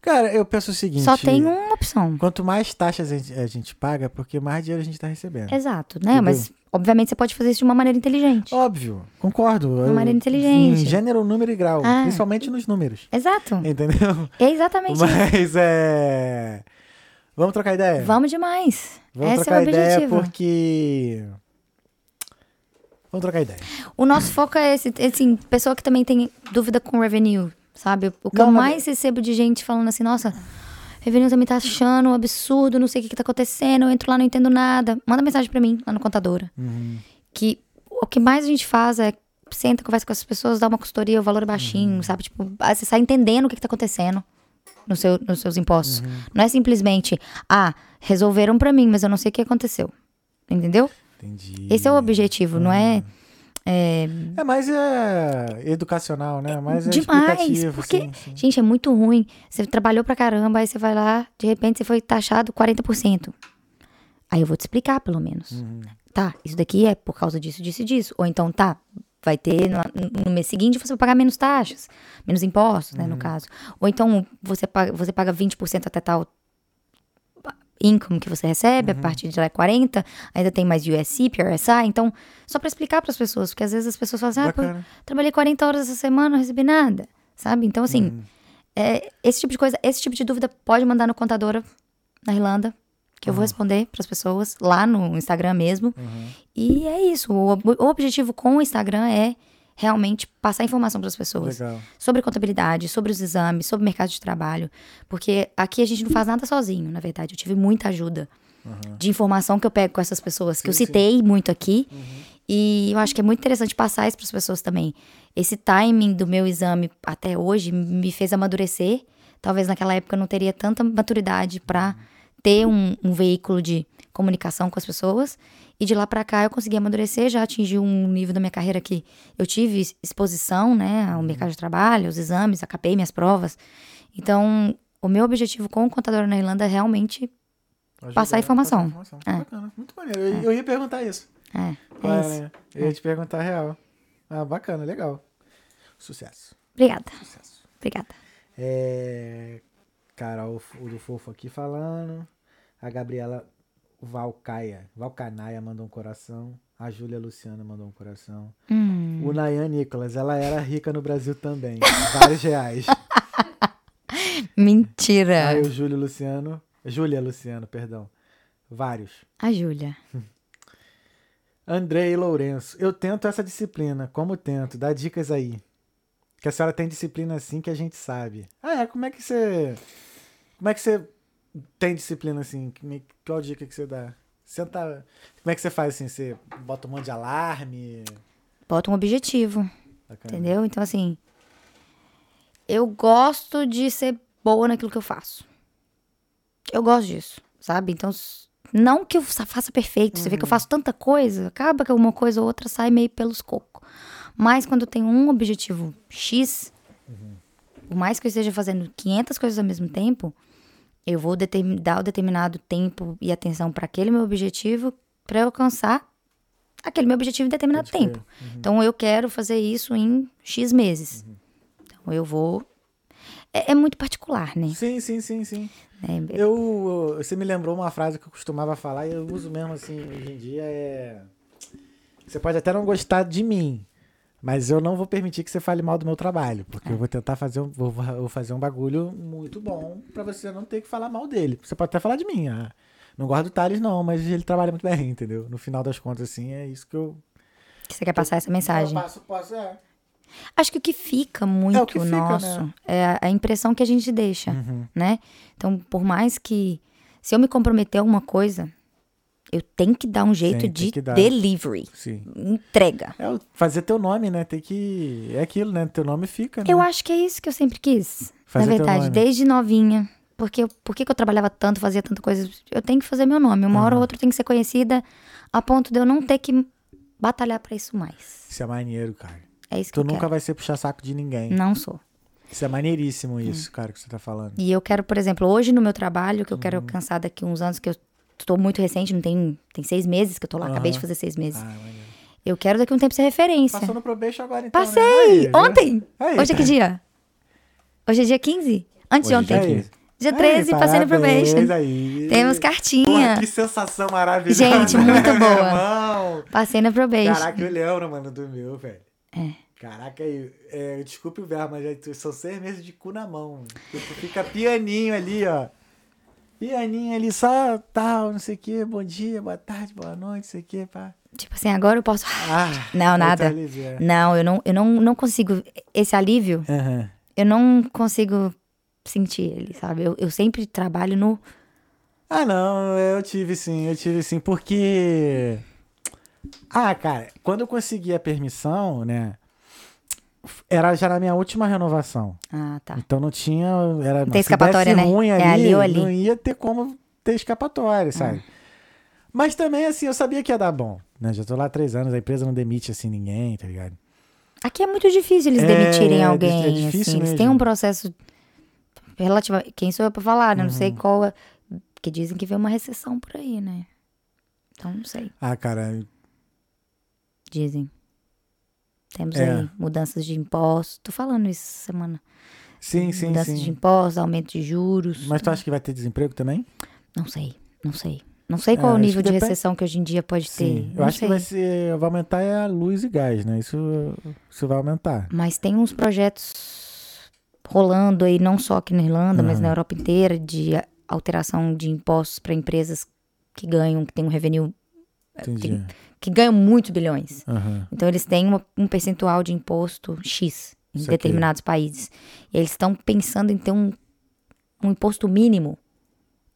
A: Cara, eu penso o seguinte.
C: só tem um uma opção.
A: Quanto mais taxas a gente, a gente paga, porque mais dinheiro a gente tá recebendo.
C: Exato, né? Mas, obviamente, você pode fazer isso de uma maneira inteligente.
A: Óbvio, concordo. Uma
C: maneira inteligente.
A: Em gênero, número e grau.
C: Ah.
A: Principalmente nos números.
C: Exato. [laughs]
A: Entendeu?
C: É exatamente isso.
A: Mas é. Vamos trocar ideia?
C: Vamos demais.
A: É. Vamos
C: Esse é
A: trocar
C: o
A: ideia
C: objetivo.
A: porque. Vamos trocar ideia.
C: O nosso foco é esse, assim, pessoa que também tem dúvida com revenue, sabe? O que
A: Não,
C: eu
A: mas-
C: mais recebo de gente falando assim, nossa, revenue também tá achando um absurdo, não sei o que, que tá acontecendo, eu entro lá, não entendo nada. Manda mensagem pra mim, lá no Contadora.
A: Uhum.
C: Que o que mais a gente faz é senta, conversa com as pessoas, dá uma consultoria, o valor é baixinho,
A: Uhum.
C: sabe? Tipo, ah, você sai entendendo o que, que tá acontecendo. No seu, nos seus impostos.
A: Uhum.
C: Não é simplesmente, ah, resolveram pra mim, mas eu não sei o que aconteceu. Entendeu?
A: Entendi.
C: Esse é o objetivo, não é, é
A: É mais é, educacional, né? Mais é
C: demais.
A: explicativo,
C: Porque,
A: assim, sim.
C: gente, é muito ruim. Você trabalhou pra caramba, aí você vai lá, de repente você foi taxado 40%. Aí eu vou te explicar, pelo menos. Tá, isso daqui é por causa disso, disso e disso. Ou então, tá, vai ter no, no mês seguinte você vai pagar menos taxas, menos impostos, né, no caso. Ou então você paga, você paga 20% até tal income que você recebe, a partir de lá é 40, ainda tem mais USC, PRSI, então só pra explicar pras pessoas, porque às vezes as pessoas falam assim, ah, pô,
A: Bacana.
C: trabalhei 40 horas essa semana, não recebi nada, sabe? Então assim,
A: Uhum.
C: é, esse tipo de coisa, esse tipo de dúvida pode mandar no contadora na Irlanda, que eu vou responder pras pessoas lá no Instagram mesmo.
A: Hum, uhum.
C: E é isso, o, ob- o objetivo com o Instagram é realmente passar informação pras pessoas
A: Legal.
C: sobre contabilidade, sobre os exames, sobre o mercado de trabalho, porque aqui a gente não faz nada sozinho, na verdade. Eu tive muita ajuda de informação que eu pego com essas pessoas, que eu
A: Sim, Uhum. sim.
C: citei muito aqui. E eu acho que é muito interessante passar isso para as pessoas também. Esse timing do meu exame até hoje me fez amadurecer. Talvez naquela época eu não teria tanta maturidade para ter um, um veículo de comunicação com as pessoas. E de lá para cá eu consegui amadurecer, já atingi um nível da minha carreira que eu tive exposição, né,
A: Uhum.
C: ao mercado de trabalho, aos exames, acabei minhas provas. Então, o meu objetivo com o contador na Irlanda é realmente Passar
A: Ajudar,
C: informação.
A: informação. Bacana. Muito maneiro. Eu, eu ia perguntar isso.
C: é, é
A: Vai,
C: isso. É.
A: né? Eu ia te perguntar a real. Ah, bacana, legal. Sucesso.
C: Obrigada.
A: Sucesso.
C: Obrigada.
A: É, Carol o do Fofo aqui falando. A Gabriela Valcaia. Valcanaia mandou um coração. A Júlia Luciana mandou um coração.
C: Hum.
A: O Nayan Nicolas, ela era rica no Brasil também.
C: [laughs]
A: Vários reais.
C: Mentira.
A: Aí o Júlio Luciano. Júlia Luciano, perdão. Vários.
C: A Júlia.
A: Andrei Lourenço, eu tento essa disciplina. Como tento? Dá dicas aí. Que a senhora tem disciplina assim que a gente sabe. Ah, é? Como é que você. Como é que você tem disciplina assim? Que me- Qual dica que você dá? Senta. Como é que você faz assim? Você bota um monte de alarme?
C: Bota um objetivo.
A: Bacana.
C: Entendeu? Então, assim, eu gosto de ser boa naquilo que eu faço. Eu gosto disso, sabe? Então, s- não que eu sa- faça perfeito. Você vê
A: Uhum.
C: que eu faço tanta coisa, acaba que alguma coisa ou
A: Uhum.
C: outra sai meio pelos cocos. Mas quando eu tenho um objetivo X, por mais que eu esteja fazendo 500 coisas ao mesmo tempo, eu vou determin- dar o determinado tempo e atenção para aquele meu objetivo para alcançar aquele meu objetivo em determinado
A: Pode crer.
C: tempo. Então eu quero fazer isso em X meses.
A: Uhum.
C: Então eu vou. É, é muito particular, né?
A: Sim, sim, sim, sim.
C: É-
A: Eu, você me lembrou uma frase que eu costumava falar e eu uso mesmo assim hoje em dia é você pode até não gostar de mim, mas eu não vou permitir que você fale mal do meu trabalho, porque eu vou tentar fazer um, vou, vou fazer um bagulho muito bom pra você não ter que falar mal dele. Você pode até falar de mim, ah, não gosto do Thales não, mas ele trabalha muito bem, entendeu? No final das contas assim, é isso que eu,
C: que você quer passar essa
A: eu
C: mensagem.
A: passo, passo é.
C: Acho que o que fica muito
A: É, o que fica,
C: nosso
A: né? Uhum.
C: é a- a impressão que a gente deixa, né? Então, por mais que se eu me comprometer a alguma coisa, eu tenho que dar um jeito
A: Tem, tem
C: de
A: que dar.
C: delivery,
A: Sim.
C: entrega.
A: É o- fazer teu nome, né? Tem que é aquilo, né? Teu nome fica, né?
C: Eu acho que é isso que eu sempre quis,
A: Fazer
C: na
A: teu
C: verdade,
A: nome.
C: desde novinha. Porque eu- por que que eu trabalhava tanto, fazia tanta coisa? Eu tenho que fazer meu nome, uma hora ou outra eu tenho que ser conhecida a ponto de eu não ter que batalhar pra isso mais.
A: Isso é maneiro, cara.
C: É isso que
A: Tu
C: eu
A: nunca
C: quero.
A: vai ser puxar saco de ninguém.
C: Não sou.
A: Isso é maneiríssimo isso, cara, que você tá falando.
C: E eu quero, por exemplo, hoje no meu trabalho, que eu
A: Uhum.
C: quero alcançar daqui uns anos, que eu tô muito recente, não tem, tem seis meses que eu tô lá, acabei de
A: Aham.
C: fazer seis meses.
A: Ah, maneiro.
C: Eu quero daqui um tempo ser referência.
A: Passou no probeixo agora, então.
C: Passei!
A: né? Aí, viu?
C: ontem!
A: Aí, tá.
C: hoje é que dia? Hoje é dia 15? Antes
B: Hoje
C: de
B: é
C: ontem.
B: dia
A: Aí.
C: Dia 13,
A: Aí,
C: passei no
A: parabéns
C: probation.
A: Aí.
C: Temos cartinha.
A: Porra, que sensação maravilhosa.
C: Gente, muito
A: né,
C: boa.
A: [laughs] Irmão.
C: Passei no probation.
A: Caraca, eu lembro, mano, do meu, velho. Caraca, aí, é, desculpe o verbo, mas aí tu- são seis meses de cu na mão. Tu tu fica pianinho ali, ó. Pianinho ali, só tal, não sei o quê. Bom dia, boa tarde, boa noite, não sei o quê, pá.
C: Tipo assim, agora eu posso.
A: Ah, é.
C: Não,
A: eu
C: nada.
A: tô aliviado.
C: Não, eu não, eu não, não consigo. Esse alívio,
A: Aham.
C: eu não consigo sentir ele, sabe? Eu, eu sempre trabalho no.
A: Ah, não, eu tive sim, eu tive sim, porque. Ah, cara, quando eu consegui a permissão, né? Era já na minha última renovação.
C: Ah, tá.
A: Então não tinha. Era, não,
C: tem escapatória,
A: se desse
C: né?
A: ruim
C: É
A: ali,
C: ali ou ali. Ah.
A: Não ia ter como ter escapatória, sabe? Mas também, assim, eu sabia que ia dar bom. Né? Já tô lá há três anos, a empresa não demite assim ninguém, tá ligado?
C: Aqui é muito difícil eles
A: É,
C: demitirem
A: é
C: alguém.
A: dif- é difícil
C: assim, eles têm
A: mesmo.
C: um processo relativo. Quem sou eu pra falar? né? Não
A: Uhum.
C: sei qual é. Porque dizem que vem uma recessão por aí, né? Então não sei.
A: Ah, cara,
C: Dizem. Temos
A: É.
C: aí mudanças de impostos. Tô falando isso essa semana.
A: sim, sim,
C: mudanças de
A: sim.
C: impostos, aumento de juros.
A: Mas tu acha que vai ter desemprego também?
C: Não sei, não sei. Não sei qual
A: É,
C: o
A: acho
C: nível
A: que
C: de
A: depende-
C: recessão que hoje em dia pode
A: Sim,
C: ter.
A: eu
C: não
A: acho
C: sei.
A: que vai ser, vai aumentar é a luz e gás, né? Isso, isso vai aumentar.
C: Mas tem uns projetos rolando aí, não só aqui na Irlanda, mas
A: Aham.
C: na Europa inteira, de a- alteração de impostos para empresas que ganham, que têm um revenue,
A: Entendi.
C: que ganham muitos bilhões.
A: Aham.
C: Então eles têm uma- um percentual de imposto X em
A: Isso aqui.
C: determinados países. E eles estão pensando em ter um, um imposto mínimo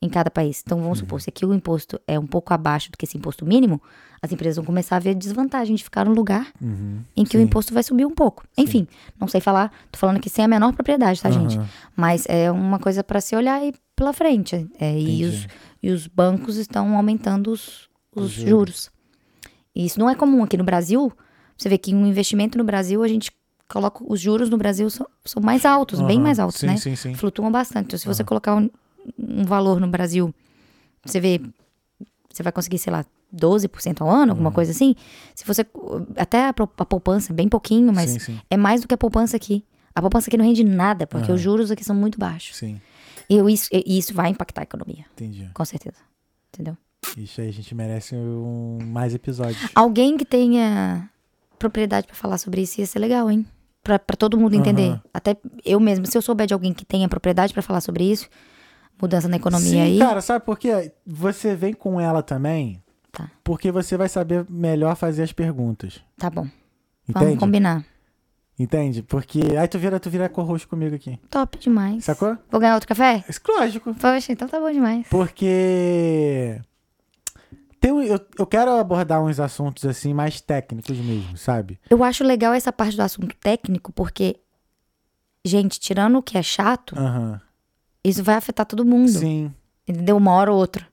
C: em cada país. Então
A: Uhum.
C: vamos supor, se aqui o imposto é um pouco abaixo do que esse imposto mínimo, as empresas vão começar a ver a desvantagem de ficar num lugar
A: Uhum.
C: em que o
A: Sim.
C: imposto vai subir um pouco. Enfim, não sei falar, tô falando aqui sem a menor propriedade, tá, gente?
A: Aham.
C: Mas é uma coisa para se olhar aí pela frente. É, e,
A: Entendi.
C: os, e os bancos estão aumentando os, os
A: Os juros.
C: juros. E isso não é comum aqui no Brasil. Você vê que um investimento no Brasil, a gente coloca. Os juros no Brasil são, são mais altos, bem
A: Aham.
C: mais altos,
A: sim,
C: né?
A: Sim, sim,
C: Flutuam bastante. Então, se você colocar um, um valor no Brasil, você vê. Você vai conseguir, sei lá, 12% ao ano, alguma coisa assim. Se você. Até a, pro- a poupança, bem pouquinho, mas
A: sim, sim,
C: é mais do que a poupança aqui. A poupança aqui não rende nada, porque
A: Aham.
C: os juros aqui são muito baixos.
A: sim.
C: E eu- isso, e isso vai impactar a economia,
A: Entendi.
C: com certeza. Entendeu?
A: Isso aí, a gente merece um, mais episódios.
C: Alguém que tenha propriedade pra falar sobre isso ia ser legal, hein? Pra, pra todo mundo entender.
A: Aham.
C: Até eu mesma, se eu souber de alguém que tenha propriedade pra falar sobre isso, mudança na economia
A: Sim, então.
C: aí.
A: cara, sabe por quê? Você vem com ela também,
C: Tá.
A: porque você vai saber melhor fazer as perguntas.
C: Tá bom. Vamos
A: Entende?
C: combinar.
A: Entende? Porque aí tu vira, tu vira co-host comigo aqui.
C: Top demais.
A: Sacou? É
C: Vou ganhar outro café?
A: Isso, lógico.
C: Poxa, então tá bom demais.
A: Porque tem um- eu, eu quero abordar uns assuntos assim mais técnicos mesmo, sabe?
C: Eu acho legal essa parte do assunto técnico, porque, gente, tirando o que é chato,
A: Aham.
C: isso vai afetar todo mundo.
A: Sim.
C: entendeu? Uma hora ou outra.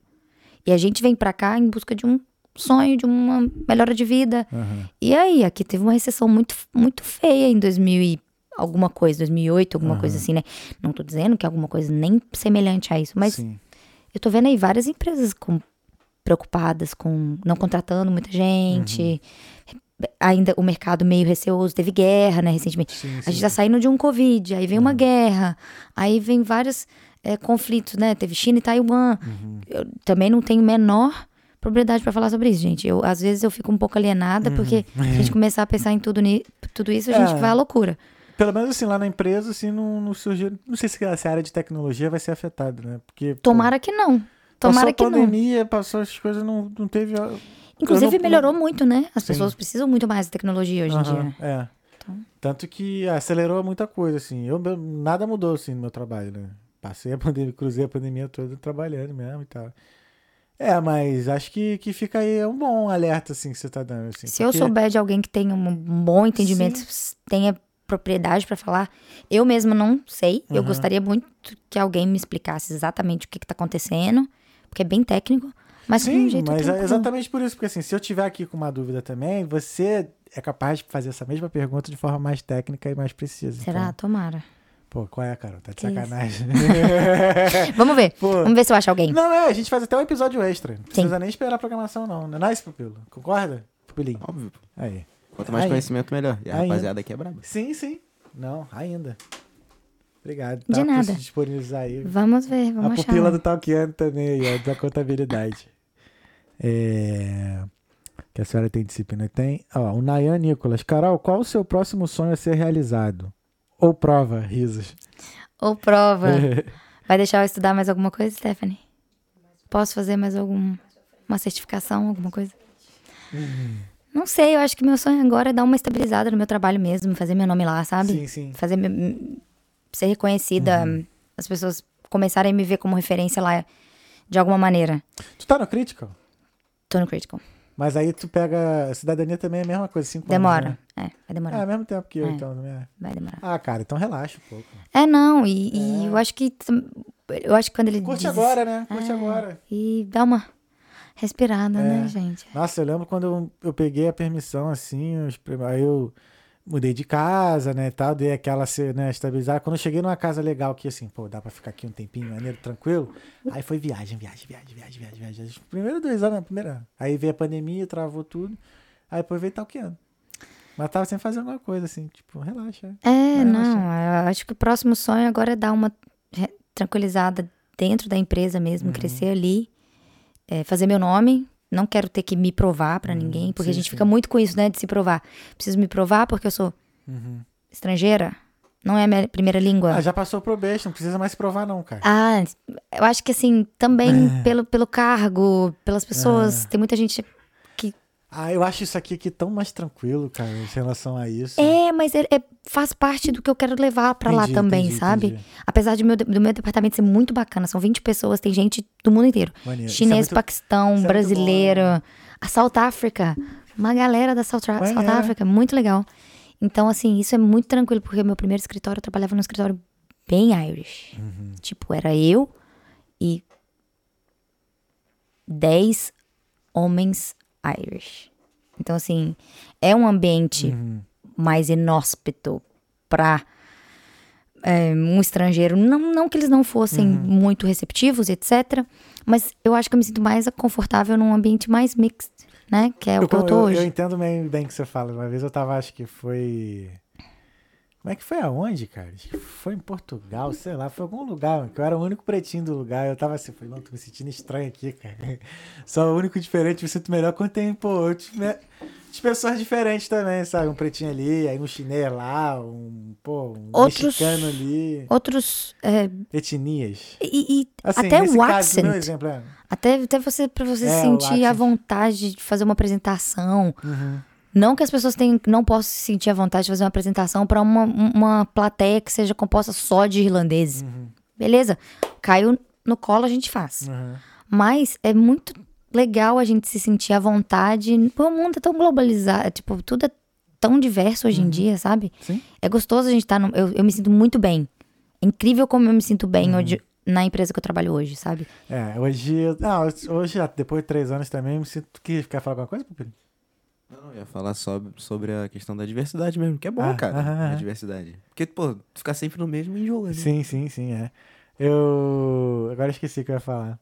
C: E a gente vem pra cá em busca de um sonho, de uma melhora de vida.
A: Aham.
C: E aí, aqui teve uma recessão muito, muito feia em 2000 e alguma coisa, 2008, alguma coisa assim, né? Não tô dizendo que é alguma coisa nem semelhante a isso, mas
A: Sim.
C: eu tô vendo aí várias empresas com- preocupadas com não contratando muita gente. Ainda o mercado meio receoso, teve guerra, né, recentemente.
A: Sim, Uhum.
C: A gente tá saindo de um Covid, aí vem uma guerra, aí vem vários eh, conflitos, né? Teve China e Taiwan.
A: Uhum.
C: Eu também não tenho menor propriedade pra falar sobre isso, gente. Eu, às vezes eu fico um pouco alienada,
A: [laughs]
C: porque se a gente começar a pensar em tudo, ni- tudo isso, a gente
A: Uhum. É.
C: vai à loucura.
A: Pelo menos assim, lá na empresa, assim, não, não surgiu. Não sei se essa área de tecnologia vai ser afetada, né? Porque. pô,
C: Tomara que não. Tomara
A: passou
C: que
A: a
C: não.
A: pandemia, passou as coisas, não, não teve. eu
C: Inclusive,
A: não-
C: melhorou muito, né? As
A: Sim.
C: pessoas precisam muito mais de tecnologia hoje em
A: Aham,
C: dia. Então.
A: É. Tanto que acelerou muita coisa, assim. Eu, meu- nada mudou, assim, no meu trabalho, né? Passei a [laughs] pandemia, cruzei a pandemia toda trabalhando mesmo e tal. É, mas acho que, que fica aí, é um bom alerta, assim, que você tá dando, assim.
C: Se eu
A: porque-
C: souber de alguém que tenha um bom entendimento, tenha propriedade pra falar, eu mesma não sei. Eu
A: Uhum.
C: gostaria muito que alguém me explicasse exatamente o que, que tá acontecendo, porque é bem técnico, mas de
A: Sim,
C: um jeito
A: mas é
C: tranquilo.
A: exatamente por isso, porque assim, se eu tiver aqui com uma dúvida também, você é capaz de fazer essa mesma pergunta de forma mais técnica e mais precisa.
C: Será?
A: Então,
C: Tomara.
A: pô, qual é, Carol? Tá de
C: Que isso. [laughs]
A: sacanagem.
C: Vamos ver.
A: Pô.
C: Vamos ver se eu acho alguém.
A: Não, é, a gente faz até um episódio extra. Não precisa nem esperar a programação, não. Não é nice, pupilo? Concorda? Pupilinho.
B: Óbvio. pô.
A: Aí.
B: Quanto mais
A: Aí.
B: conhecimento, melhor. E a
A: Aí. né?
B: rapaziada aqui é braba.
A: Sim, sim. Não, ainda. Obrigado. tá?
C: De nada.
A: Por se disponibilizar aí.
C: Vamos ver,
A: a
C: vamos achar.
A: pupila do Talkiano também, aí, ó, da contabilidade.
C: [laughs]
A: É, Que a senhora tem disciplina? Tem. Ó, o Nayan Nicolas. Carol, qual o seu próximo sonho a ser realizado? Ou prova, risos.
C: Ou prova.
A: [laughs] É.
C: Vai deixar eu estudar mais alguma coisa, Stephanie? Posso fazer mais algum, uma certificação, alguma coisa?
A: Hum.
C: Não sei, eu acho que meu sonho agora é dar uma estabilizada no meu trabalho mesmo, fazer meu nome lá, sabe?
A: Sim, sim.
C: fazer me- ser reconhecida,
A: Uhum.
C: as pessoas começarem a me ver como referência lá de alguma maneira.
A: Tu tá no Critical?
C: Tô no Critical.
A: Mas aí tu pega. Cidadania também é a mesma coisa, cinco
C: Demora.
A: anos.
C: É, vai
A: Demora. É,
C: demorar.
A: ao mesmo tempo que eu,
C: É.
A: então. também é.
C: Vai demorar.
A: Ah, cara, então relaxa um pouco.
C: É, não, e, e eu acho que. tam- Eu acho que quando ele.
A: Curte
C: diz-
A: agora, né?
C: É.
A: Curte agora.
C: E dá uma respirada,
A: É.
C: né, gente?
A: Nossa, eu lembro quando eu, eu peguei a permissão, assim, os prim- aí eu mudei de casa, né, e tal, dei aquela se- né, estabilizada. Quando eu cheguei numa casa legal que, assim, pô, dá pra ficar aqui um tempinho, maneiro, tranquilo, aí foi viagem, viagem, viagem, viagem, viagem, viagem. Os primeiros dois anos, a primeira... Aí veio a pandemia, travou tudo, aí depois veio talqueando. Mas tava sem fazer alguma coisa, assim, tipo, relaxa.
C: É,
A: Vai
C: não. é, Eu acho que o próximo sonho agora é dar uma re- tranquilizada dentro da empresa mesmo,
A: Uhum.
C: crescer ali, é, fazer meu nome. Não quero ter que me provar pra ninguém, porque a
A: Uhum, sim,
C: gente
A: sim.
C: fica muito com isso, né, de se provar. Preciso me provar porque eu sou
A: Uhum.
C: estrangeira, não é a minha primeira língua.
A: Ah, já passou pro beijo, não precisa mais provar não, cara.
C: Ah, eu acho que assim,
A: É.
C: também pelo, pelo cargo, pelas pessoas, tem muita gente que.
A: Ah, eu acho isso aqui, aqui tão mais tranquilo, cara, em relação a isso.
C: É, mas é, é- faz parte do que eu quero levar pra lá
A: Entendi,
C: também,
A: entendi,
C: sabe?
A: entendi.
C: Apesar de meu de- do meu departamento ser muito bacana, são 20 pessoas, tem gente do mundo inteiro.
A: Maneiro. Isso é
C: Chinês,
A: muito-
C: Paquistão,
A: isso é muito
C: brasileiro, a South Africa, uma galera da South,
A: Maneiro.
C: South Africa, muito legal. Então, assim, isso é muito tranquilo, porque meu primeiro escritório, eu trabalhava num escritório bem Irish.
A: Uhum.
C: Tipo, era eu e 10 homens Irish. Então, assim, é um ambiente
A: Uhum.
C: mais inóspito pra é, um estrangeiro. Não, não que eles não fossem
A: Uhum.
C: muito receptivos, etc. Mas eu acho que eu me sinto mais confortável num ambiente mais mixed, né? Que é o que eu tô
A: eu, eu
C: hoje.
A: entendo bem, bem o que você fala. Uma vez eu tava, acho que foi. Como é que foi aonde, cara? Acho que foi em Portugal, sei lá, foi em algum lugar, mano, que eu era o único pretinho do lugar. Eu tava assim, falei, não, tô me sentindo estranho aqui, cara. [laughs] Só o único diferente, me sinto melhor quando tem, pô, outros, né, outras pessoas diferentes também, sabe? Um pretinho ali, aí um chinês lá, um, pô, um
C: Outros-
A: mexicano ali.
C: Outros. é,
A: Etnias.
C: e e
A: Assim,
C: até
A: nesse
C: o
A: caso, meu
C: accent.
A: exemplo é.
C: Até, até você, pra você
A: É, o
C: sentir a
A: accent.
C: vontade de fazer uma apresentação.
A: Uhum.
C: Não que as pessoas tenham, não possam se sentir a vontade de fazer uma apresentação pra uma, uma plateia que seja composta só de irlandeses.
A: Uhum.
C: Beleza, caiu no colo, a gente faz.
A: Uhum.
C: Mas é muito legal a gente se sentir à vontade. Pô, O mundo é tão globalizado, tipo, tudo é tão diverso hoje em dia, sabe?
A: Uhum. Sim.
C: É gostoso a gente estar. no, eu, eu me sinto muito bem. É incrível como eu me sinto
A: Uhum.
C: bem hoje, na empresa que eu trabalho hoje, sabe?
A: É, hoje. eu- Não, hoje, depois de três anos também, eu me sinto que quer falar alguma coisa, Pupilo?
B: Não, eu ia falar só sobre a questão da diversidade mesmo, que é bom,
A: Ah,
B: cara.
A: aham,
B: a
A: aham.
B: diversidade. Porque, pô, tu ficar sempre no mesmo enjoa, né?
A: Sim, sim, sim, é. Eu. Agora esqueci o que eu ia falar.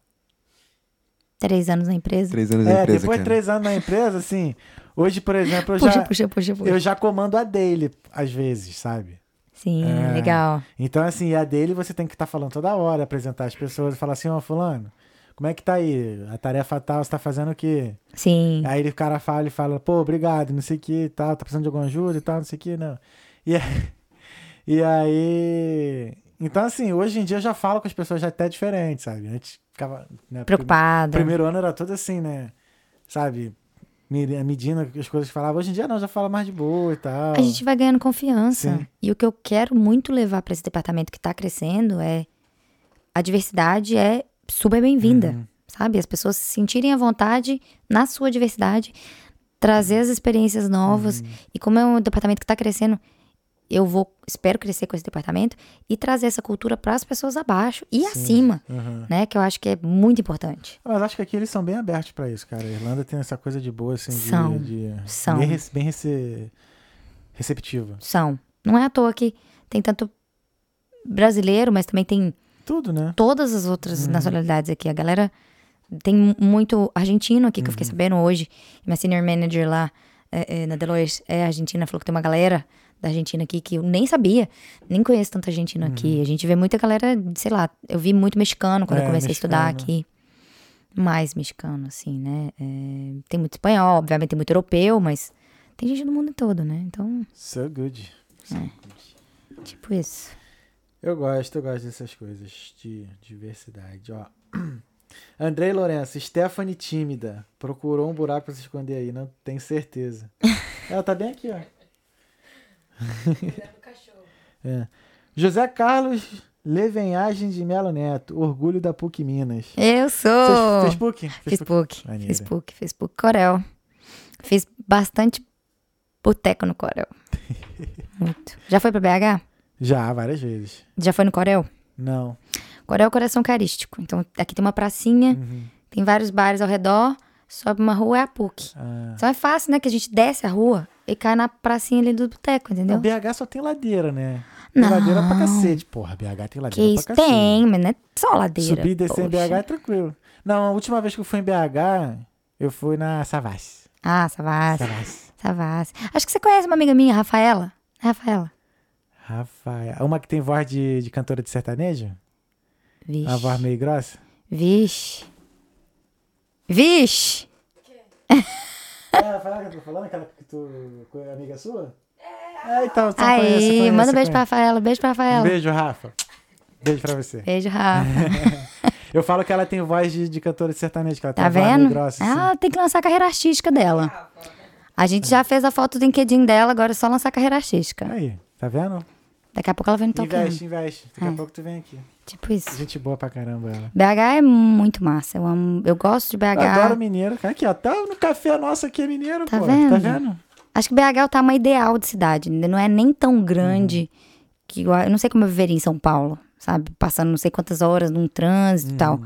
C: Três anos na empresa.
B: Três anos de
A: É,
B: empresa,
A: depois de
B: cara.
A: três anos na empresa, assim. Hoje, por exemplo, eu
C: Puxa,
A: já,
C: puxa, puxa, puxa.
A: eu já comando a daily, às vezes, sabe?
C: Sim,
A: É.
C: legal.
A: Então, assim, a dele você tem que estar falando toda hora, apresentar as pessoas, falar assim, ó, fulano, como é que tá aí? A tarefa tal, você tá fazendo o quê?
C: Sim.
A: Aí ele- o cara fala e fala, pô, obrigado, não sei o que e tal, tá precisando de alguma ajuda e tal, não sei o que, não. E, aí- [laughs] e aí. Então, assim, hoje em dia eu já falo com as pessoas já até diferente, sabe? Antes ficava. Né,
C: Preocupada.
A: Primeiro ano era todo assim, né? Sabe? me- eh, Medindo as coisas que falava. Hoje em dia não, já fala mais de boa e tal.
C: A gente vai ganhando confiança.
A: Sim.
C: E o que eu quero muito levar para esse departamento que tá crescendo é a diversidade é super bem-vinda,
A: Uhum.
C: sabe? As pessoas se sentirem à vontade na sua diversidade,
A: Uhum.
C: trazer as experiências novas. E como é um departamento que tá crescendo, eu vou, espero crescer com esse departamento e trazer essa cultura para as pessoas abaixo e acima,
A: Aham.
C: né? Que eu acho que é muito importante.
A: uhum. Ah, Mas acho que aqui eles são bem abertos pra isso, cara. A Irlanda tem essa coisa de boa, assim, de-
C: São.
A: de.
C: São.
A: Bem, rece- bem rece- receptiva.
C: São. Não é à toa que tem tanto brasileiro, mas também tem
A: Tudo, né?
C: todas as outras nacionalidades aqui. A galera tem mu- muito argentino aqui, que eu fiquei
A: Uhum.
C: sabendo hoje. Minha senior manager lá é, é, na Deloitte é argentina, falou que tem uma galera da Argentina aqui que eu nem sabia, nem conheço tanta argentina aqui. A gente vê muita galera, sei lá, eu vi muito mexicano quando
A: Uhum. É,
C: eu comecei a estudar
A: mexicano.
C: aqui. Mais mexicano, assim, né? É, tem muito espanhol, obviamente, tem muito europeu, mas tem gente do mundo todo, né? Então,
A: So good.
C: tipo isso.
A: Eu gosto, eu gosto dessas coisas de diversidade, ó. [clears throat] Andrei Lourenço, Stephanie tímida. Procurou um buraco pra se esconder aí, não tenho certeza. Ela tá bem aqui, ó. [laughs] É. José Carlos Levenhagem de Melo Neto, orgulho da PUC Minas.
C: Eu sou!
A: Fez, fez PUC?
C: Fiz PUC,
A: Maneiro.
C: fiz PUC, fiz PUC Corel. Fiz bastante boteco no Corel.
A: [laughs]
C: Muito. Já foi pra BH?
A: Já, várias vezes.
C: Já foi no Corel?
A: Não.
C: Corel é o coração carístico. Então, aqui tem uma pracinha,
A: Uhum.
C: tem vários bares ao redor, sobe uma rua, é a PUC.
A: Ah.
C: Então é fácil, né? Que a gente desce a rua e cai na pracinha ali do boteco, entendeu?
A: Não, BH só tem ladeira, né? Tem
C: Não.
A: ladeira pra cacete. Porra, BH tem ladeira
C: que isso
A: é pra cacete.
C: tem, mas não é só ladeira.
A: Subir e descer em BH
C: poxa.
A: é tranquilo. Não, a última vez que eu fui em BH, eu fui na Savassi.
C: Ah, Savassi,
A: Savassi.
C: Savassi. Acho que você conhece uma amiga minha, Rafaela. É Rafaela.
A: Rafael. Uma que tem voz de, de cantora de sertanejo?
C: Vixe.
A: Uma voz meio grossa?
C: Vixe. Vixe!
A: É, a Rafael que eu tô falando, aquela que tu é amiga sua? É, então, então
C: Aí,
A: conheço, conheço,
C: manda um beijo pra
A: conheço.
C: Rafaela, beijo pra Rafaela.
A: Um beijo, Rafa. Beijo pra você.
C: Beijo, Rafa.
A: Eu falo que ela tem voz de, de cantora de sertanejo, que ela tem
C: Tá
A: uma voz meio
C: vendo?
A: grossa. assim.
C: Ela tem que lançar a carreira artística dela. A gente já fez a foto do LinkedIn dela, agora é só lançar a carreira artística.
A: Aí, tá vendo?
C: Daqui a pouco ela vai me tocar.
A: Investe, investe.
C: Ah.
A: Daqui a pouco tu vem aqui.
C: Tipo isso.
A: Gente boa pra caramba ela.
C: BH é muito massa. Eu amo, eu gosto de BH.
A: Adoro mineiro. cara. Aqui, ó. Tá no café nosso aqui é mineiro,
C: Tá
A: pô.
C: vendo?
A: Tá vendo?
C: Acho que BH é o tamanho ideal de cidade. né? Não é nem tão grande que eu, eu não sei como eu viveria em São Paulo, sabe? Passando não sei quantas horas num trânsito e tal.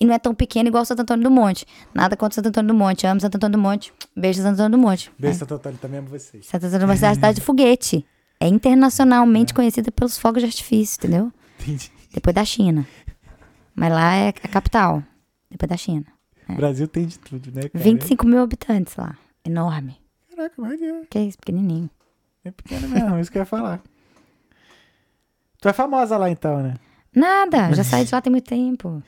C: E não é tão pequeno igual Santo Antônio do Monte. Nada contra Santo Antônio do Monte. Amo Santo Antônio do Monte. Beijo Santo Antônio do Monte.
A: Beijo, Santo Antônio. Também amo
C: [laughs]
A: vocês.
C: Santo Antônio do Monte é uma cidade de foguete. É internacionalmente conhecida pelos fogos de artifício, entendeu?
A: Entendi.
C: Depois da China. Mas lá é a capital. Depois da China.
A: O Brasil tem de tudo, né, cara?
C: 25 mil habitantes lá. Enorme.
A: Caraca, maneiro.
C: Que isso, pequenininho.
A: É pequeno mesmo, isso que eu ia falar. Tu é famosa lá então, né? [laughs]
C: Nada, já saí de lá tem muito tempo.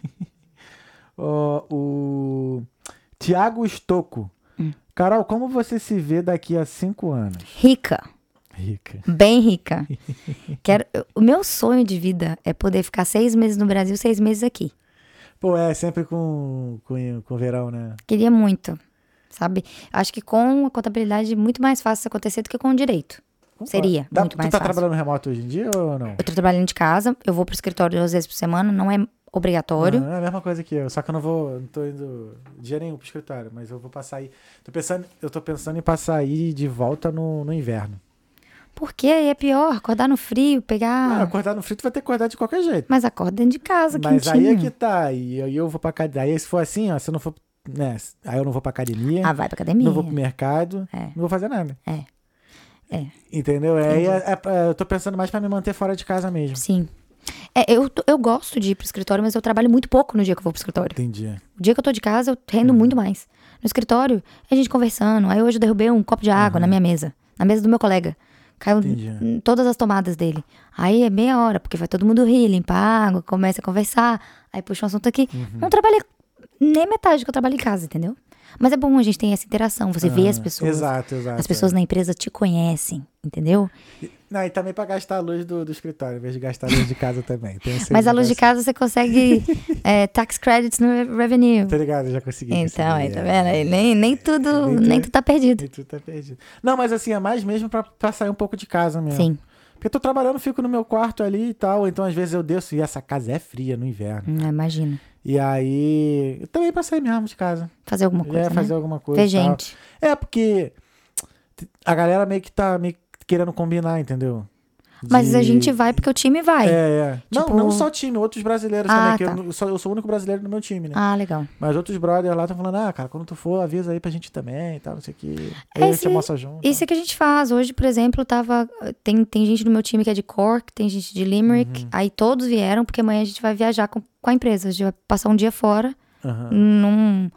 A: Ó, o Tiago Estoco.
C: Hum.
A: Carol, como você se vê daqui a cinco anos?
C: Rica.
A: Rica.
C: Bem rica. Quero, eu- o meu sonho de vida é poder ficar seis meses no Brasil, seis meses aqui.
A: Pô, é sempre com, com, com verão, né?
C: Queria muito, sabe? Acho que com a contabilidade é muito mais fácil isso acontecer do que com o direito. Seria
A: Dá-
C: muito
A: tu
C: mais
A: tá
C: fácil.
A: trabalhando remoto hoje em dia ou não?
C: Eu tô trabalhando de casa, eu vou pro escritório duas vezes por semana, não é obrigatório.
A: Não, é a mesma coisa que eu, só que eu não vou, não tô indo dia nenhum pro escritório, mas eu vou passar aí. Tô pensando, eu tô pensando em passar aí de volta no, no inverno.
C: Porque é pior acordar no frio,
A: Ah,
C: pegar.
A: acordar no frio, tu vai ter que acordar de qualquer jeito.
C: Mas acorda dentro de casa,
A: Mas é
C: quentinho.
A: tá, aí é que tá, e aí eu vou pra cadeia. Aí se for assim, ó, se eu não for né, aí eu não vou pra academia,
C: Ah, vai pra academia.
A: não vou pro mercado,
C: É.
A: não vou fazer nada.
C: É. É.
A: Entendeu? Aí é, é pra- eu tô pensando mais pra me manter fora de casa mesmo.
C: Sim. É, eu, t- eu gosto de ir pro escritório, mas eu trabalho muito pouco no dia que eu vou pro escritório.
A: Entendi.
C: O dia que eu tô de casa, eu rendo
A: Uhum.
C: muito mais. No escritório, é a gente conversando. Aí hoje eu derrubei um copo de água na minha mesa. Na mesa do meu colega. Caiu
A: Uhum. Entendi.
C: n- todas as tomadas dele. Aí é meia hora, porque vai todo mundo rir, limpar a água, começa a conversar. Aí puxa um assunto aqui.
A: Uhum.
C: Não trabalhei nem metade do que eu trabalho em casa, entendeu? Mas é bom, a gente tem essa interação. Você vê as pessoas.
A: Ah, Exato, exato. é.
C: As pessoas na empresa te conhecem, entendeu?
A: Não, e também pra gastar a luz do, do escritório, em vez de gastar a luz de casa também. Tem esse
C: Mas a luz de
A: negócio.
C: casa você
A: [laughs]
C: consegue é, tax credits no re- revenue.
A: Tá ligado? Eu já consegui.
C: Então, aí,
A: conseguir,
C: tá
A: é.
C: vendo? Aí Nem, nem tudo,
A: Nem
C: nem,
A: tudo-
C: tudo tá perdido.
A: E tu tá perdido. Não, mas assim, é mais mesmo pra, pra sair um pouco de casa mesmo.
C: Sim.
A: Porque eu tô trabalhando, fico no meu quarto ali e tal. Então, às vezes, eu desço e essa casa é fria no inverno.
C: Hum, eu imagino.
A: E aí. Eu também pra sair mesmo de casa.
C: Fazer alguma coisa.
A: é,
C: né?
A: fazer alguma coisa.
C: Ver
A: e tal.
C: gente.
A: É, porque a galera meio que tá meio que querendo combinar, entendeu?
C: Mas a
A: De-
C: gente vai porque o time vai.
A: É, é.
C: Tipo-
A: Não, não só time, outros brasileiros
C: Ah,
A: também. Que eu
C: tá.
A: não- eu, sou, eu sou o único brasileiro no meu time, né?
C: Ah, legal.
A: Mas outros brothers lá estão falando, ah, cara, quando tu for, avisa aí pra gente também e tal, não sei o que.
C: É,
A: Aí a
C: isso
A: gente
C: aí-
A: almoça junto.
C: Isso é que a gente faz. Hoje, por exemplo, tava. Tem, tem gente do meu time que é de Cork, tem gente de Limerick.
A: Uhum.
C: Aí todos vieram, porque amanhã a gente vai viajar com, com a empresa. A gente vai passar um dia fora
A: Aham.
C: Hum. num,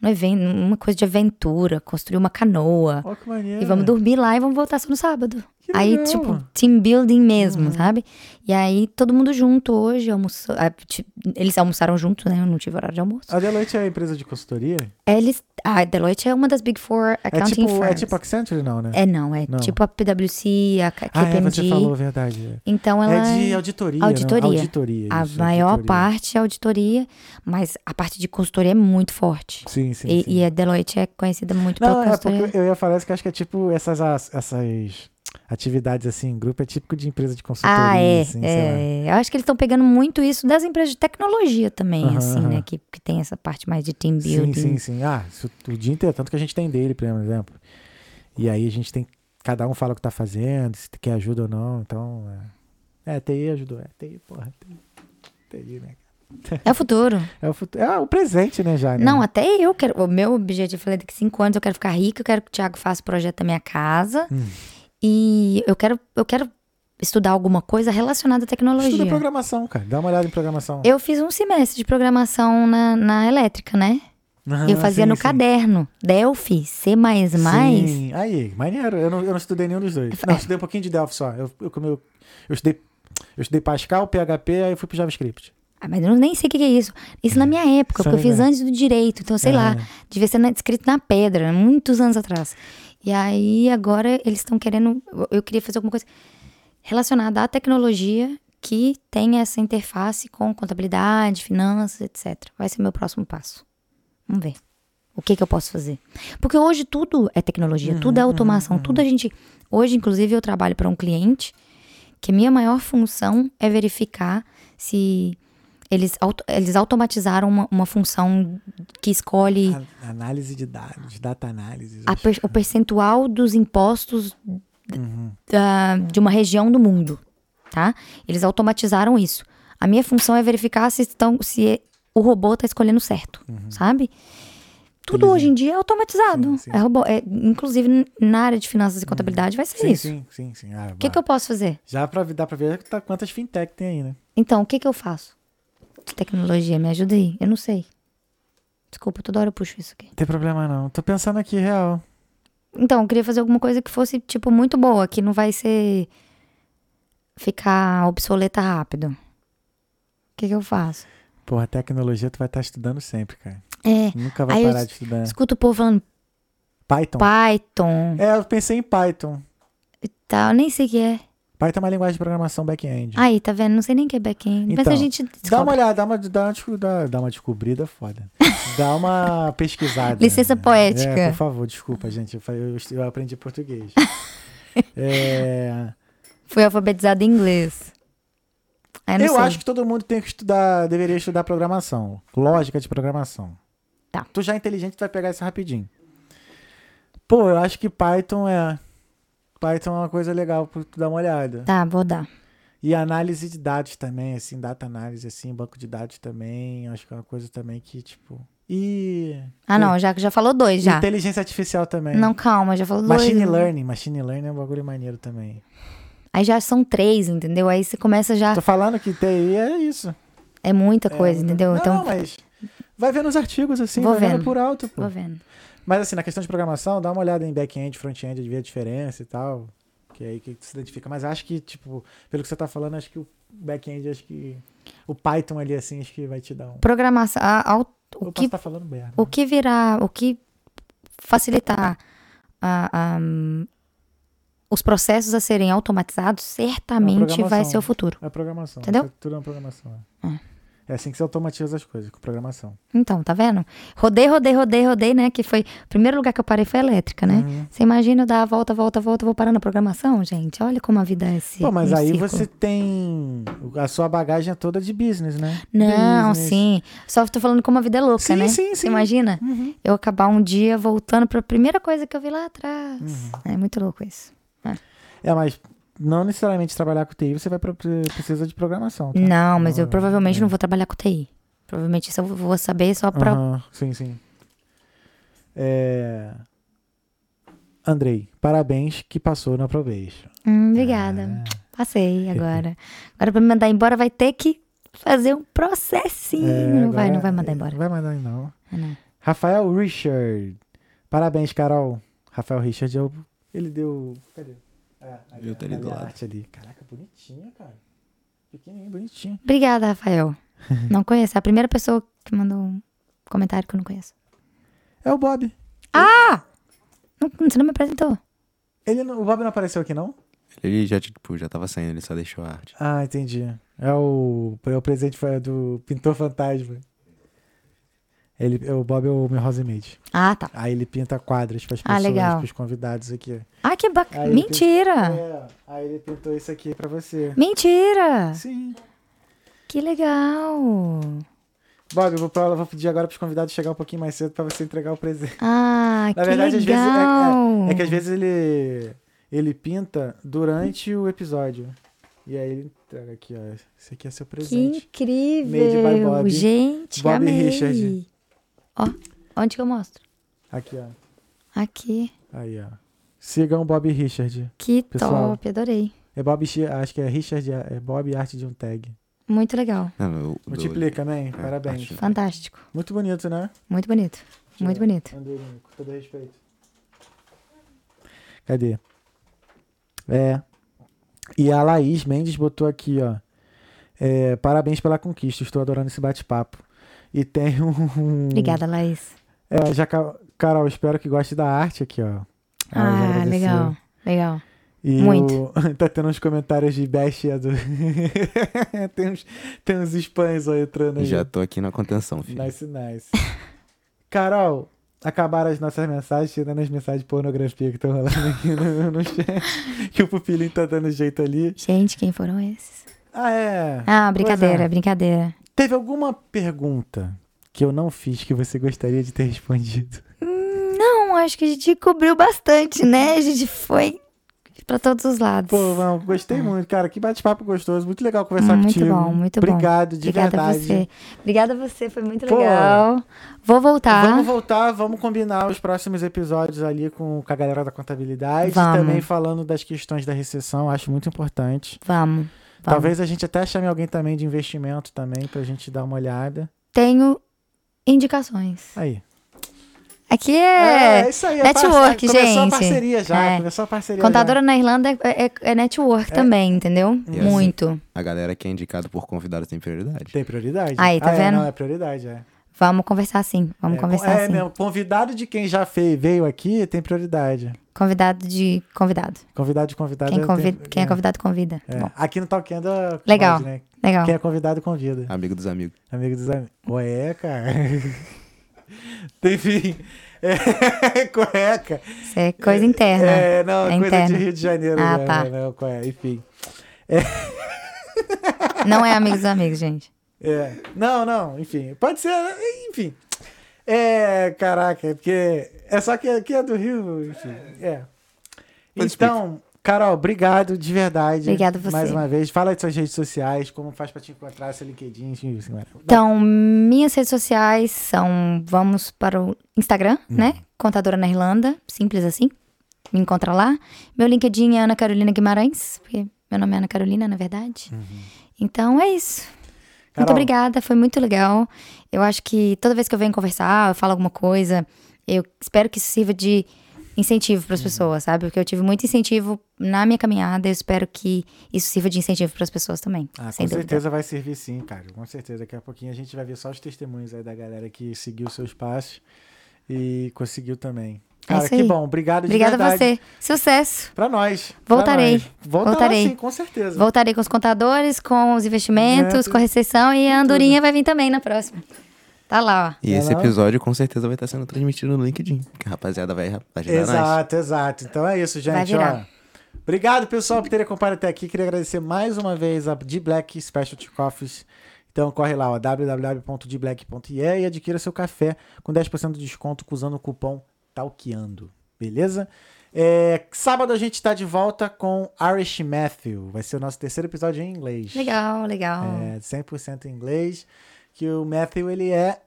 C: num evento, numa coisa de aventura, construir uma canoa.
A: Ó, que maneiro.
C: E vamos dormir lá e vamos voltar só no sábado.
A: É. Que
C: Aí,
A: legal. Uhum.
C: tipo, team building mesmo, sabe? E aí, todo mundo junto hoje, almoçou. ah, ti- Eles almoçaram junto, né? Eu não tive horário de almoço.
A: A Deloitte é a empresa de consultoria?
C: Eles, a Deloitte é uma das Big Four
A: É
C: accounting
A: tipo,
C: firms.
A: é tipo Accenture, não, né?
C: É, não, é
A: Não.
C: tipo a PwC, a K-
A: ah, é,
C: KPMG.
A: você falou a verdade.
C: Então
A: É,
C: ela
A: é de
C: é
A: auditoria. né?
C: auditoria.
A: auditoria
C: a
A: isso,
C: maior
A: auditoria.
C: parte é auditoria, mas a parte de consultoria é muito forte.
A: Sim, sim.
C: e,
A: sim.
C: e a Deloitte é conhecida muito
A: Não,
C: pela
A: é
C: consultoria.
A: porque eu ia falar isso que eu acho que é tipo essas, as- essas atividades assim, em grupo, é típico de empresa de consultoria.
C: Ah, é.
A: assim, sei lá.
C: é. Eu acho que eles estão pegando muito isso das empresas de tecnologia também,
A: Aham,
C: assim, né?
A: aham.
C: Que, que tem essa parte mais de team
A: Sim,
C: building.
A: sim, sim. Ah, isso, o dia inteiro, tanto que a gente tem dele, por exemplo. E aí a gente tem. Cada um fala o que tá fazendo, se quer ajuda ou não. Então. É, é TI ajudou. É TI, porra. TI, TI né?
C: É o futuro.
A: É o, futuro, é o presente, né, já? né?
C: Não, é até eu quero. O meu objetivo é daqui cinco anos eu quero ficar rica, eu quero que o Thiago faça o projeto da minha casa.
A: Hum.
C: E eu quero, eu quero estudar alguma coisa relacionada à tecnologia.
A: Estuda programação, cara. Dá uma olhada em programação.
C: Eu fiz um semestre de programação na, na elétrica, né?
A: Ah,
C: eu fazia
A: sim,
C: no
A: sim.
C: caderno. Delphi, C.
A: Sim. Aí, maneiro. Eu não, eu não estudei nenhum dos dois. Não, eu estudei um pouquinho de Delphi só. Eu, eu, como eu, eu, estudei, eu estudei Pascal, PHP, aí eu fui pro JavaScript.
C: Ah, mas eu nem sei o que, que é isso. Isso na minha época,
A: Isso
C: porque eu
A: aí,
C: fiz
A: né?
C: antes do direito. Então, sei lá, devia ser na- escrito na pedra, muitos anos atrás. E aí, agora, eles estão querendo... eu- Eu queria fazer alguma coisa relacionada à tecnologia que tenha essa interface com contabilidade, finanças, etc. Vai ser meu próximo passo. Vamos ver. O que, que eu posso fazer? Porque hoje tudo é tecnologia, tudo é automação, tudo a gente... Hoje, inclusive, eu trabalho para um cliente que minha maior função é verificar se eles, auto- eles automatizaram uma, uma função que escolhe
A: A- análise de dados, data análise.
C: a
A: acho.
C: per- o percentual dos impostos d-
A: Uhum.
C: da- de uma região do mundo, tá? Eles automatizaram isso. A minha função é verificar se, estão, se é- o robô está escolhendo certo, sabe? Tudo hoje em dia é automatizado.
A: Uhum. Sim, sim.
C: É robô. É, inclusive, n- na área de finanças e contabilidade vai ser
A: sim,
C: É isso.
A: sim, sim, sim. Ah,
C: O que, que eu posso fazer?
A: Já pra, dá pra ver tá- quantas fintech tem aí, né?
C: Então, o que, que eu faço? Tecnologia, me ajuda aí. Eu não sei. Desculpa, toda hora eu puxo isso aqui.
A: Não tem problema não. Tô pensando aqui, real.
C: Então, eu queria fazer alguma coisa que fosse, tipo, muito boa, que não vai ser. ficar obsoleta rápido. O que, que eu faço?
A: Porra, tecnologia tu vai estar estudando sempre, cara.
C: É.
A: Nunca vai
C: Aí eu
A: parar
C: es-
A: de estudar.
C: Escuta o povo falando
A: Python.
C: Python
A: É, eu pensei em Python.
C: e tal, nem sei o que é.
A: Python é uma linguagem de programação back-end.
C: Aí, tá vendo? Não sei nem o que é back-end. Mas
A: Então,
C: a gente.
A: Dá uma
C: Descobre.
A: olhada, dá uma, dá uma, descu- dá, dá uma descobrida, é
C: [laughs]
A: foda. Dá uma pesquisada.
C: Licença poética.
A: É, por favor, desculpa, gente. Eu, falei- eu, eu aprendi
C: [laughs]
A: português. é,
C: Fui alfabetizada em inglês. Aí, não
A: eu
C: sei.
A: acho que todo mundo tem que estudar, deveria estudar programação. Lógica de programação.
C: Tá.
A: Tu já é inteligente, tu vai pegar isso rapidinho. Pô, eu acho que Python é. Python é uma coisa legal pra tu dar uma olhada.
C: Tá, vou dar.
A: E análise de dados também, assim, data análise, assim, banco de dados também. Acho que é uma coisa também que, tipo. e.
C: Ah, não, já, já falou dois já.
A: Inteligência artificial também.
C: Não, calma, já falou dois.
A: Machine learning. Machine learning é um bagulho maneiro também.
C: Aí já são três, entendeu? Aí você começa já.
A: Tô falando que TI é isso.
C: É muita Ah. coisa, entendeu?
A: Não,
C: então,
A: não, mas. Vai vendo os artigos, assim,
C: Vou
A: vai vendo
C: vendo.
A: por alto, pô.
C: vou vendo.
A: Mas assim, na questão de programação, dá uma olhada em back-end, front-end, vê a diferença e tal. Que é aí que se identifica. Mas acho que, tipo, pelo que você tá falando, acho que o back-end, acho que. O Python ali, assim, acho que vai te dar um.
C: Programação. a- ao- o,
A: Opa,
C: que,
A: você tá falando merda.
C: o que virar. O que facilitar a- a- os processos a serem automatizados certamente vai
A: programação.
C: ser o futuro.
A: É programação.
C: Entendeu?
A: Isso é Tudo é uma programação. É. É assim que você automatiza as coisas, com programação.
C: Então, tá vendo? Rodei, rodei, rodei, rodei, né? Que foi. O primeiro lugar que eu parei foi a elétrica, né?
A: Uhum.
C: Você imagina eu dar a volta, volta, volta, vou parar na programação, gente? Olha como a vida é esse.
A: Pô, mas
C: um
A: aí
C: círculo.
A: você tem a sua bagagem é toda de business, né?
C: Não,
A: Business.
C: sim. Só tô falando como a vida é louca,
A: Sim,
C: né?
A: sim,
C: Você
A: sim. Uhum.
C: imagina? Eu acabar um dia voltando pra primeira coisa que eu vi lá atrás.
A: Uhum.
C: É muito louco isso.
A: É, mas não necessariamente trabalhar com TI você vai pra, precisa de programação. Tá?
C: Não, mas eu
A: Ah,
C: provavelmente não vou trabalhar com TI. Provavelmente isso eu vou saber só pra.
A: Aham, sim, sim. É... Andrei, parabéns que passou na Probation.
C: Hum,
A: É.
C: obrigada. Passei agora. Agora pra me mandar embora vai ter que fazer um processinho.
A: É,
C: não vai,
A: agora-
C: não vai mandar embora.
A: Vai mandar não.
C: Ah, não.
A: Rafael Richard. Parabéns, Carol. Rafael Richard é o... Ele deu... Cadê? Ah, ali,
B: Eu tô tá ali
A: a
B: do lado.
A: arte ali. Caraca, bonitinha, cara. Pequenininha, bonitinha.
C: Obrigada,
A: [laughs]
C: Rafael. Não conheço. É a primeira pessoa que mandou um comentário que eu não conheço.
A: É o Bob.
C: Não, você não me apresentou.
A: Ele não- O Bob não apareceu aqui, não?
B: Ele já, tipo, já tava saindo, ele só deixou a arte.
A: Ah, entendi. É o, é o presente fa- do Pintor Fantasma. Ele, é o Bob é o meu Rosemade.
C: Ah, tá.
A: Aí ele pinta quadros pras
C: Ah,
A: pessoas,
C: legal.
A: pros convidados aqui.
C: Ah, que
A: Aí
C: bacana.
A: eu
C: Mentira!
A: É, aí ele pintou isso aqui pra você.
C: Mentira!
A: Sim.
C: Que legal!
A: Bob, eu vou, pra- eu vou pedir agora pros convidados chegar um pouquinho mais cedo pra você entregar o presente.
C: Ah,
A: Na
C: que
A: verdade,
C: legal!
A: às vezes. É, é- é que às vezes ele. Ele pinta durante o episódio. E aí ele entrega aqui, ó. Esse aqui é seu
C: Que
A: presente. Made by
C: incrível!
A: Bob.
C: Gente,
A: Bob
C: amei!
A: Richard.
C: Ó, onde que eu mostro?
A: Aqui, ó.
C: Aqui.
A: Aí, ó. Sigam o Bob Richard.
C: Que
A: Pessoal.
C: top, adorei.
A: É Bob, Chi- acho que é Richard, é Bob Arte de um Tag.
C: Muito legal.
B: Não, o- do-
A: Multiplica, man. Parabéns.
B: acho.
C: Fantástico.
A: Muito bonito, né?
C: Muito bonito. Muito bonito.
A: Andrei, com todo respeito. Cadê? É. E a Laís Mendes botou aqui, ó. É, parabéns pela conquista, estou adorando esse bate-papo. E tem um.
C: Obrigada, Laís.
A: É, já, Ca- Carol, espero que goste da arte aqui, ó. Ela já
C: Ah,
A: agradeceu.
C: legal. Legal.
A: E
C: Muito.
A: o- [laughs] tá tendo uns comentários de Best do... [laughs] tem, uns, tem uns spams aí entrando aí.
B: Já tô aqui na contenção, filho.
A: né, Nice, nice. Carol, acabaram as nossas mensagens, tirando as mensagens de pornografia que estão rolando aqui no, no chat. Que o pupilinho tá dando jeito ali.
C: Gente, quem foram esses?
A: Ah, é.
C: Ah, brincadeira,
A: Pois
C: brincadeira.
A: Teve alguma pergunta que eu não fiz que você gostaria de ter respondido?
C: Não, acho que a gente cobriu bastante, né? A gente foi pra todos os lados.
A: Pô, não, gostei muito, cara. Que bate-papo gostoso. Muito legal conversar
C: Ah. Muito
A: contigo.
C: bom, muito bom.
A: Obrigado, de
C: Obrigada
A: verdade.
C: a você. Obrigada a você, foi muito
A: Pô.
C: legal. Vou voltar.
A: Vamos voltar, vamos combinar os próximos episódios ali com, com a galera da contabilidade.
C: Vamos.
A: Também falando das questões da recessão, acho muito importante.
C: Vamos. vamos.
A: Talvez a gente até chame alguém também de investimento também, pra gente dar uma olhada.
C: Tenho indicações.
A: Aí.
C: Aqui
A: Ah,
C: é.
A: isso aí.
C: network,
A: parceria. Começou a
C: gente.
A: parceria já.
C: É.
A: Começou a parceria
C: Contadora na Irlanda é, é- é network também, entendeu?
B: E assim-
C: Muito.
B: A galera que é indicada por convidado tem
A: já.
B: prioridade.
A: Tem prioridade.
C: Aí, tá
A: Ah, é,
C: vendo?
A: não, é prioridade, é.
C: Vamos conversar sim. Vamos
A: é,
C: conversar assim.
A: É,
C: sim.
A: mesmo, convidado de quem já fe- veio aqui tem prioridade.
C: Convidado de convidado.
A: Convidado de convidado.
C: Quem,
A: tem-
C: convida, quem é
A: é.
C: convidado, convida.
A: É.
C: Bom,
A: Aqui no Talkendo
C: Legal.
A: né?
C: legal.
A: Quem é convidado, convida.
B: Amigo dos amigos.
A: Amigo dos amigos. Ué, [laughs] cara. Enfim. É, [laughs] cueca.
C: Isso é coisa interna.
A: É, não,
C: É
A: coisa
C: interna.
A: de Rio de Janeiro.
C: Ah,
A: né?
C: tá.
A: Não, qual é? Enfim.
C: Não é amigos dos amigos, gente.
A: É. Não, não, enfim. Pode ser, enfim. É, caraca, é porque é só que aqui é do Rio, enfim. É.
B: Mas
A: Então, Carol, obrigado de verdade.
C: Obrigada você.
A: Mais uma vez. Fala de suas redes sociais, como faz pra te encontrar, seu LinkedIn, enfim, assim, galera.
C: Então, minhas redes sociais são. Vamos para o Instagram,
A: Uhum.
C: né? Contadora na Irlanda, simples assim. Me encontra lá. Meu LinkedIn é Ana Carolina Guimarães, porque meu nome é Ana Carolina, na verdade. Então é isso.
A: Uhum. Carol.
C: Muito obrigada, foi muito legal. Eu acho que toda vez que eu venho conversar, eu falo alguma coisa, eu espero que isso sirva de incentivo
A: Uhum.
C: para as pessoas, sabe? Porque eu tive muito incentivo na minha caminhada, eu espero que isso sirva de incentivo para as pessoas também.
A: Ah,
C: sem
A: com
C: dúvida.
A: certeza vai servir sim, cara. Com certeza. Daqui a pouquinho a gente vai ver só os testemunhos aí da galera que seguiu seus passos e conseguiu também. Cara,
C: É isso
A: que
C: aí.
A: bom. Obrigado de
C: Obrigada a
A: verdade.
C: você. Sucesso.
A: Pra nós.
C: Voltarei.
A: Pra nós. Voltará
C: Voltarei.
A: sim, com certeza.
C: Voltarei com os contadores, com os
A: É,
C: investimentos,
A: tudo.
C: com a recessão e a Andorinha vai vir também na próxima. Tá lá, ó.
B: E esse
A: Ela-
B: episódio com certeza vai estar sendo transmitido no LinkedIn. Que a rapaziada vai ajudar nós.
A: Exato, exato. Então é isso,
C: Vai
A: gente. Ó.
C: virar.
A: Obrigado, pessoal, por terem acompanhado até aqui. Queria agradecer mais uma vez a D Black Specialty Coffees. Então corre lá, ó, www.dblack.ie e adquira seu café com 10% de desconto usando o cupom TALKEANDO. Beleza? É, sábado a gente está de volta com Irish Matthew. Vai ser o nosso terceiro episódio em inglês.
C: Legal, legal.
A: É, 100% em inglês. Que o Matthew, ele é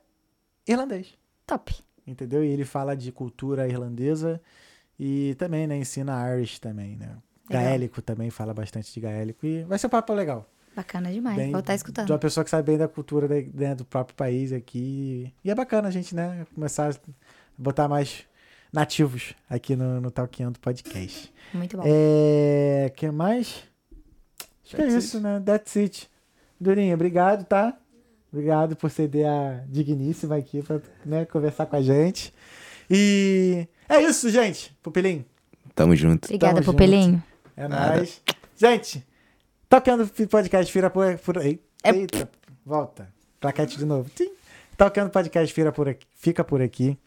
A: irlandês
C: Top.
A: entendeu? E ele fala de cultura irlandesa e também, né, ensina Irish também, né?
C: Legal.
A: Gaélico também fala bastante de gaélico e vai ser um papo legal.
C: Bacana demais.
A: Bem-
C: Vou estar
A: De
C: escutando.
A: uma pessoa que sabe bem da cultura da- né, do próprio país aqui. E é bacana a gente, né, começar a botar mais nativos aqui no, no Talkando Podcast.
C: Muito bom.
A: É, que mais? Acho que é
B: That's
A: isso, né? That's it. Durinha, obrigado, tá? Obrigado por ceder a digníssima aqui pra né, conversar com a gente. E é isso, gente. Pupilim,
B: Tamo junto.
C: Obrigada,
A: tamo junto.
C: Popelinho.
A: é
B: Nada.
A: nóis. Gente, tocando podcast Fira por. por ei-
C: É-
A: Eita, volta. Plaquete de novo. Tim. Tocando podcast Fira por aqui, fica por aqui.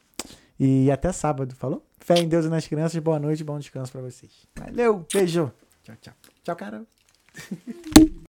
A: E até sábado, falou? Fé em Deus e nas crianças. Boa noite, bom descanso pra vocês. Valeu, beijo. Tchau, tchau. Tchau, Carol.